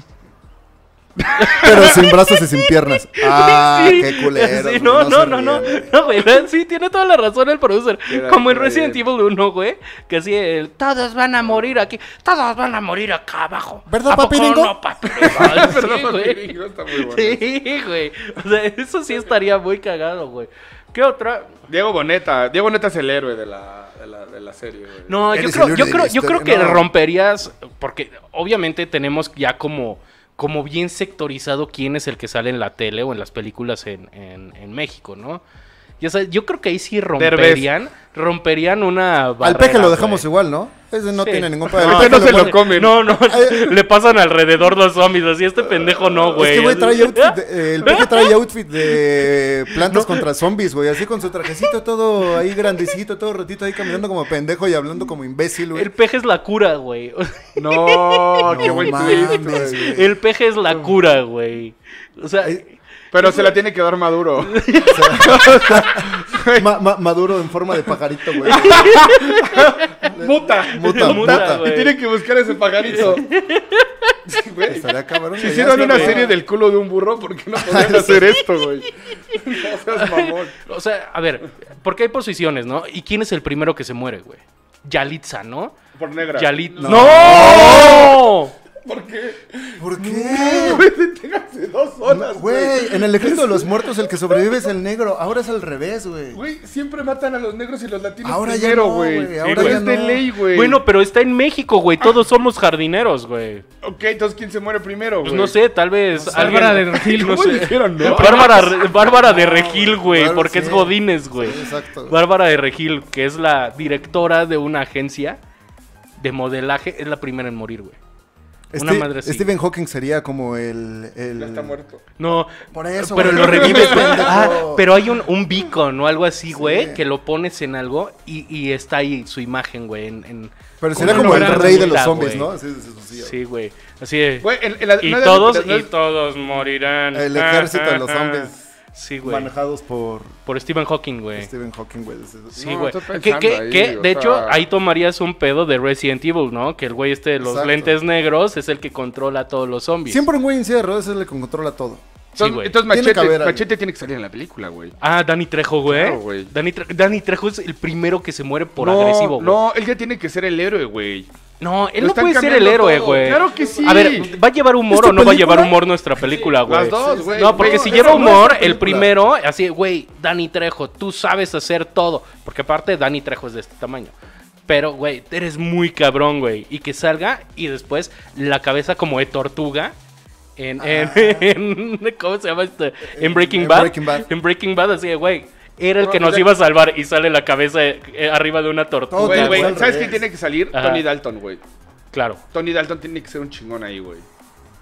[SPEAKER 1] Pero sin brazos y sin piernas. Ah,
[SPEAKER 2] Sí,
[SPEAKER 1] qué culero.
[SPEAKER 2] sí, no, no, no, no, no, güey, la- sí, tiene toda la razón el producer.
[SPEAKER 3] Queda
[SPEAKER 2] Como en
[SPEAKER 3] muy
[SPEAKER 2] Resident
[SPEAKER 3] bien.
[SPEAKER 2] Evil 1, güey, que así el, todos van a morir aquí, todos van a morir acá abajo.
[SPEAKER 1] ¿Verdad,
[SPEAKER 2] ¿A poco
[SPEAKER 1] papiringo?
[SPEAKER 2] no, papiringo? Ah, Sí,
[SPEAKER 3] Perdón,
[SPEAKER 2] güey.
[SPEAKER 3] Miguel, está muy bueno.
[SPEAKER 2] Sí, güey, o sea, eso sí estaría muy cagado, güey. ¿Qué otra?
[SPEAKER 3] Diego Boneta. Diego Boneta es el héroe de la, de la, de la serie, güey.
[SPEAKER 2] No, yo
[SPEAKER 1] Eres
[SPEAKER 2] creo,
[SPEAKER 1] el
[SPEAKER 2] yo
[SPEAKER 1] héroe de
[SPEAKER 2] creo,
[SPEAKER 1] la
[SPEAKER 2] yo creo que
[SPEAKER 1] historia. No.
[SPEAKER 2] romperías, porque obviamente tenemos ya como, como bien sectorizado quién es el que sale en la tele o en las películas en, en- en México, ¿no? Ya sabes, yo creo que ahí sí romperían, romperían una
[SPEAKER 1] Al
[SPEAKER 2] barrera,
[SPEAKER 1] peje lo dejamos
[SPEAKER 2] güey.
[SPEAKER 1] igual, ¿no? Ese no
[SPEAKER 2] Sí.
[SPEAKER 1] tiene ningún
[SPEAKER 3] No,
[SPEAKER 1] problema.
[SPEAKER 3] ese no se lo
[SPEAKER 1] pone-
[SPEAKER 3] comen.
[SPEAKER 2] No, no,
[SPEAKER 1] Ay.
[SPEAKER 2] le pasan alrededor los zombies, así este pendejo no, güey.
[SPEAKER 1] Es que, güey, trae
[SPEAKER 2] Así-
[SPEAKER 1] outfit. de- eh, el peje trae outfit de plantas contra zombies, güey. Así con su trajecito todo ahí grandecito, todo ratito ahí caminando como pendejo y hablando como imbécil, güey.
[SPEAKER 2] El peje es la cura, güey.
[SPEAKER 3] No, qué
[SPEAKER 1] No
[SPEAKER 3] buen
[SPEAKER 1] mames,
[SPEAKER 3] twist, güey.
[SPEAKER 1] güey.
[SPEAKER 2] El peje es la cura, güey. O sea,
[SPEAKER 1] Ay.
[SPEAKER 3] Pero se la tiene que dar maduro.
[SPEAKER 1] Ma- ma- maduro en forma de pajarito, güey.
[SPEAKER 3] Muta.
[SPEAKER 1] Muta, muta.
[SPEAKER 2] güey.
[SPEAKER 3] Y tienen que buscar ese pajarito. Sí, güey.
[SPEAKER 1] Estaría cabrón.
[SPEAKER 3] Si
[SPEAKER 1] güey,
[SPEAKER 3] hicieron
[SPEAKER 1] ya
[SPEAKER 3] una
[SPEAKER 1] sé,
[SPEAKER 3] serie del culo de un burro, ¿por qué no podrían hacer esto, güey? No seas mamón.
[SPEAKER 2] O sea, a ver, porque hay posiciones, ¿no? ¿Y quién es el primero que se muere, güey? Yalitza, ¿no?
[SPEAKER 3] Por negra.
[SPEAKER 2] Yalitza.
[SPEAKER 1] No.
[SPEAKER 2] ¡No!
[SPEAKER 3] ¿Por qué?
[SPEAKER 1] ¿Por qué?
[SPEAKER 3] Güey, deténganse dos horas, güey.
[SPEAKER 1] Güey, en el ejército de los muertos el que sobrevive es el negro. Ahora es al revés, güey.
[SPEAKER 3] Güey, siempre matan a los negros y los latinos
[SPEAKER 1] Ahora ya
[SPEAKER 3] primero,
[SPEAKER 1] no,
[SPEAKER 3] güey.
[SPEAKER 1] güey, ahora
[SPEAKER 3] Sí,
[SPEAKER 1] ya
[SPEAKER 3] es de
[SPEAKER 1] no.
[SPEAKER 3] ley, güey.
[SPEAKER 2] Bueno, pero está en México, güey. Todos somos jardineros, güey.
[SPEAKER 3] Ok, entonces, ¿quién se muere primero, güey?
[SPEAKER 2] Pues no sé, tal vez. alguien-
[SPEAKER 4] Bárbara de Regil,
[SPEAKER 3] ¿Cómo
[SPEAKER 4] no sé.
[SPEAKER 3] dijeron, no?
[SPEAKER 2] Bárbara, Re- Bárbara de Regil, güey.
[SPEAKER 1] Bárbara,
[SPEAKER 2] Porque es
[SPEAKER 1] sí.
[SPEAKER 2] Godínez, güey.
[SPEAKER 1] Sí, exacto.
[SPEAKER 2] Bárbara de Regil, que es la directora de una agencia de modelaje, es la primera en morir, güey. Una
[SPEAKER 1] Este-
[SPEAKER 2] madre así.
[SPEAKER 1] Stephen Hawking sería como el. el-
[SPEAKER 3] Ya está muerto.
[SPEAKER 2] No,
[SPEAKER 1] Por eso,
[SPEAKER 2] pero
[SPEAKER 1] güey.
[SPEAKER 2] lo revives. güey.
[SPEAKER 1] Pendejo.
[SPEAKER 2] Ah, pero hay un, un beacon o algo así, güey, que lo pones en algo y, y está ahí su imagen, güey. En, en-
[SPEAKER 1] Pero sería
[SPEAKER 4] como
[SPEAKER 1] como el
[SPEAKER 4] una
[SPEAKER 2] gran
[SPEAKER 1] rey de los
[SPEAKER 2] mula,
[SPEAKER 1] zombies,
[SPEAKER 2] güey.
[SPEAKER 1] ¿no? Así de sencillo.
[SPEAKER 2] Sí, güey. Así de.
[SPEAKER 3] Güey, en- en la-
[SPEAKER 2] y
[SPEAKER 3] no es-
[SPEAKER 2] todos,
[SPEAKER 3] no
[SPEAKER 2] y
[SPEAKER 3] es-
[SPEAKER 2] todos morirán.
[SPEAKER 1] El
[SPEAKER 2] Ah,
[SPEAKER 1] ejército de los
[SPEAKER 2] ah, ah.
[SPEAKER 1] zombies este
[SPEAKER 2] Sí, güey.
[SPEAKER 1] manejados por
[SPEAKER 2] Por Stephen Hawking, güey.
[SPEAKER 1] Stephen Hawking, güey. Ese-
[SPEAKER 2] Sí,
[SPEAKER 3] No,
[SPEAKER 2] güey.
[SPEAKER 3] estoy
[SPEAKER 2] que
[SPEAKER 3] pensando
[SPEAKER 2] que-
[SPEAKER 3] ahí,
[SPEAKER 2] que,
[SPEAKER 3] o
[SPEAKER 2] de hecho,
[SPEAKER 3] sea-
[SPEAKER 2] ahí tomarías un pedo de Resident Evil, ¿no? Que el güey este de los
[SPEAKER 1] Exacto.
[SPEAKER 2] lentes negros es el que controla a todos los zombies.
[SPEAKER 1] Siempre un güey en silla de ruedas es el que controla todo.
[SPEAKER 2] Sí,
[SPEAKER 3] Entonces,
[SPEAKER 2] güey.
[SPEAKER 3] entonces
[SPEAKER 1] Tiene que
[SPEAKER 3] Machete,
[SPEAKER 1] haber algo.
[SPEAKER 3] Machete tiene que salir en la película, güey.
[SPEAKER 2] Ah, Dani Trejo, güey.
[SPEAKER 3] Claro, güey.
[SPEAKER 2] Dani, Tre- Dani Trejo es el primero que se muere por
[SPEAKER 3] no,
[SPEAKER 2] agresivo, güey.
[SPEAKER 3] No, él ya tiene que ser el héroe, güey.
[SPEAKER 2] No, él no
[SPEAKER 3] Lo están
[SPEAKER 2] puede ser el
[SPEAKER 3] cambiando
[SPEAKER 2] héroe,
[SPEAKER 3] todo.
[SPEAKER 2] güey.
[SPEAKER 3] Claro que sí. Este
[SPEAKER 2] A ver, ¿va a llevar humor
[SPEAKER 1] ¿Es tu
[SPEAKER 2] o no va a llevar
[SPEAKER 1] película?
[SPEAKER 2] humor nuestra película, güey?
[SPEAKER 3] Las dos, güey.
[SPEAKER 2] No, porque
[SPEAKER 3] Güey,
[SPEAKER 2] si
[SPEAKER 1] esa
[SPEAKER 2] lleva
[SPEAKER 1] no es tu
[SPEAKER 2] humor, el
[SPEAKER 1] película.
[SPEAKER 2] primero, así, güey, Dani Trejo, tú sabes hacer todo. Porque aparte, Dani Trejo es de este tamaño. Pero, güey, eres muy cabrón, güey. Y que salga y después la cabeza como de tortuga. En,
[SPEAKER 3] Ah.
[SPEAKER 2] en- en- ¿Cómo se llama este? En Breaking,
[SPEAKER 1] en
[SPEAKER 2] Bad,
[SPEAKER 1] Breaking Bad.
[SPEAKER 2] En Breaking Bad, así de, güey, era el que
[SPEAKER 3] No,
[SPEAKER 2] nos
[SPEAKER 3] de-
[SPEAKER 2] iba a salvar y sale la cabeza eh, arriba de una tortuga.
[SPEAKER 1] Todo
[SPEAKER 3] Güey,
[SPEAKER 1] tipo
[SPEAKER 3] güey,
[SPEAKER 1] fue al
[SPEAKER 3] ¿sabes
[SPEAKER 1] revés.
[SPEAKER 3] quién tiene que salir?
[SPEAKER 2] Ajá.
[SPEAKER 3] Tony Dalton, güey.
[SPEAKER 2] Claro.
[SPEAKER 3] Tony Dalton tiene que ser un chingón ahí, güey.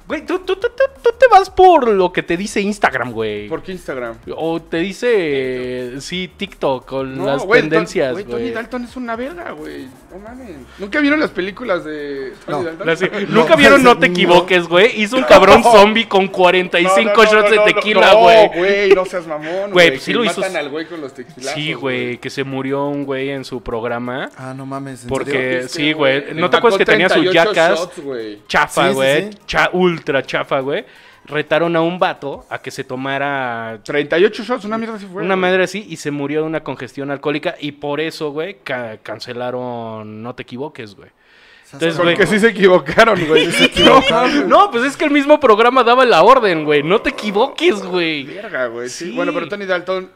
[SPEAKER 2] Güey, tú, tú, tú, tú, tú te vas por lo que te dice Instagram, güey.
[SPEAKER 3] ¿Por qué Instagram?
[SPEAKER 2] O te dice, sí, TikTok con las
[SPEAKER 3] güey, Ton-
[SPEAKER 2] tendencias,
[SPEAKER 3] güey. Tony
[SPEAKER 2] güey.
[SPEAKER 3] Dalton es una verga, güey. No mames. ¿Nunca vieron las películas de Tony
[SPEAKER 1] No.
[SPEAKER 3] Dalton?
[SPEAKER 2] Las-
[SPEAKER 1] No,
[SPEAKER 2] Nunca vieron No te
[SPEAKER 1] no.
[SPEAKER 2] equivoques, güey. Hizo un cabrón zombie con 45 shots de tequila, güey.
[SPEAKER 3] güey. No, güey, no seas mamón,
[SPEAKER 2] Güey,
[SPEAKER 3] güey.
[SPEAKER 2] pues sí
[SPEAKER 3] que
[SPEAKER 2] lo hizo-
[SPEAKER 3] Matan al güey con los tequilas.
[SPEAKER 2] sí, güey, que se murió un güey en su programa.
[SPEAKER 1] Ah, no mames. ¿en serio?
[SPEAKER 2] Porque
[SPEAKER 3] este,
[SPEAKER 2] sí, güey. ¿No te acuerdas que tenía sus yacas?
[SPEAKER 1] Sí,
[SPEAKER 2] chafa,
[SPEAKER 1] sí,
[SPEAKER 2] güey.
[SPEAKER 1] sí.
[SPEAKER 2] cha- ultra chafa, güey. Retaron a un vato a que se tomara
[SPEAKER 3] 38 shots, una mierda así fue.
[SPEAKER 2] una
[SPEAKER 3] güey.
[SPEAKER 2] madre así y se murió de una congestión alcohólica. Y por eso, güey, ca- cancelaron No Te Equivoques, güey. Entonces, güey.
[SPEAKER 3] Porque sí se equivocaron, güey. Sí se equivocaron.
[SPEAKER 2] No, pues es que el mismo programa daba la orden, güey. No te equivoques, güey.
[SPEAKER 3] Verga, güey. Sí.
[SPEAKER 2] Sí.
[SPEAKER 3] Bueno, pero Tony Dalton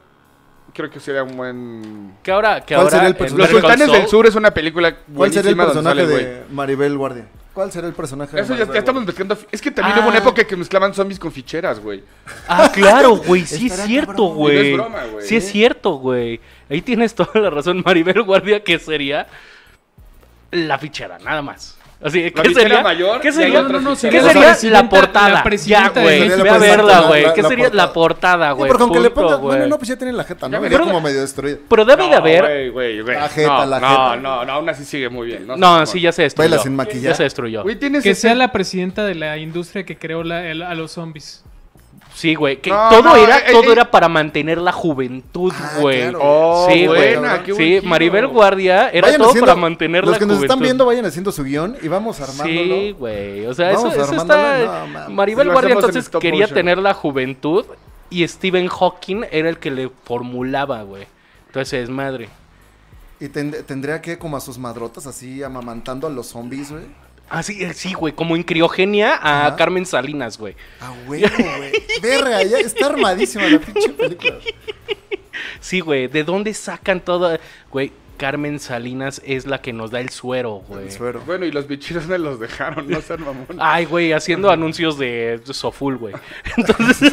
[SPEAKER 3] creo que sería un buen...
[SPEAKER 2] Que ahora, que
[SPEAKER 1] ¿Cuál
[SPEAKER 2] ahora.
[SPEAKER 1] sería el
[SPEAKER 2] en
[SPEAKER 1] personaje?
[SPEAKER 2] Better
[SPEAKER 3] Los
[SPEAKER 2] Call
[SPEAKER 3] Sultanes
[SPEAKER 2] Saul-
[SPEAKER 3] del Sur es una película
[SPEAKER 1] ¿Cuál sería el
[SPEAKER 3] buenísima donde
[SPEAKER 1] personaje
[SPEAKER 3] sale,
[SPEAKER 1] de
[SPEAKER 3] güey.
[SPEAKER 1] Maribel Guardia? ¿Cuál será el personaje
[SPEAKER 3] Eso
[SPEAKER 1] de
[SPEAKER 3] ya,
[SPEAKER 1] Maribel
[SPEAKER 3] ya estamos
[SPEAKER 1] Guardia?
[SPEAKER 3] mezclando. Es que también
[SPEAKER 2] Ah.
[SPEAKER 3] hubo una época que mezclaban zombies con ficheras, güey.
[SPEAKER 2] Ah, claro, güey, sí es
[SPEAKER 1] Estará
[SPEAKER 2] cierto,
[SPEAKER 1] cabrón.
[SPEAKER 2] güey.
[SPEAKER 3] Y no es broma, güey. ¿eh?
[SPEAKER 2] Sí es cierto, güey. Ahí tienes toda la razón, Maribel Guardia, que sería la fichera, nada más. Así, ¿qué
[SPEAKER 3] fichera
[SPEAKER 2] sería?
[SPEAKER 3] mayor y
[SPEAKER 2] ¿Qué
[SPEAKER 3] hay
[SPEAKER 2] sería?
[SPEAKER 3] otra
[SPEAKER 2] ¿Qué
[SPEAKER 3] fichera.
[SPEAKER 2] sería
[SPEAKER 3] O sea,
[SPEAKER 2] la,
[SPEAKER 4] presidenta-
[SPEAKER 2] portada?
[SPEAKER 4] la
[SPEAKER 2] ya,
[SPEAKER 4] presidenta de
[SPEAKER 2] güey.
[SPEAKER 1] México.
[SPEAKER 2] Ve
[SPEAKER 1] Sería
[SPEAKER 2] a
[SPEAKER 1] la
[SPEAKER 2] verla,
[SPEAKER 1] portada,
[SPEAKER 2] güey.
[SPEAKER 1] la-
[SPEAKER 2] ¿Qué
[SPEAKER 1] la
[SPEAKER 2] sería la portada,
[SPEAKER 1] Sí,
[SPEAKER 2] güey?
[SPEAKER 1] porque aunque le
[SPEAKER 2] Punto,
[SPEAKER 1] pongas.
[SPEAKER 2] güey.
[SPEAKER 1] Bueno, no, pues ya tiene la jeta, ¿no?
[SPEAKER 3] Ya
[SPEAKER 1] Está
[SPEAKER 3] veré.
[SPEAKER 1] como medio destruida.
[SPEAKER 2] Pero debe de haber.
[SPEAKER 3] Güey, güey, güey.
[SPEAKER 1] La jeta,
[SPEAKER 3] no,
[SPEAKER 1] la
[SPEAKER 3] no,
[SPEAKER 1] jeta.
[SPEAKER 3] No, no, aún así sigue muy bien. No,
[SPEAKER 2] No,
[SPEAKER 3] seas
[SPEAKER 2] sí,
[SPEAKER 3] mamón.
[SPEAKER 2] ya se destruyó.
[SPEAKER 1] Baila sin maquillar.
[SPEAKER 2] Ya se destruyó.
[SPEAKER 3] Güey, tienes
[SPEAKER 4] Que
[SPEAKER 3] ese-
[SPEAKER 4] sea la presidenta de la industria que creó la- el- a los zombies.
[SPEAKER 2] Sí, güey. que
[SPEAKER 3] No,
[SPEAKER 2] todo
[SPEAKER 3] no,
[SPEAKER 2] era,
[SPEAKER 3] eh,
[SPEAKER 2] todo
[SPEAKER 3] eh.
[SPEAKER 2] era para mantener la juventud,
[SPEAKER 1] Ah,
[SPEAKER 2] güey.
[SPEAKER 1] claro.
[SPEAKER 3] Oh,
[SPEAKER 2] Sí, güey.
[SPEAKER 3] buena, qué buen
[SPEAKER 2] Sí,
[SPEAKER 3] giro.
[SPEAKER 2] Maribel Guardia era
[SPEAKER 1] Vayan
[SPEAKER 2] todo
[SPEAKER 1] haciendo-
[SPEAKER 2] para mantener
[SPEAKER 1] Los
[SPEAKER 2] la
[SPEAKER 1] que nos
[SPEAKER 2] juventud.
[SPEAKER 1] están viendo, vayan haciendo su guión y vamos armándolo.
[SPEAKER 2] Sí, güey. O sea,
[SPEAKER 1] Vamos
[SPEAKER 2] eso, eso
[SPEAKER 1] armándolo,
[SPEAKER 2] está.
[SPEAKER 1] no, mames.
[SPEAKER 2] Maribel
[SPEAKER 3] Lo
[SPEAKER 2] Guardia
[SPEAKER 3] hacemos en
[SPEAKER 2] entonces
[SPEAKER 3] stop
[SPEAKER 2] quería
[SPEAKER 3] motion.
[SPEAKER 2] tener la juventud y Stephen Hawking era el que le formulaba, güey. Entonces es madre.
[SPEAKER 1] Y tend- tendría que como a sus madrotas así amamantando a los zombies, güey.
[SPEAKER 2] Ah, sí, eh, sí, güey. Como en criogenia a
[SPEAKER 1] Ajá.
[SPEAKER 2] Carmen Salinas, güey.
[SPEAKER 1] A huevo, güey. Verga, ya está armadísima la pinche película.
[SPEAKER 2] Sí, güey. ¿De dónde sacan todo? Güey, Carmen Salinas es la que nos da el suero, güey.
[SPEAKER 1] El suero.
[SPEAKER 3] Bueno, y los bichitos me los dejaron, no sean mamón.
[SPEAKER 2] Ay, güey, haciendo anuncios de Soful, güey. Entonces.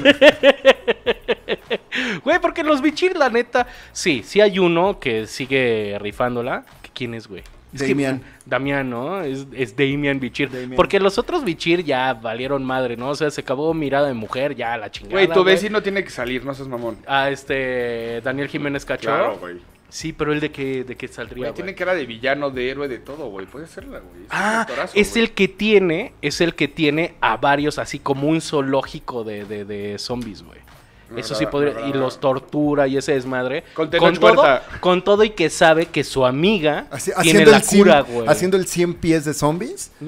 [SPEAKER 2] Güey, porque los bichir, la neta. Sí, sí hay uno que sigue rifándola. ¿Que ¿Quién es, güey? Es que-
[SPEAKER 1] Damián.
[SPEAKER 2] Damián, ¿no? Es, es Damian Bichir.
[SPEAKER 1] Damián.
[SPEAKER 2] Porque los otros Bichir ya valieron madre, ¿no? O sea, se acabó mirada de mujer, ya la chingada.
[SPEAKER 3] Güey, tu vecino tiene que salir, no seas mamón.
[SPEAKER 2] A este. Daniel Jiménez Cachorro.
[SPEAKER 3] Claro, güey.
[SPEAKER 2] Sí, pero él de qué, de qué saldría.
[SPEAKER 3] Güey,
[SPEAKER 2] güey?
[SPEAKER 3] tiene cara de villano, de héroe, de todo, güey. Puede serla, güey. Es un
[SPEAKER 2] Ah,
[SPEAKER 3] actorazo,
[SPEAKER 2] es
[SPEAKER 3] güey.
[SPEAKER 2] el que tiene, es el que tiene a varios, así como un zoológico de, de- de zombies, güey.
[SPEAKER 3] Me
[SPEAKER 2] Eso sí
[SPEAKER 3] agrada, me
[SPEAKER 2] podría,
[SPEAKER 3] agrada.
[SPEAKER 2] y los tortura y ese desmadre.
[SPEAKER 3] Con Tenoch
[SPEAKER 2] todo,
[SPEAKER 3] Huerta.
[SPEAKER 2] con todo y que sabe que su amiga
[SPEAKER 1] Así-
[SPEAKER 2] tiene
[SPEAKER 1] haciendo,
[SPEAKER 2] la
[SPEAKER 1] el cien-
[SPEAKER 2] cura, güey.
[SPEAKER 1] haciendo el 100 pies de zombies.
[SPEAKER 3] No,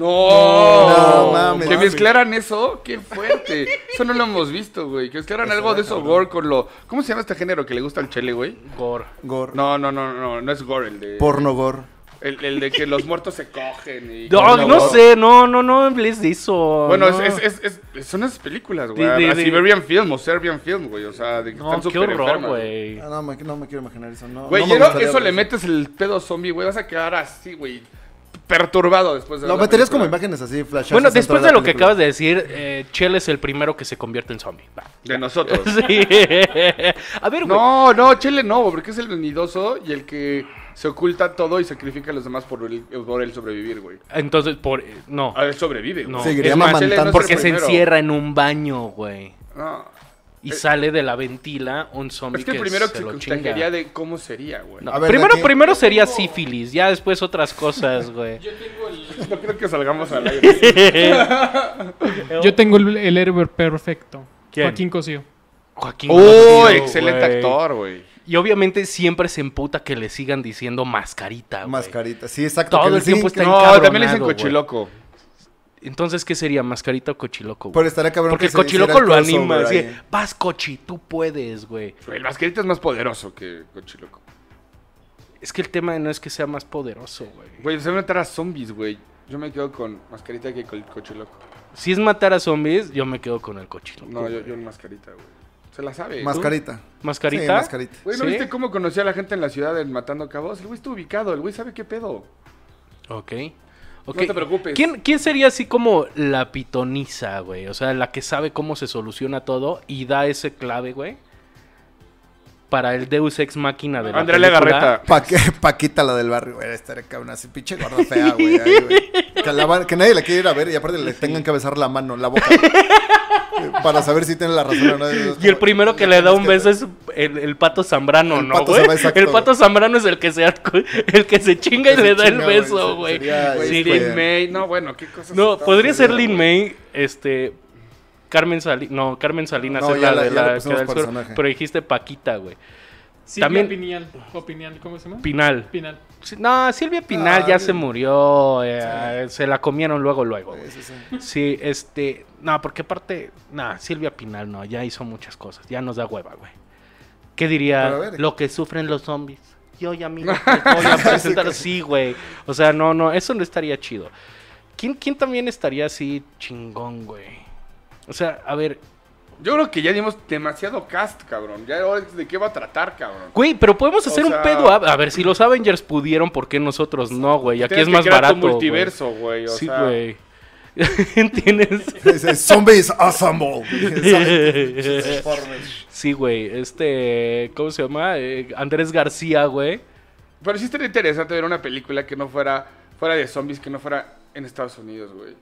[SPEAKER 1] No, mames.
[SPEAKER 3] Que
[SPEAKER 1] mames.
[SPEAKER 3] mezclaran eso, qué fuerte. Eso no lo hemos visto, güey. Que mezclaran algo de eso gore con lo. ¿Cómo se llama este género que le gusta al chele, güey?
[SPEAKER 2] Gore.
[SPEAKER 1] Gore.
[SPEAKER 3] No, no, no, no, no es gore el de.
[SPEAKER 1] Porno gore.
[SPEAKER 3] El, el de que los muertos se cogen y.
[SPEAKER 1] no,
[SPEAKER 2] No, no
[SPEAKER 1] gore.
[SPEAKER 2] sé, no, no, no hables de eso.
[SPEAKER 3] Bueno,
[SPEAKER 2] no.
[SPEAKER 3] es, es, es, es- son esas películas, güey.
[SPEAKER 2] De- de-
[SPEAKER 3] a
[SPEAKER 2] de-
[SPEAKER 3] Siberian Film o Serbian Film, güey. O sea, de que
[SPEAKER 2] No,
[SPEAKER 3] están
[SPEAKER 2] qué
[SPEAKER 3] súper
[SPEAKER 2] horror,
[SPEAKER 3] enfermas,
[SPEAKER 2] güey.
[SPEAKER 1] Ah, no, me, no me quiero imaginar eso. No,
[SPEAKER 3] Güey,
[SPEAKER 1] no
[SPEAKER 3] y
[SPEAKER 1] me
[SPEAKER 3] eso-
[SPEAKER 1] gustaría
[SPEAKER 3] eso le
[SPEAKER 1] ver
[SPEAKER 3] metes el pedo zombie, güey. Vas a quedar así, güey. Perturbado después de
[SPEAKER 1] Lo
[SPEAKER 3] ver la
[SPEAKER 1] meterías como
[SPEAKER 3] película.
[SPEAKER 1] imágenes así, flash.
[SPEAKER 2] Bueno, después de lo que acabas de decir, eh, Chell es el primero que se convierte en zombie. Va.
[SPEAKER 3] De nosotros.
[SPEAKER 2] Sí. A ver, güey.
[SPEAKER 3] No, no, Chele no, güey, porque es el venidoso y el que se oculta todo y sacrifica a los demás por el, por el sobrevivir, güey.
[SPEAKER 2] Entonces, por. eh, No.
[SPEAKER 3] A Ah, él sobrevive, güey.
[SPEAKER 2] No,
[SPEAKER 1] Seguiría
[SPEAKER 2] es más,
[SPEAKER 1] amamantando.
[SPEAKER 3] Chele no es
[SPEAKER 2] Porque
[SPEAKER 3] el
[SPEAKER 2] se
[SPEAKER 3] primero.
[SPEAKER 2] encierra en un baño, güey.
[SPEAKER 3] No.
[SPEAKER 2] Y sale de la ventila un zombie
[SPEAKER 3] Es que el primero que
[SPEAKER 2] se
[SPEAKER 3] se
[SPEAKER 2] lo chinga.
[SPEAKER 3] contagiaría de cómo sería, güey.
[SPEAKER 2] No,
[SPEAKER 1] A ver,
[SPEAKER 2] primero,
[SPEAKER 1] ¿de qué?
[SPEAKER 2] primero sería sífilis, ya después otras cosas, güey.
[SPEAKER 3] No creo que salgamos al aire.
[SPEAKER 4] Yo tengo el, el héroe perfecto.
[SPEAKER 2] ¿Quién?
[SPEAKER 4] Joaquín Cosío.
[SPEAKER 2] Joaquín
[SPEAKER 3] ¡Oh,
[SPEAKER 2] Cosío,
[SPEAKER 3] excelente
[SPEAKER 2] güey.
[SPEAKER 3] actor, güey!
[SPEAKER 2] Y obviamente siempre se emputa que le sigan diciendo
[SPEAKER 1] Ah,
[SPEAKER 2] mascarita, güey.
[SPEAKER 1] Mascarita. Sí, exacto.
[SPEAKER 2] Todo
[SPEAKER 1] que le-
[SPEAKER 2] el tiempo
[SPEAKER 1] sí,
[SPEAKER 2] está
[SPEAKER 1] que-
[SPEAKER 3] No, también le dicen
[SPEAKER 2] encabronado, güey.
[SPEAKER 3] cochiloco.
[SPEAKER 2] Entonces, ¿qué sería? ¿Mascarita o cochiloco? güey?
[SPEAKER 1] Pero estaría cabrón
[SPEAKER 2] Porque
[SPEAKER 1] que
[SPEAKER 2] el
[SPEAKER 1] se hiciera
[SPEAKER 2] cochiloco lo
[SPEAKER 1] crossover
[SPEAKER 2] anima, así,
[SPEAKER 1] ahí.
[SPEAKER 2] vas cochi, tú puedes, güey.
[SPEAKER 3] El mascarita es más poderoso que cochiloco.
[SPEAKER 2] Es que el tema no es que sea más poderoso, güey.
[SPEAKER 3] Güey, se van a entrar a zombies, güey. Yo me quedo con mascarita que con cochiloco.
[SPEAKER 2] Si es matar a zombies, yo me quedo con el cochiloco.
[SPEAKER 3] No, yo,
[SPEAKER 2] güey.
[SPEAKER 3] yo en mascarita, güey. Se la sabe.
[SPEAKER 1] Mascarita.
[SPEAKER 2] ¿Mascarita?
[SPEAKER 1] Sí, mascarita.
[SPEAKER 3] Güey, ¿no
[SPEAKER 2] ¿Sí?
[SPEAKER 3] viste cómo conocía a la gente en la ciudad en Matando Cabos? El güey está ubicado, el güey sabe qué pedo.
[SPEAKER 2] Ok. Ok.
[SPEAKER 3] No te preocupes.
[SPEAKER 2] ¿Quién, quién sería así como la pitoniza, güey? O sea, la que sabe cómo se soluciona todo y da ese clave, güey. Para el Deus Ex Máquina de la
[SPEAKER 3] Andrea
[SPEAKER 2] película.
[SPEAKER 3] Legarreta.
[SPEAKER 1] Pa- Paquita, la del barrio, güey. Estaría cabrón así, pinche gorda fea, güey. ahí, güey. Que, la van- que nadie la quiere ir a ver y aparte le tengan que besar la mano, la boca. eh, para saber si tiene la razón o no. Es
[SPEAKER 2] Y el
[SPEAKER 1] como-
[SPEAKER 2] primero que le da un
[SPEAKER 1] es que-
[SPEAKER 2] beso es el, el pato Zambrano,
[SPEAKER 1] El
[SPEAKER 2] ¿no,
[SPEAKER 1] Pato
[SPEAKER 2] güey?
[SPEAKER 1] Zambrano, exacto,
[SPEAKER 2] El pato Zambrano es el que se, acu- el que se chinga y
[SPEAKER 1] Que se
[SPEAKER 2] le da
[SPEAKER 1] chinga,
[SPEAKER 2] el
[SPEAKER 1] güey, se-
[SPEAKER 2] beso, güey.
[SPEAKER 1] sería,
[SPEAKER 3] Güey,
[SPEAKER 2] Sí,
[SPEAKER 1] este, pues,
[SPEAKER 2] Lin
[SPEAKER 3] Lin May, no, bueno, qué cosas.
[SPEAKER 2] No,
[SPEAKER 3] estamos
[SPEAKER 2] podría ser
[SPEAKER 3] haciendo?
[SPEAKER 2] Lin May, este. Carmen Salinas, no, Carmen Salinas
[SPEAKER 1] No,
[SPEAKER 2] es
[SPEAKER 1] ya
[SPEAKER 2] la
[SPEAKER 1] la-
[SPEAKER 2] de
[SPEAKER 1] ya le
[SPEAKER 2] la que
[SPEAKER 1] pusimos
[SPEAKER 2] da el suero,
[SPEAKER 1] personaje.
[SPEAKER 2] pero dijiste Paquita, güey. También-
[SPEAKER 4] También Pinial. O Pinial, ¿cómo se llama?
[SPEAKER 2] Pinal.
[SPEAKER 4] Pinal.
[SPEAKER 2] Sí, No, Silvia Pinal
[SPEAKER 1] Ah,
[SPEAKER 2] ya
[SPEAKER 1] bien.
[SPEAKER 2] se murió, eh, se la comieron luego, luego. güey.
[SPEAKER 1] Sí, sí, sí.
[SPEAKER 3] Eh.
[SPEAKER 2] Sí, este, no, porque aparte, nah, Silvia Pinal no, ya hizo muchas cosas, ya nos da hueva, güey. ¿Qué
[SPEAKER 1] Pero a
[SPEAKER 2] diría
[SPEAKER 1] ver.
[SPEAKER 2] lo que sufren los zombies? Yo ya mí les voy a presentar, sí, güey. O sea, no, no, eso no estaría chido. ¿Quién, quién también estaría así chingón, güey? O sea, a ver,
[SPEAKER 3] Yo creo que ya dimos demasiado cast, cabrón. Ya ahora de qué va a tratar, cabrón.
[SPEAKER 2] güey, pero podemos
[SPEAKER 3] O
[SPEAKER 2] hacer un
[SPEAKER 3] sea-
[SPEAKER 2] pedo. A, a ver, si los Avengers pudieron, ¿por qué nosotros no, güey? Aquí es
[SPEAKER 3] Tienes que
[SPEAKER 2] más
[SPEAKER 3] crear tu
[SPEAKER 2] barato. güey.
[SPEAKER 3] multiverso, güey. o
[SPEAKER 2] Sí,
[SPEAKER 3] sea,
[SPEAKER 2] güey. ¿Entiendes?
[SPEAKER 1] Dice, Zombies assemble. Transformers.
[SPEAKER 2] Sí, güey. Este. ¿Cómo se llama? Eh, Andrés García, güey.
[SPEAKER 3] Pero sí estaría interesante ver una película que no fuera fuera de zombies, que no fuera en Estados Unidos, güey.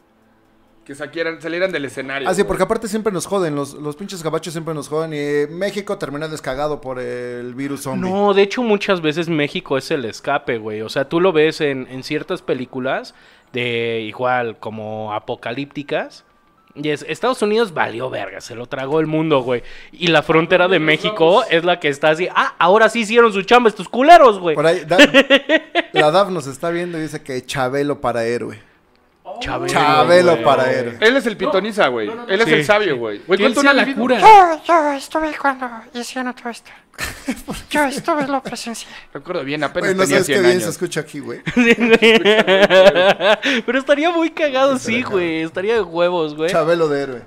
[SPEAKER 3] Que saquieran- salieran del escenario.
[SPEAKER 1] Ah, sí,
[SPEAKER 3] güey.
[SPEAKER 1] porque aparte siempre nos joden, los, los pinches gabachos siempre nos joden y eh, México terminó descagado por el virus zombie.
[SPEAKER 2] No, de hecho, muchas veces México es el escape, güey. O sea, tú lo ves en, en ciertas películas de igual, como apocalípticas. Y es, Estados Unidos valió verga, se lo tragó el mundo, güey. Y la frontera de
[SPEAKER 3] Nos
[SPEAKER 2] México
[SPEAKER 3] vamos.
[SPEAKER 2] es la que está así. Ah, ahora sí hicieron su chamba estos culeros, güey.
[SPEAKER 1] Por ahí, Da- la DAF nos está viendo y dice que Chabelo para héroe.
[SPEAKER 2] Chabelo,
[SPEAKER 1] Chabelo
[SPEAKER 2] güey.
[SPEAKER 1] para héroe.
[SPEAKER 3] Él es el pitoniza, güey. Él es
[SPEAKER 2] Sí,
[SPEAKER 3] el sabio, güey. Güey,
[SPEAKER 4] Que él
[SPEAKER 3] ¿cuánto
[SPEAKER 4] sea
[SPEAKER 3] no
[SPEAKER 4] la
[SPEAKER 3] vivido?
[SPEAKER 4] cura.
[SPEAKER 5] Yo, yo estuve cuando hicieron todo esto. Yo estuve y lo presencié.
[SPEAKER 3] Recuerdo bien, apenas
[SPEAKER 1] Güey, no
[SPEAKER 3] tenía
[SPEAKER 1] sabes qué
[SPEAKER 3] 100
[SPEAKER 1] bien
[SPEAKER 3] años.
[SPEAKER 1] se escucha aquí, güey.
[SPEAKER 2] Pero estaría muy cagado, sí, güey. Estaría de huevos, güey.
[SPEAKER 1] Chabelo de héroe.
[SPEAKER 2] ¿Eh?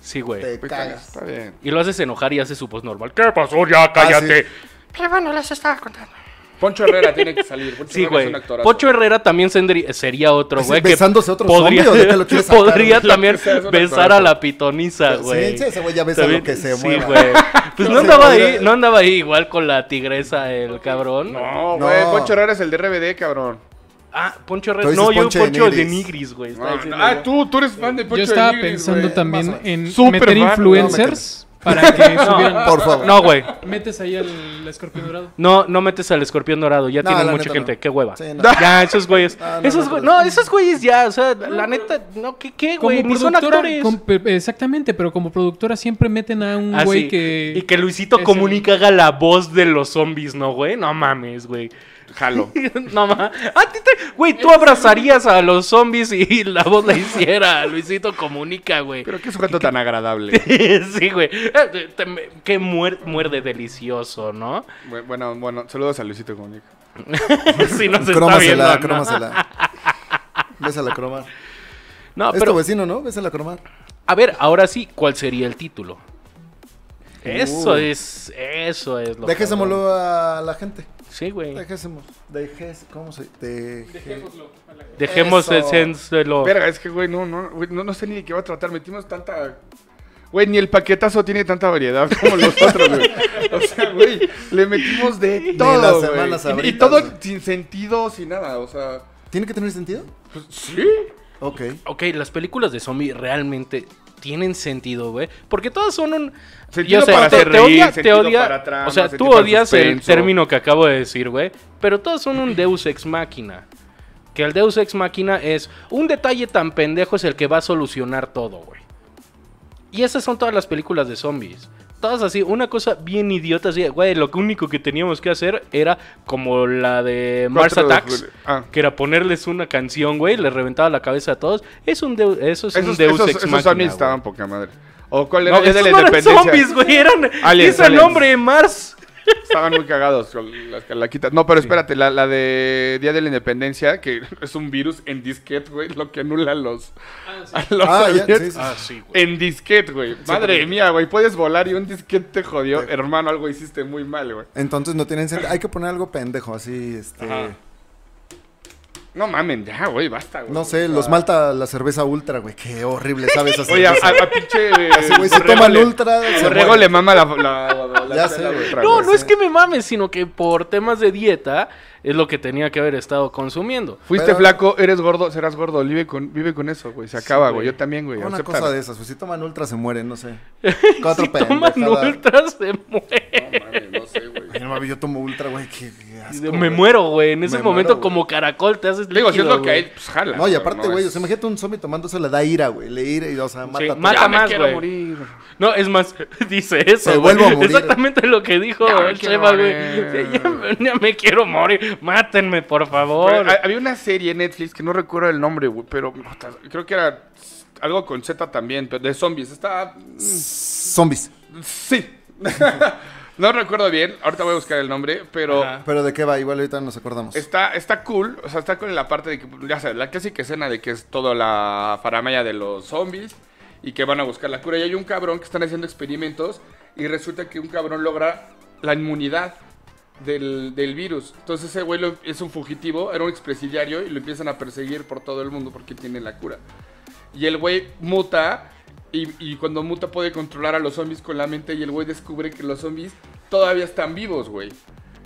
[SPEAKER 2] Sí, güey.
[SPEAKER 1] Te
[SPEAKER 3] Güey,
[SPEAKER 1] cagas.
[SPEAKER 3] Está bien.
[SPEAKER 2] Y lo haces enojar y hace su voz normal. ¿Qué pasó?
[SPEAKER 1] Ah,
[SPEAKER 2] Ya, cállate.
[SPEAKER 5] Pero bueno, les estaba contando.
[SPEAKER 3] Poncho Herrera tiene que salir. Poncho
[SPEAKER 2] sí,
[SPEAKER 3] Herrera es
[SPEAKER 2] güey.
[SPEAKER 3] un actorazo.
[SPEAKER 2] Pocho Herrera también sendría- sería otro,
[SPEAKER 1] ¿Así,
[SPEAKER 2] güey. que
[SPEAKER 1] Ah, besándose a otro zombie o de qué lo quieres sacar,
[SPEAKER 2] Podría
[SPEAKER 1] güey?
[SPEAKER 2] también
[SPEAKER 3] Lo que sea, es un
[SPEAKER 2] besar
[SPEAKER 3] actorazo.
[SPEAKER 2] a la pitoniza,
[SPEAKER 1] Ah, Sí,
[SPEAKER 2] güey.
[SPEAKER 1] sí, ese güey ya besa
[SPEAKER 2] También-
[SPEAKER 1] lo que se
[SPEAKER 2] sí,
[SPEAKER 1] mueva.
[SPEAKER 2] güey. Pues no
[SPEAKER 1] No,
[SPEAKER 2] andaba
[SPEAKER 1] se
[SPEAKER 2] ahí,
[SPEAKER 1] podría-
[SPEAKER 2] no andaba ahí igual con la tigresa el cabrón.
[SPEAKER 3] No,
[SPEAKER 1] No.
[SPEAKER 3] güey. Poncho Herrera es el de RBD, cabrón.
[SPEAKER 2] Ah, Poncho Herrera.
[SPEAKER 1] Tú dices
[SPEAKER 2] No, yo
[SPEAKER 1] Poncho de
[SPEAKER 2] Poncho de
[SPEAKER 1] Nigris.
[SPEAKER 2] Nigris, güey.
[SPEAKER 3] No,
[SPEAKER 2] estaba diciendo,
[SPEAKER 3] no. Ah,
[SPEAKER 2] güey.
[SPEAKER 3] tú, tú eres fan de Poncho
[SPEAKER 4] Yo estaba
[SPEAKER 3] de Nigris,
[SPEAKER 4] pensando
[SPEAKER 3] güey.
[SPEAKER 4] también
[SPEAKER 1] Más o
[SPEAKER 4] en
[SPEAKER 3] Súper
[SPEAKER 4] meter
[SPEAKER 3] mal,
[SPEAKER 4] influencers para que subieran.
[SPEAKER 1] Por favor.
[SPEAKER 2] No, güey.
[SPEAKER 4] Metes ahí al escorpión dorado.
[SPEAKER 2] No, no metes al escorpión dorado. Ya
[SPEAKER 1] No,
[SPEAKER 2] tiene
[SPEAKER 1] la
[SPEAKER 2] mucha
[SPEAKER 1] neta
[SPEAKER 2] gente.
[SPEAKER 1] no.
[SPEAKER 2] Qué hueva.
[SPEAKER 1] Sí, no.
[SPEAKER 2] Ya, esos güeyes.
[SPEAKER 1] Ah, no,
[SPEAKER 2] esos
[SPEAKER 1] no,
[SPEAKER 2] güey-
[SPEAKER 1] no,
[SPEAKER 2] no, esos güeyes ya. O sea, la neta, no, ¿qué, qué
[SPEAKER 4] Como
[SPEAKER 2] güey? Ni son
[SPEAKER 4] productora,
[SPEAKER 2] actores.
[SPEAKER 4] com- pe- exactamente, pero como productora siempre meten a un
[SPEAKER 2] Ah,
[SPEAKER 4] güey
[SPEAKER 2] sí.
[SPEAKER 4] que...
[SPEAKER 2] Y que Luisito
[SPEAKER 4] es el-
[SPEAKER 2] Comunica haga la voz de los zombies, ¿no, güey? No mames, güey.
[SPEAKER 3] Jalo.
[SPEAKER 2] No mames. Güey, tú abrazarías a los zombies y la voz la hiciera Luisito Comunica, güey.
[SPEAKER 3] Pero qué sujeto tan agradable.
[SPEAKER 2] Sí, güey. Eh, te- te- Qué muer- muerde delicioso, ¿no?
[SPEAKER 3] Bu- Bueno, bueno, saludos a Luisito Comunica.
[SPEAKER 2] si no se está viendo.
[SPEAKER 1] Crómasela,
[SPEAKER 2] ¿no?
[SPEAKER 1] crómasela. Bésala cromar.
[SPEAKER 2] No,
[SPEAKER 1] es
[SPEAKER 2] Ah, pero
[SPEAKER 1] tu vecino, ¿no? Bésala cromar.
[SPEAKER 2] A ver, ahora sí, ¿cuál sería el título? Eso
[SPEAKER 1] Uh.
[SPEAKER 2] es, eso es lo cabrón.
[SPEAKER 1] Dejésemoslo a la gente.
[SPEAKER 2] Sí, güey.
[SPEAKER 1] Dejésemos. Dejes, ¿Cómo se? Deje...
[SPEAKER 2] Dejemos
[SPEAKER 1] Eso.
[SPEAKER 2] escénselo.
[SPEAKER 3] Verga, es que, güey, no, no, güey, no, no sé ni de qué va a tratar. Metimos tanta. Güey, ni el paquetazo tiene tanta variedad como los otros, güey. O sea, güey, le metimos de
[SPEAKER 1] las
[SPEAKER 3] todo,
[SPEAKER 1] semanas
[SPEAKER 3] güey. Y- Y,
[SPEAKER 1] sabritas,
[SPEAKER 3] todo
[SPEAKER 1] güey.
[SPEAKER 3] sin sentido, sin nada, o sea.
[SPEAKER 1] ¿Tiene que tener sentido?
[SPEAKER 3] Pues, sí.
[SPEAKER 1] Ok.
[SPEAKER 2] Ok, las películas de zombie realmente tienen sentido, güey. Porque todas son un...
[SPEAKER 3] Sentido
[SPEAKER 2] Yo sé,
[SPEAKER 3] para
[SPEAKER 2] te-
[SPEAKER 3] hacer
[SPEAKER 2] te
[SPEAKER 3] reír,
[SPEAKER 2] odia- te
[SPEAKER 3] sentido
[SPEAKER 2] odia-
[SPEAKER 3] para trama,
[SPEAKER 2] O sea,
[SPEAKER 3] sentido
[SPEAKER 2] tú
[SPEAKER 3] para
[SPEAKER 2] odias el
[SPEAKER 3] suspenso.
[SPEAKER 2] término que acabo de decir, güey. Pero todas son un deus ex machina. Que el deus ex machina es... Un detalle tan pendejo es el que va a solucionar todo, güey. Y esas son todas las películas de zombies. Todas así, una cosa bien idiota, así, de, güey, lo único que teníamos que hacer era como la de Mars
[SPEAKER 3] Cuatro de
[SPEAKER 2] Attacks,
[SPEAKER 3] julio. Ah.
[SPEAKER 2] que era ponerles una canción, güey, les reventaba la cabeza a todos. Es un deu- eso es un
[SPEAKER 3] Esos,
[SPEAKER 2] Deus
[SPEAKER 3] esos,
[SPEAKER 2] Ex
[SPEAKER 3] esos
[SPEAKER 2] Machina,
[SPEAKER 3] zombies
[SPEAKER 2] güey.
[SPEAKER 3] estaban poca madre. O cuál era
[SPEAKER 2] No,
[SPEAKER 3] el día de
[SPEAKER 2] esos
[SPEAKER 3] la
[SPEAKER 2] no eran
[SPEAKER 3] independencia.
[SPEAKER 2] zombies, güey, eran...
[SPEAKER 3] Aliens,
[SPEAKER 2] hizo el
[SPEAKER 3] aliens.
[SPEAKER 2] nombre Mars.
[SPEAKER 3] Estaban muy cagados con las calaquitas. No, pero espérate, la, la de Día de la Independencia, que es un virus en disquete, güey, lo que anula a los, a los
[SPEAKER 1] Ah, ya,
[SPEAKER 3] aliens.
[SPEAKER 1] sí, sí.
[SPEAKER 2] sí, güey.
[SPEAKER 1] Pues,
[SPEAKER 3] En disquete, güey. Madre mía, güey. Puedes volar y un disquete te jodió. Hermano, algo hiciste muy mal, güey.
[SPEAKER 1] Entonces no tienen sentido. Hay que poner algo pendejo, así, este...
[SPEAKER 3] Ajá. No mamen, ya, güey, basta, güey.
[SPEAKER 1] No sé, los malta la cerveza ultra, güey. Qué horrible, ¿sabes? Esa
[SPEAKER 3] Oye, a,
[SPEAKER 1] cerveza.
[SPEAKER 3] a- a pinche.
[SPEAKER 1] Ese güey se
[SPEAKER 3] borrego
[SPEAKER 1] toma el
[SPEAKER 3] le-
[SPEAKER 1] ultra. se
[SPEAKER 3] Borrego
[SPEAKER 1] muere.
[SPEAKER 3] le mama la. la, la- la-
[SPEAKER 1] Ya
[SPEAKER 3] la-
[SPEAKER 1] sé,
[SPEAKER 3] la
[SPEAKER 1] güey.
[SPEAKER 3] ultra,
[SPEAKER 2] No,
[SPEAKER 3] güey.
[SPEAKER 2] no es que me mames, sino que por temas de dieta, es lo que tenía que haber estado consumiendo.
[SPEAKER 3] Fuiste
[SPEAKER 1] Pero-
[SPEAKER 3] flaco, eres gordo, serás gordo. Vive con, vive con eso, güey. Se acaba,
[SPEAKER 2] güey.
[SPEAKER 3] güey. Yo también, güey.
[SPEAKER 1] Una
[SPEAKER 3] acéptalo.
[SPEAKER 1] cosa de esas, pues si toman ultra se mueren, no sé. Cuatro
[SPEAKER 2] Si toman
[SPEAKER 1] pendejadas.
[SPEAKER 2] ultra, se muere.
[SPEAKER 1] Ay, no mames, yo tomo ultra, güey, qué, qué asco,
[SPEAKER 2] Me
[SPEAKER 1] güey.
[SPEAKER 2] muero, güey. En ese
[SPEAKER 1] Me
[SPEAKER 2] momento,
[SPEAKER 1] muero, güey.
[SPEAKER 2] como caracol, te haces.
[SPEAKER 3] Digo, si es
[SPEAKER 2] líquido,
[SPEAKER 3] lo que
[SPEAKER 2] güey.
[SPEAKER 3] hay, pues jala.
[SPEAKER 1] No, y aparte, güey,
[SPEAKER 3] es-
[SPEAKER 1] o sea, imagínate un zombie tomando eso, le da ira, güey. Le ira y, o sea, mata a todo.
[SPEAKER 2] mata
[SPEAKER 3] Ya me
[SPEAKER 2] más,
[SPEAKER 3] quiero
[SPEAKER 2] güey.
[SPEAKER 3] morir.
[SPEAKER 2] No, es más, dice eso.
[SPEAKER 1] Me
[SPEAKER 2] güey.
[SPEAKER 1] vuelvo a morir.
[SPEAKER 2] Exactamente lo que dijo
[SPEAKER 3] Ya me
[SPEAKER 2] el
[SPEAKER 3] quiero
[SPEAKER 2] Chema, güey.
[SPEAKER 3] morir.
[SPEAKER 2] Sí, Ya, me- ya me quiero morir. Mátenme, por favor.
[SPEAKER 3] Pero, ah, ha- había una serie en Netflix que no recuerdo el nombre, güey, pero puta, creo que era algo con Z también, pero de zombies. Está.
[SPEAKER 1] Zombies.
[SPEAKER 3] Sí. no recuerdo bien. Ahorita voy a buscar el nombre, pero.
[SPEAKER 2] Ajá.
[SPEAKER 1] Pero de qué va, igual ahorita nos acordamos.
[SPEAKER 3] Está, está cool, o sea, está cool en la parte de que, ya sabes, la clásica escena de que es toda la faramaya de los zombies y que van a buscar la cura. Y hay un cabrón que están haciendo experimentos y resulta que un cabrón logra la inmunidad del, del virus. Entonces ese güey lo- es un fugitivo, era un expresidiario y lo empiezan a perseguir por todo el mundo porque tiene la cura. Y el güey muta. Y, y cuando muta puede controlar a los zombies con la mente. Y el güey descubre que los zombies todavía están vivos, güey.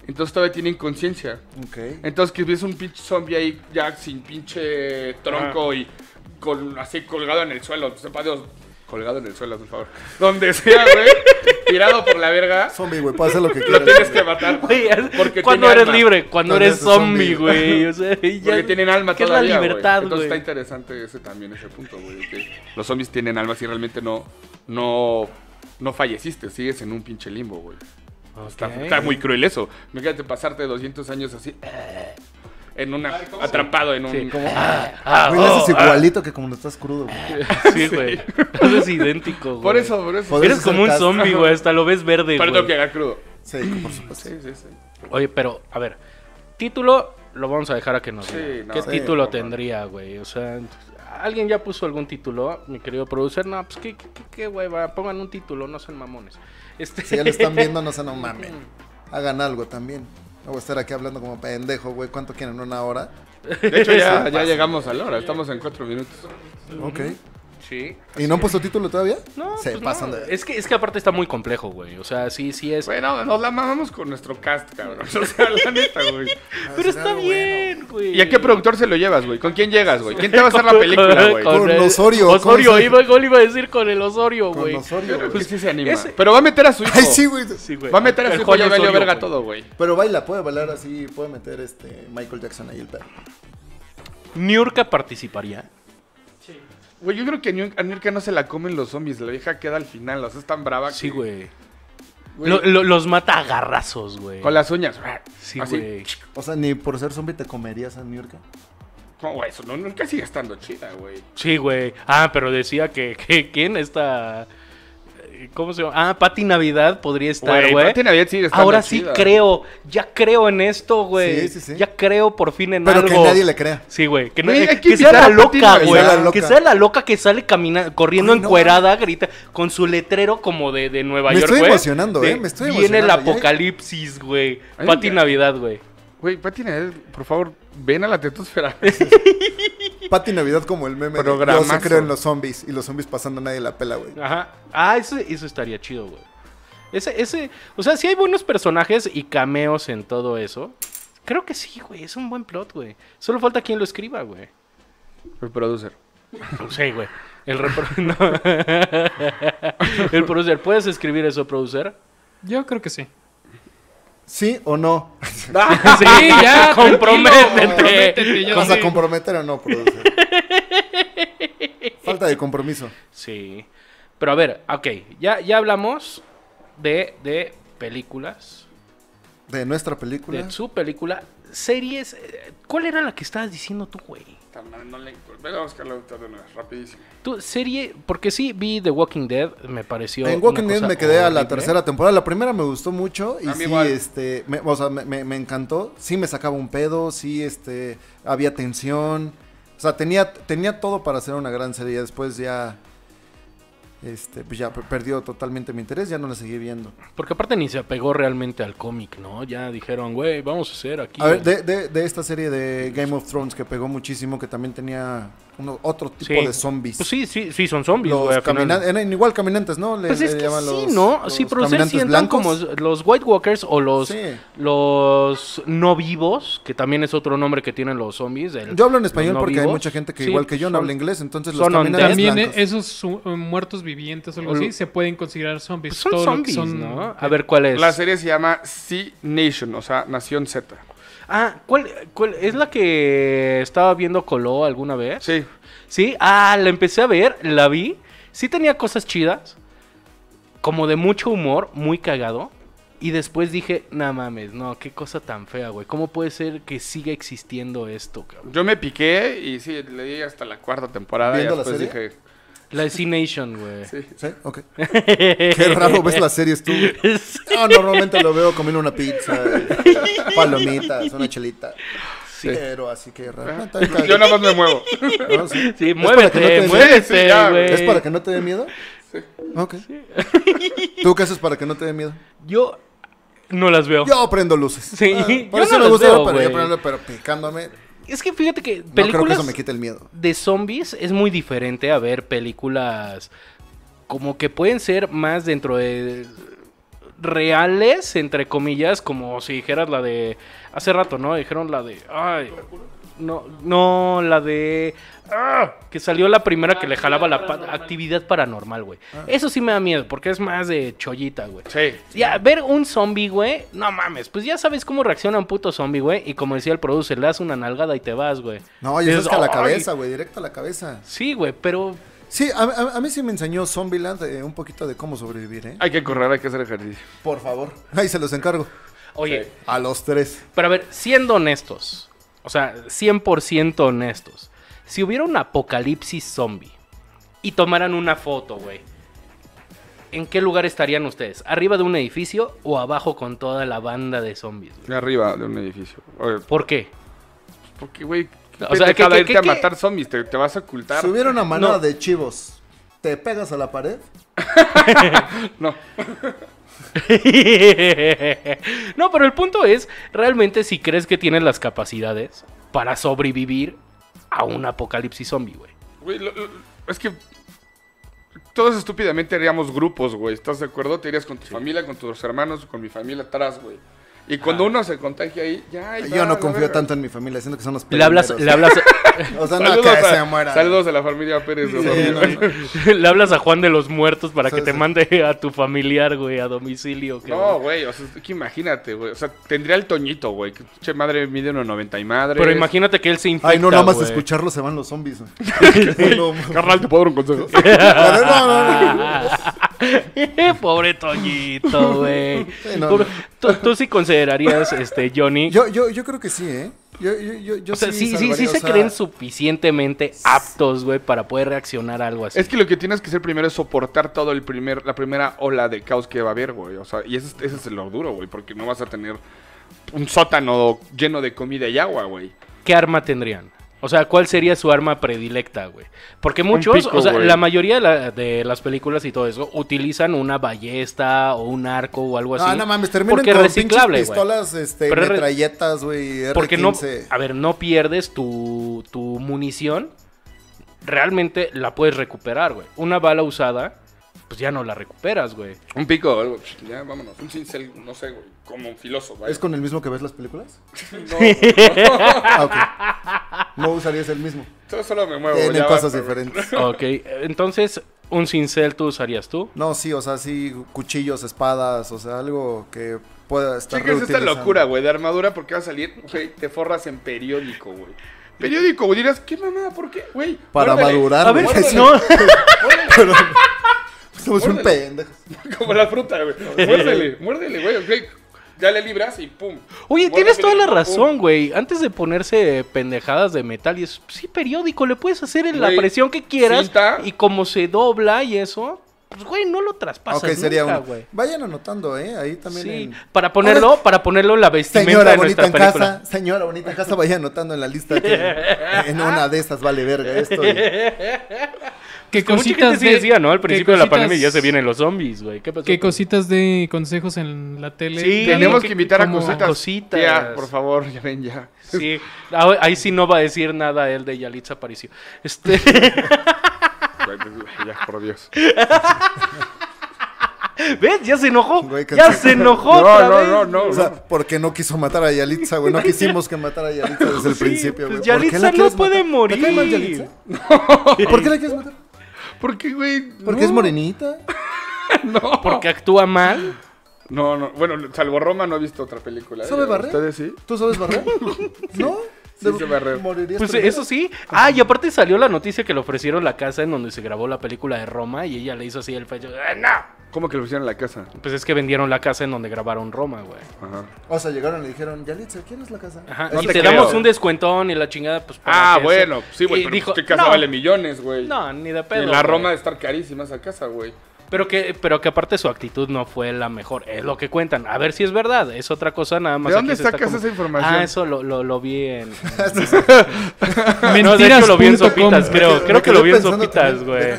[SPEAKER 3] Entonces todavía tienen conciencia.
[SPEAKER 1] Ok.
[SPEAKER 3] Entonces que ves un pinche zombie ahí ya sin pinche
[SPEAKER 2] Ah.
[SPEAKER 3] tronco y con, así colgado en el suelo. Pues, Sepa Dios, colgado en el suelo, por favor. Donde sea, güey, tirado por la verga,
[SPEAKER 1] Zombie, güey, puede hacer lo que
[SPEAKER 3] lo
[SPEAKER 1] quieras.
[SPEAKER 3] tienes
[SPEAKER 1] güey.
[SPEAKER 3] que matar.
[SPEAKER 2] Güey,
[SPEAKER 3] Porque
[SPEAKER 2] ¿Cuándo
[SPEAKER 3] tiene
[SPEAKER 2] eres
[SPEAKER 3] alma.
[SPEAKER 2] libre? Cuando
[SPEAKER 1] Cuando
[SPEAKER 2] eres
[SPEAKER 1] eres zombie,
[SPEAKER 2] zombie, güey. O sea, y ya-
[SPEAKER 3] Porque tienen alma
[SPEAKER 2] ¿Qué
[SPEAKER 3] todavía,
[SPEAKER 2] es la
[SPEAKER 3] güey.
[SPEAKER 2] libertad,
[SPEAKER 3] Entonces está
[SPEAKER 2] güey?
[SPEAKER 3] interesante ese también, ese punto, güey. que los zombies tienen alma si realmente no, no, no falleciste, sigues en un pinche limbo, güey. Está, está muy cruel eso. Imagínate pasarte 200 años así, eh, en una, atrapado en un...
[SPEAKER 2] Sí, Ah,
[SPEAKER 1] Pues Güey, le haces
[SPEAKER 2] oh,
[SPEAKER 1] igualito que como no estás crudo, güey.
[SPEAKER 2] ah, sí, güey. Haces idéntico, güey.
[SPEAKER 3] Por eso, por eso.
[SPEAKER 1] Podrías
[SPEAKER 2] Eres
[SPEAKER 1] hacer
[SPEAKER 2] como un
[SPEAKER 1] cast-
[SPEAKER 2] zombie, güey. Hasta lo ves verde,
[SPEAKER 3] Pero tengo que
[SPEAKER 2] güey.
[SPEAKER 3] llegar crudo.
[SPEAKER 1] Sí, por supuesto.
[SPEAKER 3] Sí, sí, sí.
[SPEAKER 2] Oye, pero, a ver. Título lo vamos a dejar a que nos
[SPEAKER 3] Sí,
[SPEAKER 2] diga.
[SPEAKER 3] no,
[SPEAKER 2] ¿Qué
[SPEAKER 3] sí,
[SPEAKER 2] título
[SPEAKER 3] no,
[SPEAKER 2] tendría, güey? O sea, alguien ya puso algún título, mi querido producer. No, pues qué, qué, qué, qué hueva. Pongan un título, no sean mamones. Este...
[SPEAKER 1] Si ya lo están viendo, no se no mamen. Hagan algo también. No voy a estar aquí hablando como pendejo, güey. ¿Cuánto quieren? ¿Una hora?
[SPEAKER 3] De hecho, ya, ya llegamos a la hora. Estamos en cuatro minutos.
[SPEAKER 1] Ok.
[SPEAKER 2] Sí.
[SPEAKER 1] ¿Y no han puesto título todavía?
[SPEAKER 2] No,
[SPEAKER 1] Se
[SPEAKER 2] pues
[SPEAKER 1] pasan
[SPEAKER 2] no.
[SPEAKER 1] de...
[SPEAKER 2] Es, que, es que aparte está muy complejo, güey. O sea, sí, sí es.
[SPEAKER 3] Bueno, nos la mamamos con nuestro cast, cabrón. O sea, la neta, güey.
[SPEAKER 2] pero
[SPEAKER 1] será
[SPEAKER 2] está
[SPEAKER 1] algo bueno.
[SPEAKER 2] bien, güey.
[SPEAKER 3] ¿Y a qué productor se lo llevas, güey? ¿Con quién llegas, güey? ¿Quién te va a hacer la película, güey?
[SPEAKER 1] Con
[SPEAKER 2] el-
[SPEAKER 1] Osorio, con
[SPEAKER 2] Osorio,
[SPEAKER 1] Osorio.
[SPEAKER 2] iba, igual iba a decir con el Osorio,
[SPEAKER 1] Con
[SPEAKER 2] güey.
[SPEAKER 1] Osorio, güey.
[SPEAKER 3] Pues sí se anima.
[SPEAKER 2] Ese-
[SPEAKER 3] Pero va a meter a su hijo.
[SPEAKER 1] Ay, sí, güey.
[SPEAKER 2] Sí, güey.
[SPEAKER 3] Va a meter a su
[SPEAKER 2] El
[SPEAKER 3] hijo
[SPEAKER 2] Juan
[SPEAKER 3] y ya valió
[SPEAKER 2] Osorio,
[SPEAKER 3] verga
[SPEAKER 2] güey.
[SPEAKER 3] todo, güey.
[SPEAKER 1] Pero baila, puede bailar así, puede meter este Michael Jackson ahí el perro.
[SPEAKER 2] Niurka participaría.
[SPEAKER 3] Güey, yo creo que a Niurka- a Niurka no se la comen los zombies. La vieja queda al final. O sea, es tan brava.
[SPEAKER 2] Sí,
[SPEAKER 3] que-
[SPEAKER 2] güey.
[SPEAKER 3] Ah, güey,
[SPEAKER 2] Lo- lo- los mata a garrazos, güey.
[SPEAKER 3] Con las uñas.
[SPEAKER 2] Sí,
[SPEAKER 3] Así.
[SPEAKER 2] güey.
[SPEAKER 1] O sea, ni por ser zombie te comerías a New York.
[SPEAKER 3] No, güey, eso no, Niurka sigue estando chida, güey.
[SPEAKER 2] Sí, güey. Ah, pero decía que, que ¿quién está? ¿Cómo se llama? Ah, Pati Navidad podría estar,
[SPEAKER 3] Güey,
[SPEAKER 2] güey.
[SPEAKER 3] Pati Navidad sigue estando
[SPEAKER 2] ¿eh? Ahora sí
[SPEAKER 3] chida.
[SPEAKER 2] creo, ya creo en esto, güey.
[SPEAKER 1] Sí, sí, sí.
[SPEAKER 2] Ya creo por fin en
[SPEAKER 1] Pero
[SPEAKER 2] algo.
[SPEAKER 1] que nadie le crea.
[SPEAKER 2] Sí, güey. Que,
[SPEAKER 3] Güey,
[SPEAKER 2] nadie-
[SPEAKER 3] hay que
[SPEAKER 2] que sea
[SPEAKER 3] invitar
[SPEAKER 2] la
[SPEAKER 3] a Pati
[SPEAKER 2] loca,
[SPEAKER 3] Navidad.
[SPEAKER 2] güey.
[SPEAKER 1] Que sea la
[SPEAKER 2] Que
[SPEAKER 1] loca.
[SPEAKER 2] sea la loca que sale caminando, corriendo
[SPEAKER 1] Ay, no,
[SPEAKER 2] encuerada, grita, con su letrero como de, de Nueva
[SPEAKER 1] Me
[SPEAKER 2] York,
[SPEAKER 1] estoy
[SPEAKER 2] güey.
[SPEAKER 1] emocionando,
[SPEAKER 2] De-
[SPEAKER 1] eh, me estoy
[SPEAKER 2] Viene el
[SPEAKER 1] emocionando, ya.
[SPEAKER 2] apocalipsis, güey.
[SPEAKER 3] Ay,
[SPEAKER 2] Pati
[SPEAKER 3] ya.
[SPEAKER 2] Navidad, güey.
[SPEAKER 3] Güey, Pati Navidad, por favor, ven a la tetosfera.
[SPEAKER 1] Pati Navidad como el meme. de, Yo
[SPEAKER 3] Programazo.
[SPEAKER 1] sí creo en los zombies y los zombies pasando nadie la pela, güey.
[SPEAKER 2] Ajá. Ah, eso, eso estaría chido, güey. Ese, ese, o sea, sí hay buenos personajes y cameos en todo eso. Creo que sí, güey. Es un buen plot, güey. Solo falta quien lo escriba, güey.
[SPEAKER 3] El producer.
[SPEAKER 2] Sí, güey. El, repro- no. el producer, ¿puedes escribir eso, producer?
[SPEAKER 4] Yo creo que sí.
[SPEAKER 1] ¿Sí o no?
[SPEAKER 4] Sí, ya,
[SPEAKER 2] comprométete.
[SPEAKER 4] tranquilo, comprométete, ya
[SPEAKER 1] ¿Vas
[SPEAKER 4] sí.
[SPEAKER 1] a comprometer o no, producer? Falta de compromiso.
[SPEAKER 2] Sí. Pero a ver, ok. Ya, ya hablamos de, de películas,
[SPEAKER 1] De nuestra película.
[SPEAKER 2] de su película, series. eh, ¿Cuál era la que estabas diciendo tú, güey?
[SPEAKER 3] Puta madre, No le encuentro. Ven a buscarlo ahorita de nuevo, rapidísimo.
[SPEAKER 2] Tú, serie, porque sí vi The Walking Dead, me pareció.
[SPEAKER 1] en
[SPEAKER 2] una
[SPEAKER 1] Walking Dead
[SPEAKER 2] cosa
[SPEAKER 1] me quedé a la
[SPEAKER 2] horrible.
[SPEAKER 1] tercera temporada. La primera me gustó mucho y
[SPEAKER 3] A mí
[SPEAKER 1] sí,
[SPEAKER 3] igual.
[SPEAKER 1] este, me, o sea, me, me- me encantó. Sí me sacaba un pedo, sí, este, había tensión. O sea, tenía, tenía todo para hacer una gran serie. Después ya, este, pues ya per- perdió totalmente mi interés, ya no la seguí viendo.
[SPEAKER 2] Porque aparte ni se apegó realmente al cómic, ¿no? Ya dijeron, güey, vamos a hacer aquí.
[SPEAKER 1] A ver, de, de- de esta serie de Game of Thrones que pegó muchísimo, que también tenía uno- otro tipo
[SPEAKER 2] Sí.
[SPEAKER 1] de zombies.
[SPEAKER 2] Pues sí, sí, sí, son zombies,
[SPEAKER 1] Los
[SPEAKER 2] güey. al final.
[SPEAKER 1] camina- eran igual caminantes, ¿no? Le-
[SPEAKER 2] Pues es
[SPEAKER 1] le
[SPEAKER 2] que
[SPEAKER 1] llaman
[SPEAKER 2] sí,
[SPEAKER 1] los-
[SPEAKER 2] ¿no?
[SPEAKER 1] los
[SPEAKER 2] sí, pero ustedes
[SPEAKER 1] caminantes
[SPEAKER 2] sientan como
[SPEAKER 1] blancos.
[SPEAKER 2] los White Walkers o los,
[SPEAKER 1] Sí.
[SPEAKER 2] los no vivos, que también es otro nombre que tienen los zombies. el-
[SPEAKER 1] Yo hablo en
[SPEAKER 2] los
[SPEAKER 1] español
[SPEAKER 2] no
[SPEAKER 1] porque hay
[SPEAKER 2] vivos.
[SPEAKER 1] mucha gente que
[SPEAKER 2] Sí,
[SPEAKER 1] igual que yo no
[SPEAKER 2] son-
[SPEAKER 1] habla inglés, entonces los
[SPEAKER 2] son
[SPEAKER 1] caminantes
[SPEAKER 2] undead.
[SPEAKER 4] También eh,
[SPEAKER 1] blancos.
[SPEAKER 4] esos su- eh, muertos vivientes o algo
[SPEAKER 2] O lo-
[SPEAKER 4] así se pueden considerar zombies.
[SPEAKER 2] pues Son
[SPEAKER 4] Todo lo que
[SPEAKER 2] zombies,
[SPEAKER 4] son-
[SPEAKER 2] ¿no? A ver, ¿cuál es?
[SPEAKER 3] La serie se llama C Nation, o sea, Nación Z.
[SPEAKER 2] Ah, ¿cuál, cuál es la que estaba viendo Coló alguna vez?
[SPEAKER 3] Sí.
[SPEAKER 2] Sí, ah, la empecé a ver, la vi. Sí tenía cosas chidas, como de mucho humor, muy cagado. Y después dije, nah mames, no, qué cosa tan fea, güey. ¿Cómo puede ser que siga existiendo esto, cabrón?
[SPEAKER 3] Yo me piqué y sí, le di hasta la cuarta temporada y
[SPEAKER 1] ¿Viendo la
[SPEAKER 3] después
[SPEAKER 1] serie?
[SPEAKER 3] dije.
[SPEAKER 2] La de C-Nation, güey.
[SPEAKER 3] Sí.
[SPEAKER 1] ¿Sí? Ok. Qué raro ves las series tú.
[SPEAKER 2] Sí,
[SPEAKER 1] No, normalmente lo veo comiendo una pizza, eh, palomitas, una chelita. Pero así que
[SPEAKER 2] Ah.
[SPEAKER 1] raro. No, está bien, está bien.
[SPEAKER 3] Yo nada más me muevo.
[SPEAKER 1] No, sí.
[SPEAKER 2] Sí,
[SPEAKER 1] ¿Es para que no te
[SPEAKER 2] muévete,
[SPEAKER 1] dé-
[SPEAKER 3] Sí, ya,
[SPEAKER 2] muévete, güey.
[SPEAKER 1] ¿Es para que no te dé miedo? Ok. ¿Tú qué haces para que no te dé miedo?
[SPEAKER 2] Yo no las veo.
[SPEAKER 1] Yo prendo luces. Ah,
[SPEAKER 2] Sí,
[SPEAKER 1] por
[SPEAKER 2] yo
[SPEAKER 1] eso
[SPEAKER 2] no
[SPEAKER 1] me
[SPEAKER 2] las
[SPEAKER 1] gusta,
[SPEAKER 2] veo,
[SPEAKER 1] pero, yo
[SPEAKER 2] güey.
[SPEAKER 1] prendo, pero picándome.
[SPEAKER 2] Es que fíjate que
[SPEAKER 1] No creo que
[SPEAKER 2] películas
[SPEAKER 1] eso me quite el miedo.
[SPEAKER 2] de zombies es muy diferente a ver películas como que pueden ser más dentro de reales, entre comillas, como si dijeras la de hace rato, ¿no? Dijeron la de ay no, no, la de ah, que salió la primera que le jalaba la pa- actividad paranormal, güey.
[SPEAKER 1] Ah.
[SPEAKER 2] Eso sí me da miedo porque es más de chollita, güey.
[SPEAKER 3] Sí.
[SPEAKER 2] Ya, ver un zombie, güey, no mames, pues ya sabes cómo reacciona un puto zombie, güey, y como decía el producer, le das una nalgada y te vas, güey.
[SPEAKER 1] No, y eso es
[SPEAKER 2] Dices,
[SPEAKER 1] que a la
[SPEAKER 2] "Ay".
[SPEAKER 1] cabeza, güey, directo a la cabeza.
[SPEAKER 2] Sí, güey, pero
[SPEAKER 1] Sí, a, a- a mí sí me enseñó Zombieland eh, un poquito de cómo sobrevivir, ¿eh?
[SPEAKER 3] Hay que correr, hay que hacer ejercicio.
[SPEAKER 1] Por favor. Ahí se los encargo.
[SPEAKER 2] Oye,
[SPEAKER 3] Sí.
[SPEAKER 1] A los tres.
[SPEAKER 2] pero a ver, siendo honestos, o sea, 100% honestos, si hubiera un apocalipsis zombie y tomaran una foto, güey, ¿en qué lugar estarían ustedes? ¿Arriba de un edificio o abajo con toda la banda de zombies? güey?
[SPEAKER 3] Arriba de un edificio. Oye, pues,
[SPEAKER 2] ¿Por qué?
[SPEAKER 3] porque, güey.
[SPEAKER 2] O
[SPEAKER 3] O
[SPEAKER 2] sea, que-
[SPEAKER 3] sea,
[SPEAKER 2] que-
[SPEAKER 3] irte
[SPEAKER 2] que-
[SPEAKER 3] a
[SPEAKER 2] que-
[SPEAKER 3] matar zombies, te, te vas a ocultar.
[SPEAKER 1] Si hubiera una manada
[SPEAKER 2] No.
[SPEAKER 1] de chivos, ¿te pegas a la pared?
[SPEAKER 3] No.
[SPEAKER 2] no, pero el punto es, realmente si crees que tienes las capacidades para sobrevivir a un apocalipsis zombie, güey.
[SPEAKER 3] Güey, lo- lo- es que todos estúpidamente haríamos grupos, güey. ¿Estás de acuerdo? Te irías con tu familia, con tus hermanos, con mi familia atrás, güey. Y cuando uno se contagia ahí, ya. ahí va,
[SPEAKER 1] Yo no
[SPEAKER 3] la
[SPEAKER 1] confío
[SPEAKER 3] verga.
[SPEAKER 1] tanto en mi familia, siento que son los
[SPEAKER 2] Le hablas,
[SPEAKER 1] primeros.
[SPEAKER 2] le hablas,
[SPEAKER 1] O sea, no,
[SPEAKER 3] Saludos,
[SPEAKER 1] que
[SPEAKER 3] a,
[SPEAKER 1] se mueran.
[SPEAKER 3] saludos a la familia Pérez.
[SPEAKER 1] Sí,
[SPEAKER 3] de Rodríguez.
[SPEAKER 1] no, no.
[SPEAKER 2] le hablas a Juan de los Muertos para
[SPEAKER 1] Sí,
[SPEAKER 2] que te
[SPEAKER 1] sí.
[SPEAKER 2] mande a tu familiar, güey, a domicilio. que-
[SPEAKER 3] No, güey, o sea, es que imagínate, güey. O sea, tendría el Toñito, güey. Que che madre mide 1,90 y madre.
[SPEAKER 2] Pero imagínate que él se infecta,
[SPEAKER 1] Ay, no, nada más de
[SPEAKER 2] güey.
[SPEAKER 1] escucharlo se van los zombies. güey. No, no,
[SPEAKER 3] Carnal, ¿te puedo dar un consejo?
[SPEAKER 1] no, no.
[SPEAKER 2] Pobre Toñito, güey.
[SPEAKER 1] Sí, no,
[SPEAKER 2] Pobre-
[SPEAKER 1] no.
[SPEAKER 2] ¿Tú, tú sí considerarías, este, Johnny.
[SPEAKER 1] Yo, yo, yo creo que sí, ¿eh? Yo, yo, yo, yo
[SPEAKER 2] o sea, sí, sí, sí,
[SPEAKER 1] salvaría, o
[SPEAKER 2] se
[SPEAKER 1] sea,
[SPEAKER 2] creen suficientemente aptos, güey, para poder reaccionar a algo así.
[SPEAKER 3] Es que lo que tienes que hacer primero es soportar todo el primer, la primera ola de caos que va a haber, güey. O sea, y ese, es- ese es lo duro, güey, porque no vas a tener un sótano lleno de comida y agua, güey.
[SPEAKER 2] ¿Qué arma tendrían? O sea, ¿cuál sería su arma predilecta, güey? Porque muchos,
[SPEAKER 3] pico,
[SPEAKER 2] o sea,
[SPEAKER 3] güey.
[SPEAKER 2] la mayoría de, la- de las películas y todo eso utilizan una ballesta o un arco o algo así.
[SPEAKER 1] Ah, no mames, terminan
[SPEAKER 2] Porque
[SPEAKER 1] con
[SPEAKER 2] es reciclable,
[SPEAKER 1] pinches
[SPEAKER 2] güey.
[SPEAKER 1] pistolas, este,
[SPEAKER 2] Pero es re-
[SPEAKER 1] metralletas, güey, R15.
[SPEAKER 2] Porque no, Ah, a ver, no pierdes tu, tu munición. Realmente la puedes recuperar, güey. Una bala usada, pues ya no la recuperas, güey.
[SPEAKER 3] Un pico o algo. pues, Ya, vámonos. Un cincel, no sé, güey. Como un filoso, güey.
[SPEAKER 1] ¿Es con el mismo que ves las películas?
[SPEAKER 3] No, güey,
[SPEAKER 1] Ah, ok. No usarías el mismo.
[SPEAKER 3] yo solo me muevo.
[SPEAKER 1] Tienen
[SPEAKER 3] ya
[SPEAKER 1] cosas
[SPEAKER 3] basta, güey.
[SPEAKER 1] diferentes.
[SPEAKER 2] Ok, entonces, un cincel tú usarías tú.
[SPEAKER 1] No, sí, o sea, sí, cuchillos, espadas, o sea, algo que pueda estar
[SPEAKER 3] Chicas, esta
[SPEAKER 1] reutilizando.
[SPEAKER 3] locura, güey, de armadura, porque va a salir, güey, te forras en periódico, güey. Periódico, güey, dirás, ¿qué mamada? ¿Por qué, güey?
[SPEAKER 1] Para
[SPEAKER 3] muérdele,
[SPEAKER 1] madurar,
[SPEAKER 2] A ver,
[SPEAKER 1] güey.
[SPEAKER 2] no.
[SPEAKER 1] Pero- Somos un
[SPEAKER 3] Órale.
[SPEAKER 1] pendejo.
[SPEAKER 3] Como la fruta, güey. Muérdele, muérdele, güey, ok. Ya le libras y pum.
[SPEAKER 2] Oye,
[SPEAKER 3] Muérdele,
[SPEAKER 2] tienes toda la
[SPEAKER 3] pum.
[SPEAKER 2] razón, güey. Antes de ponerse pendejadas de metal y eso, sí, periódico, le puedes hacer en la
[SPEAKER 3] Güey,
[SPEAKER 2] presión que quieras.
[SPEAKER 3] cinta.
[SPEAKER 2] Y como se dobla y eso, pues, güey, no lo traspasas
[SPEAKER 1] Ok, sería
[SPEAKER 2] nunca,
[SPEAKER 1] uno.
[SPEAKER 2] güey.
[SPEAKER 1] Vayan anotando, ¿eh? Ahí también.
[SPEAKER 2] Sí,
[SPEAKER 1] en-
[SPEAKER 2] para ponerlo, para ponerlo en la vestimenta
[SPEAKER 1] Señora
[SPEAKER 2] de
[SPEAKER 1] bonita
[SPEAKER 2] nuestra
[SPEAKER 1] en
[SPEAKER 2] película.
[SPEAKER 1] casa, señora bonita en casa, vaya anotando en la lista que en una de estas vale verga esto. y-
[SPEAKER 4] Que
[SPEAKER 2] Es que mucha
[SPEAKER 4] cositas
[SPEAKER 2] gente sí
[SPEAKER 4] de-
[SPEAKER 2] decía, ¿no? Al
[SPEAKER 4] que
[SPEAKER 2] principio de la pandemia ya
[SPEAKER 4] cositas-
[SPEAKER 2] se vienen los zombies, güey. ¿Qué pasó?
[SPEAKER 4] ¿Qué cositas de consejos en la tele?
[SPEAKER 2] Sí,
[SPEAKER 4] de-
[SPEAKER 3] Tenemos que invitar a
[SPEAKER 4] como-
[SPEAKER 3] cositas.
[SPEAKER 2] cositas.
[SPEAKER 3] Ya, por favor, ya ven ya.
[SPEAKER 2] Sí, ah, ahí sí no va a decir nada él de Yalitza Aparicio. Este,
[SPEAKER 3] pues, ya, por Dios.
[SPEAKER 2] ¿Ves? Ya se enojó.
[SPEAKER 1] Güey, que
[SPEAKER 2] ya
[SPEAKER 1] se-
[SPEAKER 2] se enojó.
[SPEAKER 3] No,
[SPEAKER 2] otra
[SPEAKER 3] no,
[SPEAKER 2] vez.
[SPEAKER 3] no, no.
[SPEAKER 1] O sea, porque no quiso matar a Yalitza, güey. No quisimos que matara a Yalitza desde el
[SPEAKER 2] Sí,
[SPEAKER 1] principio, güey.
[SPEAKER 2] pues
[SPEAKER 1] ¿Por qué
[SPEAKER 2] Yalitza
[SPEAKER 1] la
[SPEAKER 2] no
[SPEAKER 1] quieres
[SPEAKER 2] puede
[SPEAKER 1] matar?
[SPEAKER 2] morir.
[SPEAKER 1] ¿Te cae mal Yalitza? ¿Por qué la quieres matar?
[SPEAKER 3] Porque, güey.
[SPEAKER 1] Porque
[SPEAKER 3] no.
[SPEAKER 1] es morenita.
[SPEAKER 3] No.
[SPEAKER 2] Porque actúa mal.
[SPEAKER 3] No, no. Bueno, salvo Roma, no he visto otra película. ¿eh?
[SPEAKER 1] ¿Sabe barrer?
[SPEAKER 3] ¿Ustedes sí?
[SPEAKER 1] ¿Tú sabes barrer? ¿No?
[SPEAKER 3] sí sé barrer.
[SPEAKER 1] morirías
[SPEAKER 2] Pues
[SPEAKER 1] primero.
[SPEAKER 2] eso sí. Ah, y aparte salió la noticia que le ofrecieron la casa en donde se grabó la película de Roma y ella le hizo así el fallo. "Ah, ¡No!
[SPEAKER 3] ¿Cómo que lo pusieron en la casa?
[SPEAKER 2] Pues es que vendieron la casa en donde grabaron Roma, güey.
[SPEAKER 3] Ajá.
[SPEAKER 1] O sea, llegaron y le dijeron, Yalitza, ¿quieres la casa?
[SPEAKER 2] Ajá.
[SPEAKER 3] No
[SPEAKER 2] y
[SPEAKER 3] te
[SPEAKER 2] te,
[SPEAKER 3] creo.
[SPEAKER 2] damos un descuentón y la chingada, pues. para
[SPEAKER 3] Ah,
[SPEAKER 2] que
[SPEAKER 3] bueno.
[SPEAKER 2] eso".
[SPEAKER 3] Sí, güey.
[SPEAKER 2] Y
[SPEAKER 3] Pero
[SPEAKER 2] dijo,
[SPEAKER 3] pues, ¿qué casa
[SPEAKER 2] "No,
[SPEAKER 3] vale millones, güey?
[SPEAKER 2] No, ni de pedo.
[SPEAKER 3] En la
[SPEAKER 2] güey".
[SPEAKER 3] Roma de estar carísima esa casa, güey.
[SPEAKER 2] Pero que, pero que aparte su actitud no fue la mejor. Es lo que cuentan. A ver si es verdad. Es otra cosa nada más.
[SPEAKER 3] ¿De dónde
[SPEAKER 2] aquí se está
[SPEAKER 3] sacas
[SPEAKER 2] como-
[SPEAKER 3] esa información?
[SPEAKER 2] Ah, eso lo, lo, lo vi en... No, de hecho lo vi en
[SPEAKER 4] Mentiras.com.
[SPEAKER 2] Sopitas, creo. Creo que lo vi en Sopitas, güey.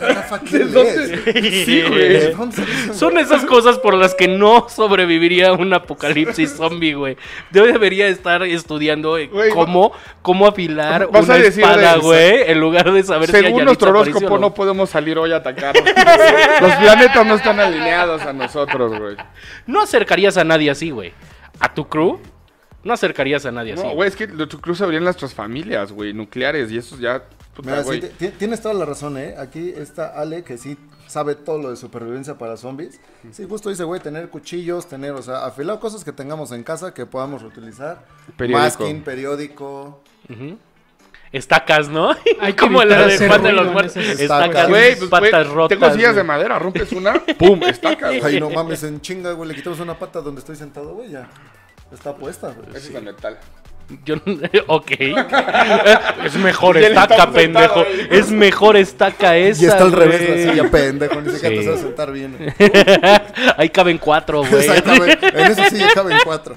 [SPEAKER 1] ¿De
[SPEAKER 3] Sí, güey.
[SPEAKER 2] Son esas cosas por las que no sobreviviría un apocalipsis zombie, güey. Yo debería estar estudiando eh,
[SPEAKER 3] Güey,
[SPEAKER 2] cómo, cómo afilar
[SPEAKER 3] vas
[SPEAKER 2] una
[SPEAKER 3] a decir de
[SPEAKER 2] espada,
[SPEAKER 3] eso.
[SPEAKER 2] güey, en lugar de saber si
[SPEAKER 3] Según
[SPEAKER 2] hay
[SPEAKER 3] nuestro
[SPEAKER 2] Yalitza Aparicio
[SPEAKER 3] horóscopo,
[SPEAKER 2] o
[SPEAKER 3] no podemos salir hoy a atacar. Los planetas no están alineados a nosotros, güey.
[SPEAKER 2] No acercarías a nadie así, güey. ¿A tu crew? No acercarías a nadie así.
[SPEAKER 3] No, güey, es que lo- tu cruz habrían nuestras familias, güey, nucleares, y eso ya. Puta,
[SPEAKER 1] Mira, sí,
[SPEAKER 3] güey.
[SPEAKER 1] ti- ti- tienes toda la razón, ¿eh? Aquí está Ale, que sí sabe todo lo de supervivencia para zombies. Sí, justo dice, güey, tener cuchillos, tener, o sea, afilado cosas que tengamos en casa que podamos reutilizar.
[SPEAKER 3] Periódico.
[SPEAKER 1] Masking, periódico.
[SPEAKER 2] Estacas, ¿no?
[SPEAKER 4] Hay que
[SPEAKER 2] como
[SPEAKER 4] evitar
[SPEAKER 2] la de
[SPEAKER 4] hacer
[SPEAKER 2] Juan de
[SPEAKER 4] ruido
[SPEAKER 2] los
[SPEAKER 4] en
[SPEAKER 2] Muertos.
[SPEAKER 4] esas
[SPEAKER 2] Estacas,
[SPEAKER 1] estacas.
[SPEAKER 3] Güey, pues, güey,
[SPEAKER 2] patas rotas.
[SPEAKER 3] Tengo sillas de
[SPEAKER 2] güey.
[SPEAKER 3] madera, rompes una, pum, estaca. güey.
[SPEAKER 1] Ay, no mames, en chinga, güey, le quitamos una pata donde estoy sentado, güey, ya. Está puesta, güey.
[SPEAKER 3] Ese es el metal.
[SPEAKER 2] Yo no- ok. es mejor
[SPEAKER 3] Y él
[SPEAKER 2] estaca,
[SPEAKER 3] está
[SPEAKER 2] pendejo.
[SPEAKER 3] sentado ahí.
[SPEAKER 2] Es mejor estaca esa.
[SPEAKER 1] Y está al revés
[SPEAKER 2] güey.
[SPEAKER 1] la silla, pendejo, ni siquiera
[SPEAKER 2] Sí.
[SPEAKER 1] te sabes sentar bien. güey.
[SPEAKER 2] Ahí caben cuatro, güey.
[SPEAKER 1] Exactamente, en esa silla caben cuatro.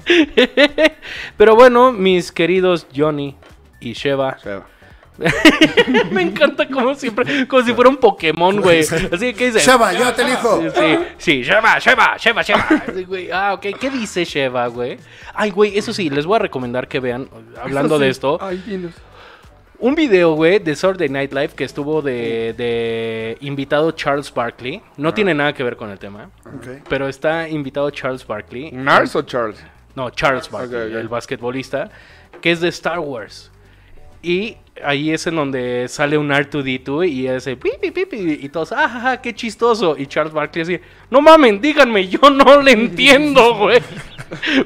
[SPEAKER 2] Pero bueno, mis queridos Johnny y Sheva.
[SPEAKER 3] O sea,
[SPEAKER 2] Me encanta como siempre, como si fuera un Pokémon, güey. Así que dice.
[SPEAKER 1] Sheva, yo te elijo.
[SPEAKER 2] Sí, sí, sí, Sheva, Sheva, Sheva, Sheva. Así, güey, Ah, ok. ¿Qué dice Sheva, güey? Ay, güey, eso sí, les voy a recomendar que vean, hablando de esto,
[SPEAKER 3] Ay, dinos.
[SPEAKER 2] un video, güey, de Saturday Night Live que estuvo de, de invitado Charles Barkley. No tiene nada que ver con el tema,
[SPEAKER 1] Ok.
[SPEAKER 2] pero está invitado Charles Barkley.
[SPEAKER 3] ¿Nars o Charles?
[SPEAKER 2] No, Charles Barkley,
[SPEAKER 3] Ok, ok.
[SPEAKER 2] el basquetbolista, que es de Star Wars. Y ahí es en donde sale un R2D2 y hace pi, pi, pi, pi, y todos, ah, ja, ja, qué chistoso. Y Charles Barkley así, no mamen, díganme, yo no le entiendo, güey.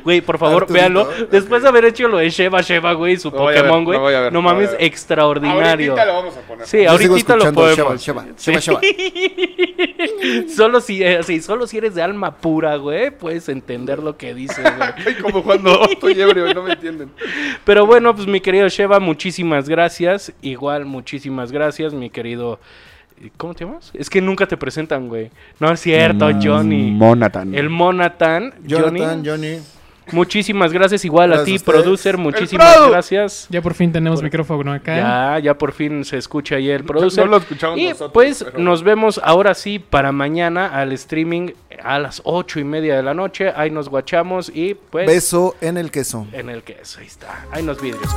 [SPEAKER 2] Güey, por favor,
[SPEAKER 1] R2D2,
[SPEAKER 2] véanlo.
[SPEAKER 1] ok.
[SPEAKER 2] Después de haber hecho lo de Sheva Sheva, güey, su
[SPEAKER 3] Lo voy a ver,
[SPEAKER 2] Pokémon,
[SPEAKER 3] lo
[SPEAKER 2] güey.
[SPEAKER 3] voy a ver,
[SPEAKER 2] No
[SPEAKER 3] lo voy a
[SPEAKER 2] mames,
[SPEAKER 3] ver.
[SPEAKER 2] extraordinario.
[SPEAKER 3] Ahorita lo vamos a poner.
[SPEAKER 2] Sí,
[SPEAKER 1] Yo sigo
[SPEAKER 2] ahorita lo
[SPEAKER 1] escuchando
[SPEAKER 2] podemos.
[SPEAKER 1] Sheva, Sheva, Sheva, Sheva.
[SPEAKER 2] Solo si, eh, sí, solo si eres de alma pura, güey, puedes entender lo que dice, güey.
[SPEAKER 3] Ay, como cuando estoy ebrio, no me entienden.
[SPEAKER 2] Pero bueno, pues mi querido Sheva, muchísimas gracias. Igual, muchísimas gracias, mi querido. ¿Cómo te llamas? Es que nunca te presentan, güey. No es cierto, Johnny.
[SPEAKER 3] Monatan.
[SPEAKER 2] el Monatan, Johnny.
[SPEAKER 1] Jonathan, Johnny.
[SPEAKER 2] Muchísimas gracias, igual
[SPEAKER 1] Gracias a
[SPEAKER 2] a ti,
[SPEAKER 1] ustedes.
[SPEAKER 2] producer. Muchísimas
[SPEAKER 3] produ.
[SPEAKER 2] gracias.
[SPEAKER 4] Ya por fin tenemos micrófono acá.
[SPEAKER 2] Ya, ya por fin se escucha ahí el producer.
[SPEAKER 3] no lo escuchamos
[SPEAKER 2] Y
[SPEAKER 3] nosotros,
[SPEAKER 2] pues
[SPEAKER 3] pero-
[SPEAKER 2] nos vemos ahora sí para mañana al streaming a las ocho y media de la noche. Ahí nos guachamos y pues
[SPEAKER 1] Beso en el queso.
[SPEAKER 2] en el queso. Ahí está. Ahí nos vidrios.